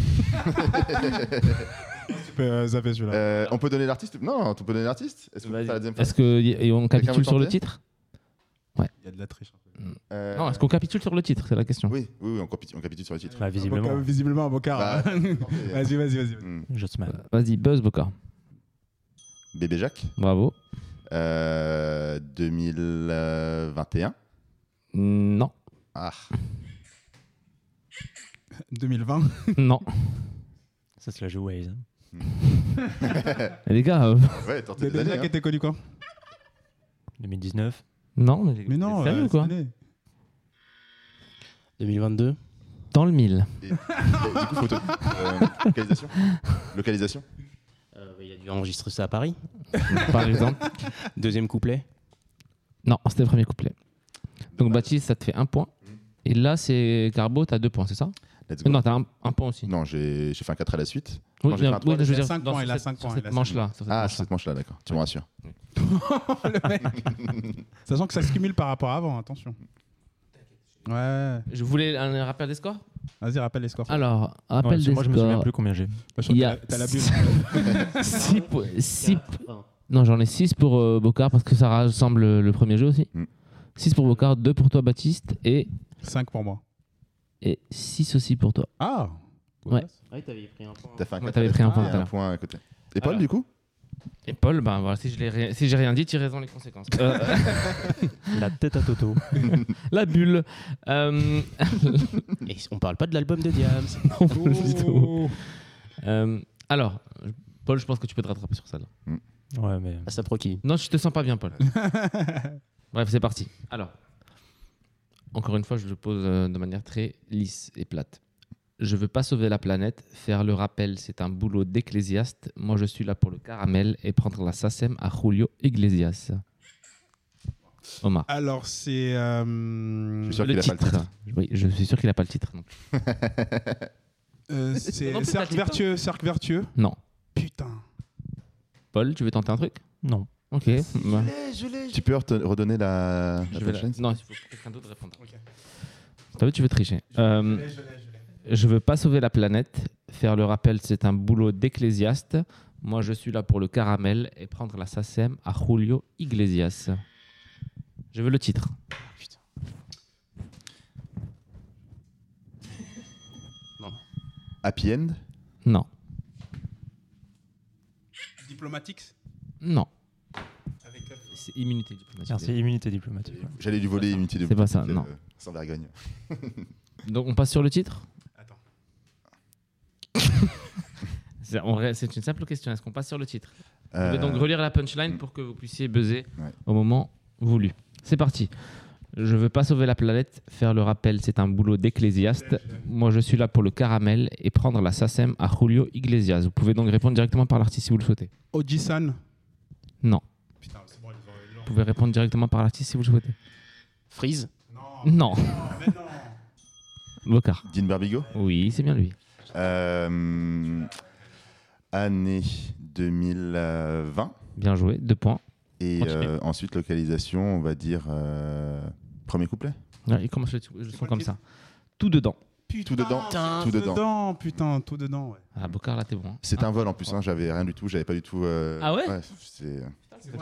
Speaker 1: peux euh, zapper celui-là.
Speaker 3: Euh, On peut donner l'artiste Non, on peut donner l'artiste Est-ce qu'on peut
Speaker 2: Vas-y.
Speaker 3: faire la deuxième fois
Speaker 4: Est-ce que y- et on capitule
Speaker 3: veut
Speaker 4: sur le
Speaker 3: tenter
Speaker 4: titre
Speaker 1: Il y a de la triche. un peu.
Speaker 3: Euh,
Speaker 4: Non, est-ce qu'on capitule sur le titre C'est la question.
Speaker 3: Oui, oui, oui, on capitule, on capitule sur le titre.
Speaker 5: Bah,
Speaker 1: Boca-
Speaker 5: visiblement.
Speaker 1: visiblement, un bocard.
Speaker 3: Bah,
Speaker 1: vas-y, vas-y, vas-y.
Speaker 3: Hmm.
Speaker 5: Jossman.
Speaker 4: Euh, Vas-y, Buzz Bocard.
Speaker 3: Bébé Jacques,
Speaker 4: Bravo.
Speaker 3: euh, 2021.
Speaker 4: Mm, Non.
Speaker 3: Ah,
Speaker 1: 2020.
Speaker 4: Non.
Speaker 5: Ça, c'est la hein. joue Waze.
Speaker 4: Et les gars, euh,
Speaker 3: ouais, tentez des
Speaker 1: Bébé
Speaker 3: années.
Speaker 1: Jacques était connu quand
Speaker 5: 2019.
Speaker 4: non, mais, les-
Speaker 1: Mais non,
Speaker 4: t'es sérieux,
Speaker 1: euh,
Speaker 4: quoi.
Speaker 1: cette année.
Speaker 2: 2022.
Speaker 4: Dans le mille.
Speaker 3: hein. Et du coup, photo. Euh, localisation Localisation
Speaker 2: Euh, il a dû enregistrer ça à Paris.
Speaker 4: par exemple.
Speaker 2: Deuxième couplet.
Speaker 4: Non, c'était le premier couplet. Donc Baptiste, ça te fait un point. Et là, c'est Garbo, t'as deux points, c'est ça
Speaker 3: Let's go.
Speaker 4: Non, t'as un, un point aussi.
Speaker 3: Non, j'ai j'ai fait un 4 à la suite.
Speaker 4: Oui,
Speaker 3: Non, j'ai
Speaker 4: non,
Speaker 3: fait un
Speaker 4: oui,
Speaker 3: trois,
Speaker 4: je veux
Speaker 1: il a
Speaker 4: dire,
Speaker 1: cinq
Speaker 4: dans
Speaker 1: points, il a
Speaker 4: cette-
Speaker 1: cinq
Speaker 4: sur
Speaker 1: points,
Speaker 4: cette
Speaker 1: il a cinq
Speaker 4: manche-là. sur cette
Speaker 3: Ah,
Speaker 4: manche-là.
Speaker 3: cette manche-là, d'accord. Tu me rassures.
Speaker 1: Le mec. Sachant que ça se cumule par rapport à avant, attention. Ouais.
Speaker 4: Je voulais un rappel des scores
Speaker 1: Vas-y, rappelle les scores.
Speaker 4: Alors,
Speaker 5: Ouais,
Speaker 4: rappel
Speaker 5: parce que
Speaker 4: des
Speaker 5: moi, je me souviens
Speaker 4: scores.
Speaker 5: plus combien j'ai.
Speaker 1: Bah, je crois
Speaker 4: il
Speaker 1: que
Speaker 4: y a-
Speaker 1: t'as- T'as la bulle.
Speaker 4: Six po- six-
Speaker 2: Pardon.
Speaker 4: Non, j'en ai 6 pour euh, Bocard parce que ça rassemble le le premier jeu aussi.
Speaker 3: Mm.
Speaker 4: 6 pour Bocard, 2 pour toi, Baptiste, et
Speaker 1: 5 pour moi.
Speaker 4: 6 aussi pour toi.
Speaker 1: Ah
Speaker 4: Ouais.
Speaker 2: Ouais, t'avais pris un point.
Speaker 3: T'as fait un
Speaker 4: Moi,
Speaker 3: 4
Speaker 4: t'avais pris un point tout à
Speaker 3: un
Speaker 4: l'heure.
Speaker 3: point à côté. Et Paul,
Speaker 4: Alors.
Speaker 3: du coup
Speaker 4: Et Paul, ben voilà, si je l'ai rien- si j'ai rien dit, tirez-en les conséquences. Euh,
Speaker 5: La tête à Toto.
Speaker 4: la bulle. Euh,
Speaker 2: Et on parle pas de l'album de Diams.
Speaker 4: non, pas du tout.
Speaker 1: Oh.
Speaker 4: Euh, alors, Paul, je pense que tu peux te rattraper sur ça. là.
Speaker 5: Ouais, mais.
Speaker 2: Ah, ça proquille.
Speaker 4: Non, je te sens pas bien, Paul. Bref, c'est parti. Alors, encore une fois, je le pose euh, de manière très lisse et plate. Je veux pas sauver la planète, faire le rappel, c'est un boulot d'ecclésiaste. Moi, je suis là pour le caramel et prendre la SACEM à Julio Iglesias. Omar.
Speaker 1: Alors, c'est. euh,
Speaker 3: Je suis sûr qu'il a pas le titre.
Speaker 4: Oui, je suis sûr qu'il a pas le titre. Non.
Speaker 1: euh,
Speaker 4: Non,
Speaker 1: c'est
Speaker 4: plus, t'as
Speaker 1: Cercle
Speaker 4: dit pas.
Speaker 1: vertueux, cercle vertueux.
Speaker 4: Non.
Speaker 1: Putain.
Speaker 4: Paul, tu veux tenter un truc
Speaker 5: Non.
Speaker 4: Ok. bah.
Speaker 3: Tu peux rete- redonner la, la
Speaker 4: Je vais la-
Speaker 3: punchline
Speaker 4: Non, il faut que quelqu'un d'autre réponde.
Speaker 1: Ok.
Speaker 4: T'as vu, tu veux tricher. Euh, Je veux pas sauver la planète. Faire le rappel, c'est un boulot d'ecclésiaste. Moi, je suis là pour le caramel et prendre la SACEM à Julio Iglesias. Je veux le titre.
Speaker 3: Happy End
Speaker 4: Non.
Speaker 1: Diplomatix
Speaker 4: Non.
Speaker 1: avec
Speaker 4: C'est immunité diplomatique.
Speaker 5: Merci, immunité diplomatique.
Speaker 3: J'allais du voler Immunité de
Speaker 4: C'est pas ça,
Speaker 3: c'est,
Speaker 4: non.
Speaker 3: euh, Sans vergogne.
Speaker 4: Donc, on passe sur le titre
Speaker 1: Attends.
Speaker 4: C'est on ré- c'est une simple question. Est-ce qu'on passe sur le titre Je
Speaker 3: Euh,
Speaker 4: vais donc relire la punchline
Speaker 3: Mm.
Speaker 4: pour que vous puissiez buzzer
Speaker 3: Ouais.
Speaker 4: au moment voulu. C'est parti. Je veux pas sauver la planète, faire le rappel, c'est un boulot d'ecclésiaste. Moi, je suis là pour le caramel et prendre la SACEM à Julio Iglesias. Vous pouvez donc répondre directement par l'artiste si vous le souhaitez.
Speaker 1: Ojisan.
Speaker 4: Non.
Speaker 1: Putain, c'est bon, ils ont
Speaker 4: Vous pouvez répondre directement par l'artiste si vous le souhaitez.
Speaker 2: Freeze.
Speaker 1: Non,
Speaker 4: Non.
Speaker 1: mais non.
Speaker 4: Bocard.
Speaker 3: Dean Barbigo
Speaker 4: Oui, c'est bien lui.
Speaker 3: Euh, Année 2020.
Speaker 4: Bien joué. Deux points.
Speaker 3: Et
Speaker 4: Continue.
Speaker 3: euh, ensuite, localisation, on va dire euh, premier couplet.
Speaker 4: Ouais, Ah, il commence le, le son
Speaker 1: quoi
Speaker 4: comme
Speaker 1: le
Speaker 4: ça. Tout dedans.
Speaker 1: Putain,
Speaker 3: Tout dedans,
Speaker 1: putain,
Speaker 3: tout dedans.
Speaker 1: Putain, tout dedans, ouais.
Speaker 4: Ah, Bocard, là, t'es bon. hein.
Speaker 3: C'est un vol en plus, hein, j'avais rien du tout, j'avais pas du tout. euh,
Speaker 4: Ah ouais
Speaker 3: c'est- euh,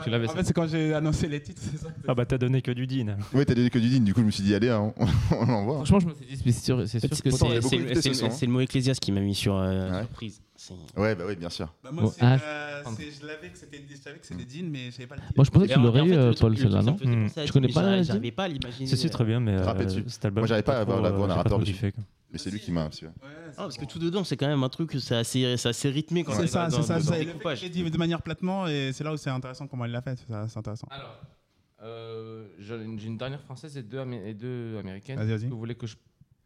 Speaker 4: Tu l'avais,
Speaker 1: En
Speaker 4: ça.
Speaker 1: fait, c'est quand j'ai annoncé les titres, c'est ça.
Speaker 5: Ah bah t'as donné que du din.
Speaker 3: Ouais, t'as donné que du digne, du coup, je me suis dit, allez, hein, on, on l'envoie.
Speaker 4: Franchement, je me suis dit, c'est sûr, c'est sûr
Speaker 2: C'est
Speaker 4: que
Speaker 2: c'est-
Speaker 4: c'est.
Speaker 3: on a beaucoup
Speaker 2: c'est-
Speaker 3: écouté ce
Speaker 2: c'est-
Speaker 3: son, hein.
Speaker 2: c'est le mot ecclésias qui m'a mis sur euh,
Speaker 3: Ouais.
Speaker 2: sur Freeze. C'est-
Speaker 3: Ouais, bah oui, bien sûr.
Speaker 1: Bah, moi,
Speaker 4: Bon,
Speaker 1: c'est,
Speaker 4: ah,
Speaker 1: euh,
Speaker 4: pardon.
Speaker 1: c'est- je l'avais que c'était je savais que c'était Dean, mais je savais pas le titre.
Speaker 4: Moi, je pensais que
Speaker 2: Et
Speaker 4: tu
Speaker 2: en-
Speaker 4: l'aurais
Speaker 2: en
Speaker 4: eu,
Speaker 2: fait, le
Speaker 4: euh,
Speaker 2: truc-
Speaker 4: Paul,
Speaker 2: le truc,
Speaker 4: celle-là,
Speaker 2: ça
Speaker 4: non
Speaker 2: me faisait
Speaker 5: Hmm.
Speaker 2: penser à
Speaker 4: Tu
Speaker 2: Dean,
Speaker 4: connais
Speaker 2: mais
Speaker 4: pas,
Speaker 2: j'arri-
Speaker 4: Dean
Speaker 2: J'arrivais pas à l'imaginer.
Speaker 5: Si, si, très bien, mais
Speaker 3: rappelle
Speaker 5: euh,
Speaker 3: dessus.
Speaker 5: cet album.
Speaker 3: Moi, j'arrive
Speaker 5: j'ai
Speaker 3: pas à avoir
Speaker 5: trop,
Speaker 3: la
Speaker 5: euh,
Speaker 3: voix d'un
Speaker 5: j'ai pas
Speaker 3: rappeur
Speaker 5: trop
Speaker 3: dessus.
Speaker 5: kiffé, quoi.
Speaker 3: Mais c'est lui qui m'a inspiré.
Speaker 1: Ouais,
Speaker 2: Ah,
Speaker 1: c'est
Speaker 2: parce que
Speaker 1: bon.
Speaker 2: tout dedans, c'est quand même un truc, c'est assez, c'est assez rythmé quand
Speaker 1: C'est
Speaker 2: on est
Speaker 1: ça,
Speaker 2: dans-
Speaker 1: c'est ça,
Speaker 2: dans
Speaker 1: c'est
Speaker 2: le
Speaker 1: ça. Il le fait-
Speaker 2: découpage.
Speaker 1: il dit de manière platement et c'est là où c'est intéressant comment il l'a fait. ça, C'est intéressant.
Speaker 4: Alors, euh, j'ai une j'ai une dernière française et deux, amé- et deux américaines.
Speaker 1: Vas-y, vas-y.
Speaker 4: Vous voulez que je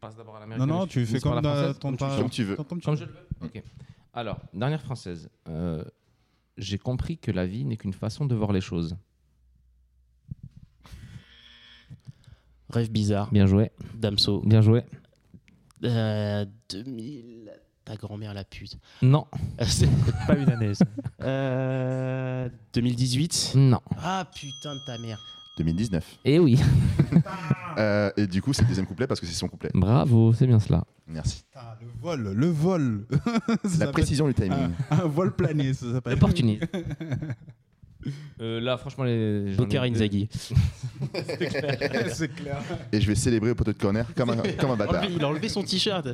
Speaker 4: passe d'abord à
Speaker 1: Non,
Speaker 4: l'américaine
Speaker 1: non,
Speaker 4: et
Speaker 1: tu fais
Speaker 4: je finisse par
Speaker 1: comme
Speaker 4: la
Speaker 1: dans
Speaker 4: française
Speaker 1: ton
Speaker 3: Comme tu veux.
Speaker 1: Comme tu
Speaker 4: Comme
Speaker 1: veux.
Speaker 4: je le veux Ok. Alors, dernière française. Euh, J'ai compris que la vie n'est qu'une façon de voir les choses.
Speaker 2: Rêve bizarre,
Speaker 4: Bien joué,
Speaker 2: Damso.
Speaker 4: bien joué.
Speaker 2: Euh, 2000. Ta grand-mère la pute.
Speaker 4: Non.
Speaker 2: C'est-
Speaker 5: Pas une année. ça.
Speaker 2: euh, 2018.
Speaker 4: Non.
Speaker 2: Ah putain de ta mère.
Speaker 3: 2019.
Speaker 4: Eh oui.
Speaker 3: Euh, et du coup, c'est le deuxième couplet parce que c'est son couplet.
Speaker 4: Bravo, c'est bien cela.
Speaker 3: Merci.
Speaker 1: Putain, Ah, le vol, le vol. Ça
Speaker 3: La
Speaker 1: s'appelle
Speaker 3: précision du timing.
Speaker 4: Ah.
Speaker 1: Un vol plané, ça s'appelle.
Speaker 4: Opportunité. Euh, là, franchement, les. j'en ai-
Speaker 2: Joker Inzaghi.
Speaker 1: C'est clair.
Speaker 3: Et je vais célébrer au poteau de corner comme un, comme un
Speaker 4: Oh,
Speaker 3: bâtard.
Speaker 2: Il a enlevé son t-shirt.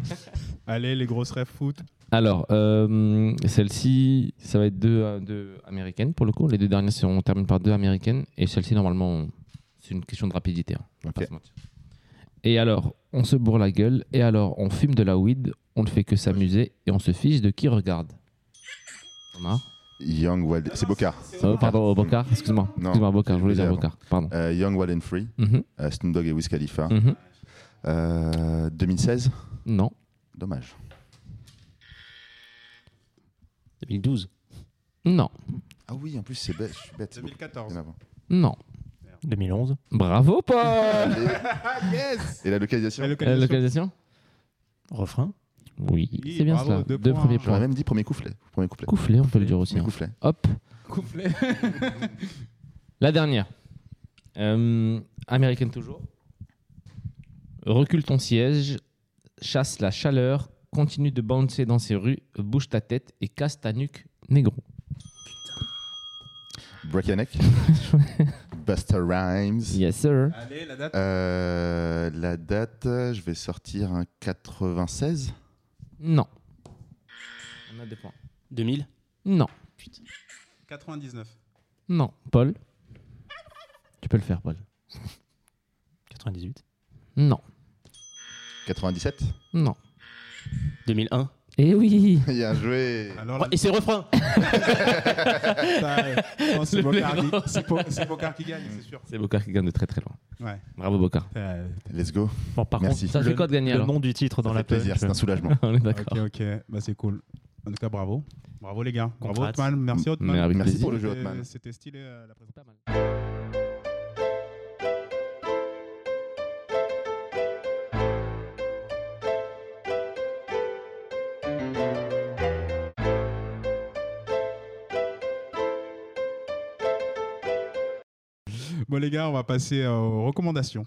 Speaker 1: Allez, les grosses rêves foot.
Speaker 4: Alors, euh, celle-ci, ça va être deux, euh, deux américaines pour le coup. Les deux dernières, c'est- on termine par deux américaines. Et celle-ci, normalement, on- c'est une question de rapidité. hein. On va pas
Speaker 3: Ok.
Speaker 4: se mentir. Et alors, on se bourre la gueule. Et alors, on fume de la weed. On ne fait que s'amuser. Et on se fiche de qui regarde. Omar
Speaker 3: Young, Wild. C'est Bocard.
Speaker 4: Oh, Pardon, Bocard. Excuse-moi.
Speaker 3: Non.
Speaker 4: Excuse-moi, Bocard. Je voulais dire
Speaker 3: Avant.
Speaker 4: Bocard. Pardon.
Speaker 3: Euh, Young, Wild and Free.
Speaker 4: Mhm,
Speaker 3: Euh, Snoop Dogg et Wiz Khalifa.
Speaker 1: Ah.
Speaker 4: mhm.
Speaker 3: Euh, 2016.
Speaker 4: Non.
Speaker 3: Dommage.
Speaker 2: 2012.
Speaker 4: Non.
Speaker 3: Ah oui, en plus, c'est bête. Je suis bête. c'est Bocard.
Speaker 1: 2014.
Speaker 3: Bien avant.
Speaker 4: Non.
Speaker 5: 2011.
Speaker 4: Bravo, Paul
Speaker 3: Et la localisation
Speaker 4: La localisation
Speaker 5: Refrain.
Speaker 4: Oui,
Speaker 1: Oui,
Speaker 4: c'est bien
Speaker 1: bravo,
Speaker 4: cela.
Speaker 1: deux
Speaker 4: Deux
Speaker 1: points.
Speaker 4: premiers
Speaker 3: J'aurais
Speaker 4: points.
Speaker 3: même dit premier couplet. Premier couplet.
Speaker 4: Coufflé, on peut le dire aussi.
Speaker 3: Premier
Speaker 4: hein.
Speaker 3: couplet.
Speaker 4: Hop.
Speaker 1: Couplet.
Speaker 4: La dernière. Euh, américaine toujours. Recule ton siège, chasse la chaleur, continue de bouncer dans ces rues, bouge ta tête et casse ta nuque, négro.
Speaker 3: Break your neck. Buster Rhymes.
Speaker 4: Yes, sir.
Speaker 1: Allez, la date.
Speaker 3: Euh, la date, euh, je vais sortir un 96.
Speaker 4: Non. On a des points.
Speaker 2: 2000.
Speaker 4: Non.
Speaker 1: 99.
Speaker 4: Non. Paul Tu peux le faire, Paul.
Speaker 5: 98.
Speaker 4: Non.
Speaker 3: 97.
Speaker 4: Non.
Speaker 2: 2001.
Speaker 4: Eh oui
Speaker 3: Bien joué.
Speaker 1: Alors,
Speaker 2: Ouais, et c'est le refrain.
Speaker 1: la date, c'est
Speaker 4: Le
Speaker 1: Bocard
Speaker 4: numéro.
Speaker 1: qui- c'est Po- c'est Bocard qui gagne, c'est sûr.
Speaker 4: C'est Bocard qui gagne de très très loin.
Speaker 1: Ouais.
Speaker 4: Bravo, Bocard.
Speaker 1: Euh,
Speaker 3: Let's go.
Speaker 5: Bon, par
Speaker 3: Merci.
Speaker 4: Ça,
Speaker 5: contre,
Speaker 4: c'est quoi de gagner,
Speaker 5: le
Speaker 4: alors
Speaker 5: nom du titre dans
Speaker 3: Ça
Speaker 5: la
Speaker 3: fait plaisir. C'est un soulagement.
Speaker 4: On est d'accord.
Speaker 1: Ok, ok, bah, c'est cool. En tout cas, bravo. Bravo les gars. Bravo
Speaker 2: Congrats.
Speaker 1: Hotman. Merci Hotman.
Speaker 4: Mais avec
Speaker 3: Merci
Speaker 4: plaisir.
Speaker 3: pour le jeu,
Speaker 1: C'était-
Speaker 3: Hotman.
Speaker 1: C'était stylé euh, la présentation. Bon les gars, on va passer euh, aux recommandations.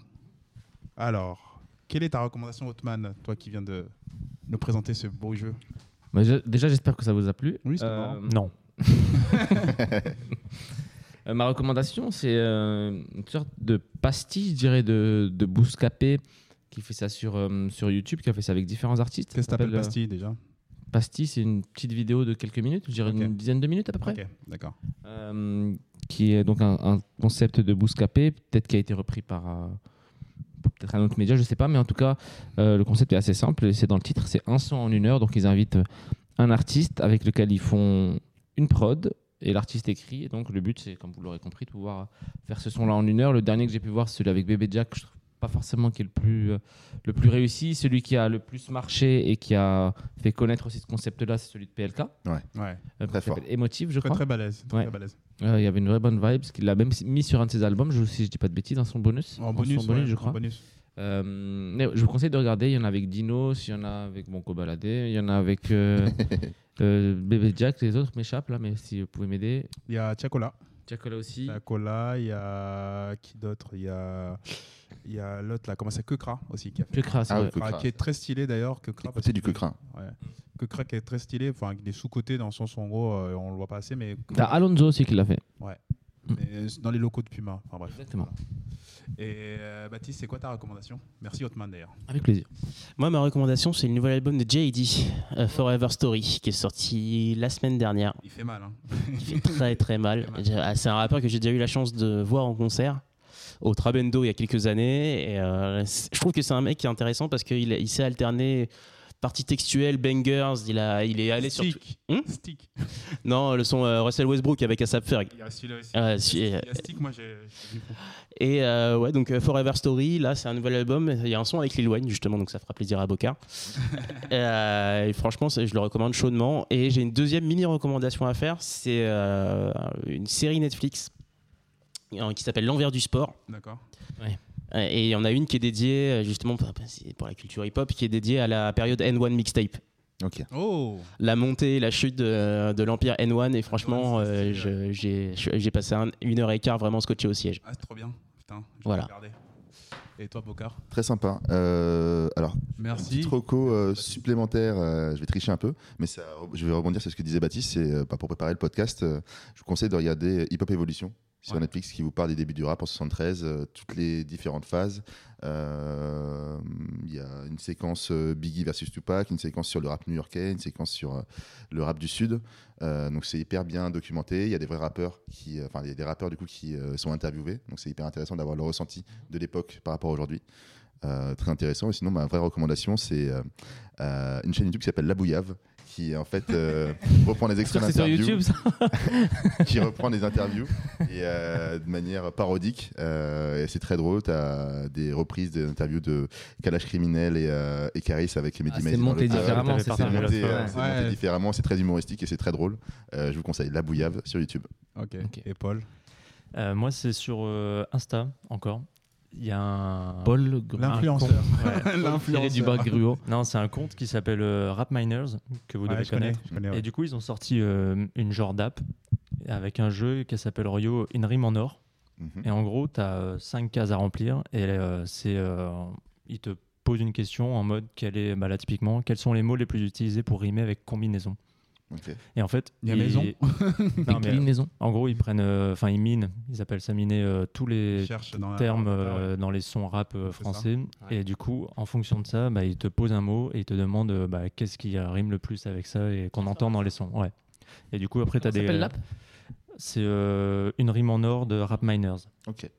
Speaker 1: Alors, quelle est ta recommandation Hotman, toi qui viens de nous présenter ce beau jeu
Speaker 4: Mais Bah, je- déjà, j'espère que ça vous a plu.
Speaker 1: Oui, c'était
Speaker 4: Euh,
Speaker 5: Non.
Speaker 4: Euh, ma recommandation, c'est euh, une sorte de pastille, je dirais, de, de Bouscapé qui fait ça sur, euh, sur YouTube, qui a fait ça avec différents artistes.
Speaker 1: Qu'est-ce que
Speaker 4: Ça
Speaker 1: t'appelles
Speaker 4: s'appelle, euh,
Speaker 1: pastille déjà
Speaker 4: Pastille, c'est une petite vidéo de quelques minutes, je dirais
Speaker 1: Ok.
Speaker 4: une dizaine de minutes à peu près.
Speaker 1: Ok, d'accord.
Speaker 4: Euh, qui est donc un, un concept de Bouscapé, peut-être qui a été repris par euh, peut-être un autre média, je sais pas, mais en tout cas, euh, le concept est assez simple, et c'est dans le titre, c'est un son en une heure, donc ils invitent un artiste avec lequel ils font une prod, et l'artiste écrit, et donc le but c'est, comme vous l'aurez compris, de pouvoir faire ce son-là en une heure. Le dernier que j'ai pu voir, c'est celui avec Bébé Jack, que je trouve pas forcément qui est le plus, euh, le plus réussi, celui qui a le plus marché et qui a fait connaître aussi ce concept-là, c'est celui de PLK,
Speaker 1: Ouais,
Speaker 4: euh,
Speaker 3: Très
Speaker 4: qui s'appelle
Speaker 3: fort.
Speaker 4: Émotive, je
Speaker 1: très
Speaker 4: crois.
Speaker 1: très balèze.
Speaker 4: Ouais.
Speaker 1: Très balèze.
Speaker 4: Euh, Il y avait une vraie bonne vibe, parce qu'il l'a même mis sur un de ses albums, je, si je dis pas de bêtises, dans son bonus.
Speaker 1: En
Speaker 4: Dans
Speaker 1: bonus,
Speaker 4: son bonus,
Speaker 1: ouais,
Speaker 4: je crois.
Speaker 1: En bonus.
Speaker 4: Euh, mais je vous conseille de regarder, il y en a avec Dinos, il y en a avec Bonko Baladé, il y en a avec euh, euh, Bébé Jack, les autres m'échappent là, mais si vous pouvez m'aider.
Speaker 1: Il y a Tchakola.
Speaker 4: Jack là aussi.
Speaker 1: Bah, Tchakola, il y a qui d'autre Il y a, il y a l'autre là, comment c'est Kekra aussi qui a fait.
Speaker 4: Plus crasse,
Speaker 3: Ah,
Speaker 4: ouais.
Speaker 3: Kukra.
Speaker 1: Kekra, qui est très stylé d'ailleurs. Kekra, parce
Speaker 3: Côté du
Speaker 1: que-
Speaker 3: Coquerin.
Speaker 1: Ouais. Kekra qui est très stylé, enfin il est sous-côté dans son son en gros, euh, on le voit pas assez, mais,
Speaker 4: T'as Alonso aussi qui l'a fait.
Speaker 1: mais dans les locaux de Puma. Enfin bref.
Speaker 4: Exactement.
Speaker 1: Et euh, Baptiste, c'est quoi ta recommandation Merci Hotman d'ailleurs.
Speaker 4: Avec plaisir.
Speaker 2: Moi, ma recommandation, c'est le nouvel album de JD, euh, Forever Story, qui est sorti la semaine dernière.
Speaker 1: Il fait mal. Hein.
Speaker 2: Il fait très très mal. Ah, C'est un rappeur que j'ai déjà eu la chance de voir en concert au Trabendo il y a quelques années. Et, euh, c'est- je trouve que c'est un mec qui est intéressant parce qu'il il s'est alterné partie textuelle, bangers, il, a, il est allé sur...
Speaker 1: Stick.
Speaker 2: Hmm
Speaker 1: Stick.
Speaker 2: Non, le son euh, Russell Westbrook avec Asap Ferg.
Speaker 1: Il y a celui-là aussi.
Speaker 2: Euh,
Speaker 1: Il
Speaker 2: si-
Speaker 1: y a Stick, moi j'ai. j'ai-
Speaker 2: Et euh, ouais, donc euh, Forever Story, là, c'est un nouvel album. Il y a un son avec Lil Wayne, justement, donc ça fera plaisir à Bocard. Euh, et franchement, c'est- je le recommande chaudement. Et j'ai une deuxième mini recommandation à faire c'est euh, une série Netflix euh, qui s'appelle L'envers du sport.
Speaker 1: D'accord.
Speaker 2: Euh, Et il y en a une qui est dédiée, euh, justement, pour- c'est pour la culture hip-hop, qui est dédiée à la période N1 mixtape.
Speaker 3: Ok.
Speaker 1: Oh
Speaker 2: la montée et la chute de, de l'Empire N1 et franchement
Speaker 1: Ouais, ça,
Speaker 2: euh,
Speaker 1: c'est-
Speaker 2: je- j'ai je- j'ai passé un- une heure et quart vraiment scotché au siège.
Speaker 1: Ah, c'est trop bien. Putain, je vais
Speaker 2: Voilà.
Speaker 1: regarder. Et toi, Bocard
Speaker 3: Très sympa. Euh, alors,
Speaker 1: Merci.
Speaker 3: petit roco euh, supplémentaire, euh, je vais tricher un peu, mais ça, je vais rebondir sur ce que disait Baptiste. C'est euh, pas pour préparer le podcast. euh, je vous conseille de regarder Hip Hop Evolution sur
Speaker 1: Ouais.
Speaker 3: Netflix qui vous parle des débuts du rap en 73, euh, toutes les différentes phases. Euh, Il y a une séquence euh, Biggie versus Tupac, une séquence sur le rap new-yorkais, une séquence sur euh, le rap du Sud. Euh, donc c'est hyper bien documenté. Il y a des vrais rappeurs qui, euh, enfin il y a des rappeurs du coup qui euh, sont interviewés. Donc c'est hyper intéressant d'avoir le ressenti de l'époque par rapport à aujourd'hui. Euh, très intéressant. Et sinon, ma vraie recommandation, c'est euh, euh, une chaîne YouTube qui s'appelle La Bouillave, qui en fait euh, reprend les extraits
Speaker 4: C'est sur
Speaker 3: d'interviews
Speaker 4: YouTube, ça
Speaker 3: qui reprend des interviews et euh, de manière parodique. euh, et c'est très drôle. Tu as des reprises des interviews de Kalash Criminel et, euh, et Caris avec Mehdi
Speaker 4: Ah,
Speaker 3: Maizi
Speaker 4: C'est
Speaker 3: dans
Speaker 4: monté
Speaker 3: le- Ah,
Speaker 4: différemment,
Speaker 5: t'avais
Speaker 4: c'est
Speaker 3: C'est
Speaker 4: ça.
Speaker 5: partagé
Speaker 3: monté,
Speaker 5: Ouais.
Speaker 3: euh, c'est monté
Speaker 1: Ouais.
Speaker 3: différemment, c'est très humoristique et c'est très drôle. Euh, je vous conseille La Bouillave sur YouTube.
Speaker 1: ok. Et Paul
Speaker 5: Euh, moi, c'est sur euh, Insta encore. Il y a un.
Speaker 4: Paul Gr-
Speaker 5: un
Speaker 1: L'influenceur.
Speaker 5: compte- ouais.
Speaker 4: Thierry Dubois Gruau.
Speaker 5: Non, c'est un compte qui s'appelle euh, Rap Miners que vous
Speaker 1: Ouais,
Speaker 5: devez
Speaker 1: Ah, je connais.
Speaker 5: connaître.
Speaker 1: je connais,
Speaker 5: Et
Speaker 1: ouais.
Speaker 5: du coup, ils ont sorti euh, une genre d'app avec un jeu qui s'appelle Rio In Rime en Or.
Speaker 3: Mhm.
Speaker 5: Et en gros, tu as 5 cases à remplir et euh, c'est euh, il te pose une question en mode quel est bah là typiquement quels sont les mots les plus utilisés pour rimer avec combinaison.
Speaker 3: Ok.
Speaker 5: Et en fait,
Speaker 1: Il y a
Speaker 5: ils-
Speaker 1: maison.
Speaker 5: non, mais, euh,
Speaker 4: Inclinaison.
Speaker 5: en gros, ils prennent euh, enfin ils minent, ils appellent ça miner euh, tous les
Speaker 1: Cherche dans la-
Speaker 5: termes
Speaker 1: dans la-
Speaker 5: euh, dans les sons rap euh,
Speaker 1: C'est ça.
Speaker 5: français
Speaker 4: Ouais.
Speaker 5: et du coup en fonction de ça bah, ils te posent un mot et ils te demandent euh, bah, qu'est-ce qui euh, rime le plus avec ça et qu'on entend dans les sons ouais et du coup après t'as
Speaker 4: Ça
Speaker 5: des euh,
Speaker 4: s'appelle l'app
Speaker 5: c'est euh, une rime en or de rap miners
Speaker 3: Ok.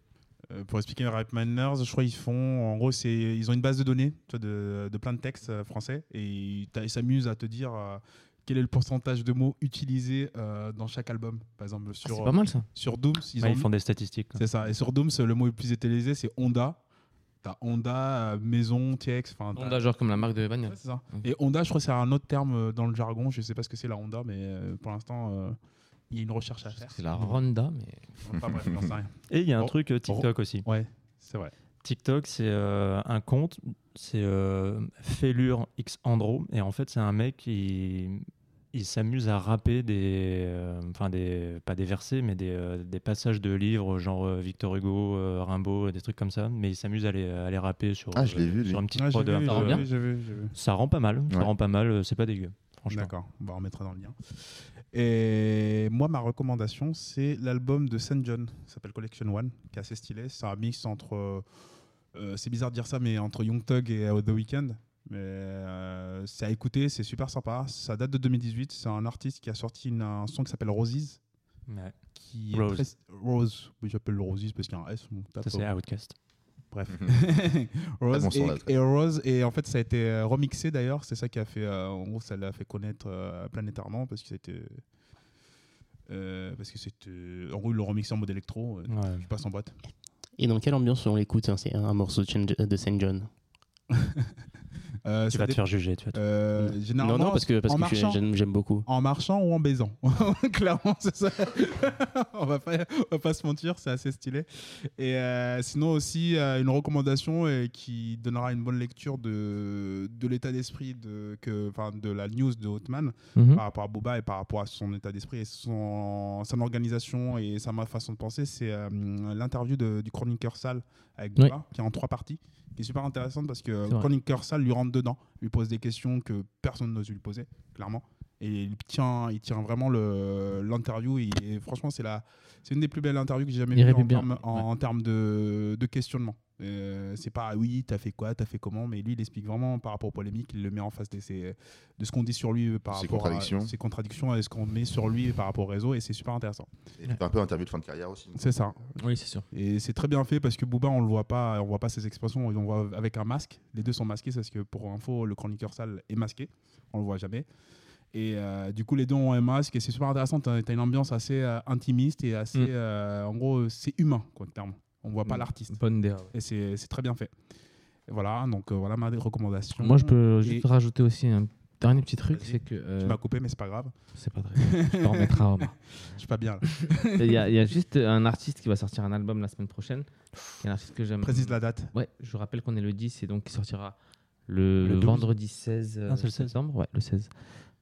Speaker 1: Euh, pour expliquer Rap Miners, je crois qu'ils font, en gros, c'est, ils ont une base de données tu vois, de, de plein de textes euh, français et ils t'a- ils s'amusent à te dire euh, quel est le pourcentage de mots utilisés euh, dans chaque album. Par exemple,
Speaker 4: Ah, C'est
Speaker 1: sur, euh,
Speaker 4: pas mal ça.
Speaker 1: sur Dooms, ils,
Speaker 5: Ouais,
Speaker 1: ont-
Speaker 5: Bah, ils font des statistiques quoi.
Speaker 1: c'est ça. Et sur Dooms, le mot le plus utilisé, c'est Honda. T'as Honda, euh, Maison, TX. enfin, t'as-
Speaker 4: Honda, genre comme la marque de
Speaker 1: Ouais,
Speaker 4: bagnole.
Speaker 1: c'est ça.
Speaker 4: Ok.
Speaker 1: Et Honda, je crois que c'est un autre terme euh, dans le jargon. Je sais pas ce que c'est la Honda, mais euh, pour l'instant, euh, il y a une recherche à faire.
Speaker 4: C'est la Honda, mais.
Speaker 1: Enfin, bref, j'en sais rien.
Speaker 5: et il y a un
Speaker 1: Oh.
Speaker 5: truc euh, TikTok aussi
Speaker 1: Ouais, c'est vrai.
Speaker 5: TikTok, c'est euh, un compte, c'est euh, Félure X Andro, et en fait, c'est un mec qui il s'amuse à rapper des, euh, enfin des, pas des versets, mais des, euh, des passages de livres, genre euh, Victor Hugo, euh, Rimbaud, des trucs comme ça, mais il s'amuse à les, à les rapper sur, euh,
Speaker 3: Ah, je l'ai vu, lui.
Speaker 5: sur une petite
Speaker 1: Ouais, j'ai
Speaker 5: prod.
Speaker 1: vu,
Speaker 5: un
Speaker 4: rend
Speaker 5: peu-
Speaker 1: j'ai
Speaker 4: bien.
Speaker 1: vu, j'ai vu, j'ai vu.
Speaker 5: Ça rend pas mal, ça
Speaker 3: Ouais.
Speaker 5: rend pas mal, euh, c'est pas dégueu, franchement.
Speaker 1: D'accord, on va remettre dans le lien. Et moi, ma recommandation, c'est l'album de St. John, qui s'appelle Collection One, qui est assez stylé. C'est un mix entre. euh, euh, c'est bizarre de dire ça, mais entre Young Thug et euh, The Weeknd. Mais euh, c'est à écouter, c'est super sympa. Ça date de 2018. C'est un artiste qui a sorti une- un son qui s'appelle Roses.
Speaker 5: Ouais,
Speaker 1: Qui est
Speaker 5: Rose.
Speaker 1: très- Rose. Oui, j'appelle le Roses parce qu'il y a un S. on tape
Speaker 5: ça, c'est Outcast.
Speaker 1: Bref.
Speaker 3: Mhm.
Speaker 1: Rose
Speaker 3: Ah, bon son,
Speaker 1: et-
Speaker 3: là, très
Speaker 1: et, Rose et en fait ça a été euh, remixé d'ailleurs, c'est ça qui a fait euh, en gros ça l'a fait connaître euh, planétairement parce que c'était euh, parce que c'était en gros ils l'ont remixé en mode électro, euh,
Speaker 5: Ouais.
Speaker 1: je passe en boîte.
Speaker 2: Et dans quelle ambiance on l'écoute hein, C'est un morceau de Chen- de Saint John.
Speaker 1: Euh,
Speaker 5: Tu
Speaker 1: ça
Speaker 5: vas te
Speaker 1: dé-
Speaker 5: faire juger, tu vas te-
Speaker 1: euh, généralement
Speaker 2: Non non parce que parce
Speaker 1: en
Speaker 2: que je-
Speaker 1: marchant.
Speaker 2: j'aime j'aime beaucoup.
Speaker 1: En marchant ou en baisant. Clairement, c'est ça. on, va pas, on va pas se mentir, c'est assez stylé. Et euh, sinon aussi, euh, une recommandation euh, qui donnera une bonne lecture de, de l'état d'esprit de, que- enfin, de la news de Hotman
Speaker 4: Mhm.
Speaker 1: par
Speaker 4: Ah,
Speaker 1: rapport à Boba et par rapport à son état d'esprit et son, son organisation et sa ma- façon de penser, c'est euh, l'interview de- du chroniqueur Sal avec Boba, qui est en trois parties, qui est super intéressante parce que
Speaker 4: C'est
Speaker 1: le
Speaker 4: vrai.
Speaker 1: chroniqueur Sal lui rentre dedans, lui pose des questions que personne n'ose lui poser, clairement. Et il tient, il tient vraiment le- l'interview. Et, et franchement, c'est la- c'est une des plus belles interviews que j'ai jamais
Speaker 4: Il
Speaker 1: vues en
Speaker 4: répond bien,
Speaker 1: termes, en-
Speaker 4: ouais.
Speaker 1: en termes de, de questionnement. Euh, c'est pas oui, t'as fait quoi, t'as fait comment, mais lui il explique vraiment par rapport aux polémiques, il le met en face de, ses, de ce qu'on dit sur lui euh, par
Speaker 3: Ses
Speaker 1: rapport à
Speaker 3: contradictions.
Speaker 1: ses contradictions et ce qu'on met sur lui par rapport au réseau, et c'est super intéressant.
Speaker 3: Et t'as un peu interview de fin de carrière aussi.
Speaker 1: C'est ça.
Speaker 4: Oui, c'est sûr.
Speaker 1: Et c'est très bien fait parce que Booba, on le voit pas, on voit pas ses expressions, on le voit avec un masque. Les deux sont masqués, c'est parce que pour info, le chroniqueur sale est masqué, on le voit jamais. Et euh, du coup, les deux ont un masque et c'est super intéressant. T'as t'as une ambiance assez euh, intimiste et assez,
Speaker 4: Mm.
Speaker 1: euh, en gros, c'est humain, quoi, clairement. On voit pas
Speaker 4: Mm.
Speaker 1: l'artiste.
Speaker 4: Bonne idée.
Speaker 1: Et c'est c'est très bien fait. Et voilà, donc euh, voilà ma recommandation.
Speaker 4: Moi, je peux
Speaker 1: Mm-hmm. Et-
Speaker 4: juste rajouter aussi un dernier petit truc,
Speaker 1: Vas-y.
Speaker 4: c'est que. euh,
Speaker 1: Tu m'as coupé, mais c'est pas grave.
Speaker 4: c'est pas très. grave, Je t'en remettrai à Omar.
Speaker 1: Je suis pas bien là.
Speaker 4: Il y, a il y a juste un artiste qui va sortir un album la semaine prochaine. qui est Un artiste que j'aime.
Speaker 1: Précise la date.
Speaker 4: Ouais, je vous rappelle qu'on est le 10 et donc qui sortira le,
Speaker 5: Le 12.
Speaker 4: vendredi 16
Speaker 5: Ah, c'est le 16.
Speaker 4: septembre. Ouais, le 16.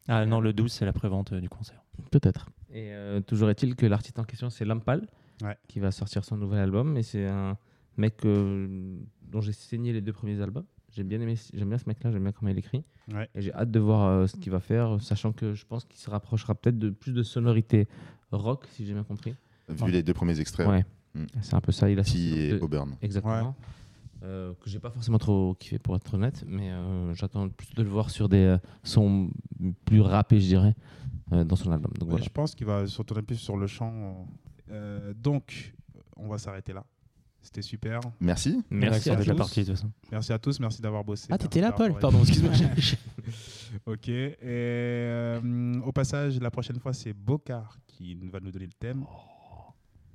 Speaker 5: Ah non, le 12, c'est la prévente euh, du concert.
Speaker 4: Peut-être. Et euh, toujours est-il que l'artiste en question, c'est Lampal,
Speaker 1: Ouais.
Speaker 4: qui va sortir son nouvel album. Et c'est un mec euh, dont j'ai signé les deux premiers albums. J'ai bien aimé, j'aime bien ce mec-là, j'aime bien comment il écrit.
Speaker 1: Ouais.
Speaker 4: Et j'ai hâte de voir euh, ce qu'il va faire, sachant que je pense qu'il se rapprochera peut-être de plus de sonorités rock, si j'ai bien compris.
Speaker 3: Vu les deux premiers extraits,
Speaker 4: Ouais.
Speaker 3: Mm.
Speaker 4: Ah, C'est un peu ça. Il a
Speaker 3: Petit
Speaker 4: sorti
Speaker 3: et
Speaker 4: deux-
Speaker 3: Auburn.
Speaker 4: Exactement. Euh, que j'ai pas forcément trop kiffé pour être honnête, mais euh, j'attends plus de le voir sur des euh, sons plus rappés, je dirais, euh, dans son album. Donc
Speaker 1: Ouais,
Speaker 4: voilà.
Speaker 1: Je pense qu'il va se retourner plus sur le champ. Euh, donc, on va s'arrêter là. C'était super.
Speaker 3: Merci.
Speaker 1: Merci
Speaker 4: Merci à
Speaker 1: à
Speaker 4: tous.
Speaker 1: tous.
Speaker 5: partie de toute façon.
Speaker 1: Merci à tous. Merci d'avoir bossé.
Speaker 2: Ah, t'étais
Speaker 1: Merci
Speaker 2: là,
Speaker 1: d'avoir
Speaker 2: Paul
Speaker 1: été-
Speaker 2: Pardon, excuse-moi. j'ai- j'ai-
Speaker 1: ok. Et euh, au passage, la prochaine fois, c'est Bocard qui va nous donner le thème.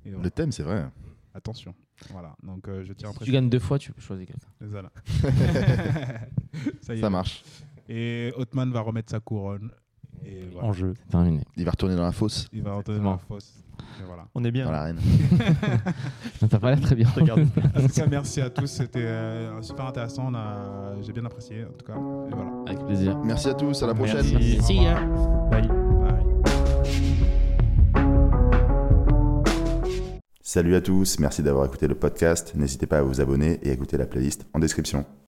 Speaker 1: Et voilà.
Speaker 3: Le thème, c'est vrai.
Speaker 1: Attention. Voilà. Donc, euh, je tiens à
Speaker 4: Si tu
Speaker 1: préciser.
Speaker 4: gagnes deux fois, tu peux choisir quelqu'un.
Speaker 1: Voilà. Ça y est.
Speaker 3: Ça marche.
Speaker 1: Et Othman va remettre sa couronne. Et voilà.
Speaker 5: En jeu.
Speaker 4: C'est terminé.
Speaker 3: Il va retourner dans la fosse,
Speaker 1: Il va retourner dans la fosse. Et voilà.
Speaker 5: On est bien.
Speaker 3: dans l'arène.
Speaker 4: T'as pas l'air très bien.
Speaker 1: En tout cas, merci à tous. C'était euh, super intéressant. On a- J'ai bien apprécié, en tout cas. Et voilà.
Speaker 4: Avec plaisir.
Speaker 3: Merci à tous, à la prochaine.
Speaker 5: Merci.
Speaker 2: See ya.
Speaker 5: Bye.
Speaker 1: Bye.
Speaker 3: Salut à tous, merci d'avoir écouté le podcast. N'hésitez pas à vous abonner et à écouter la playlist en description.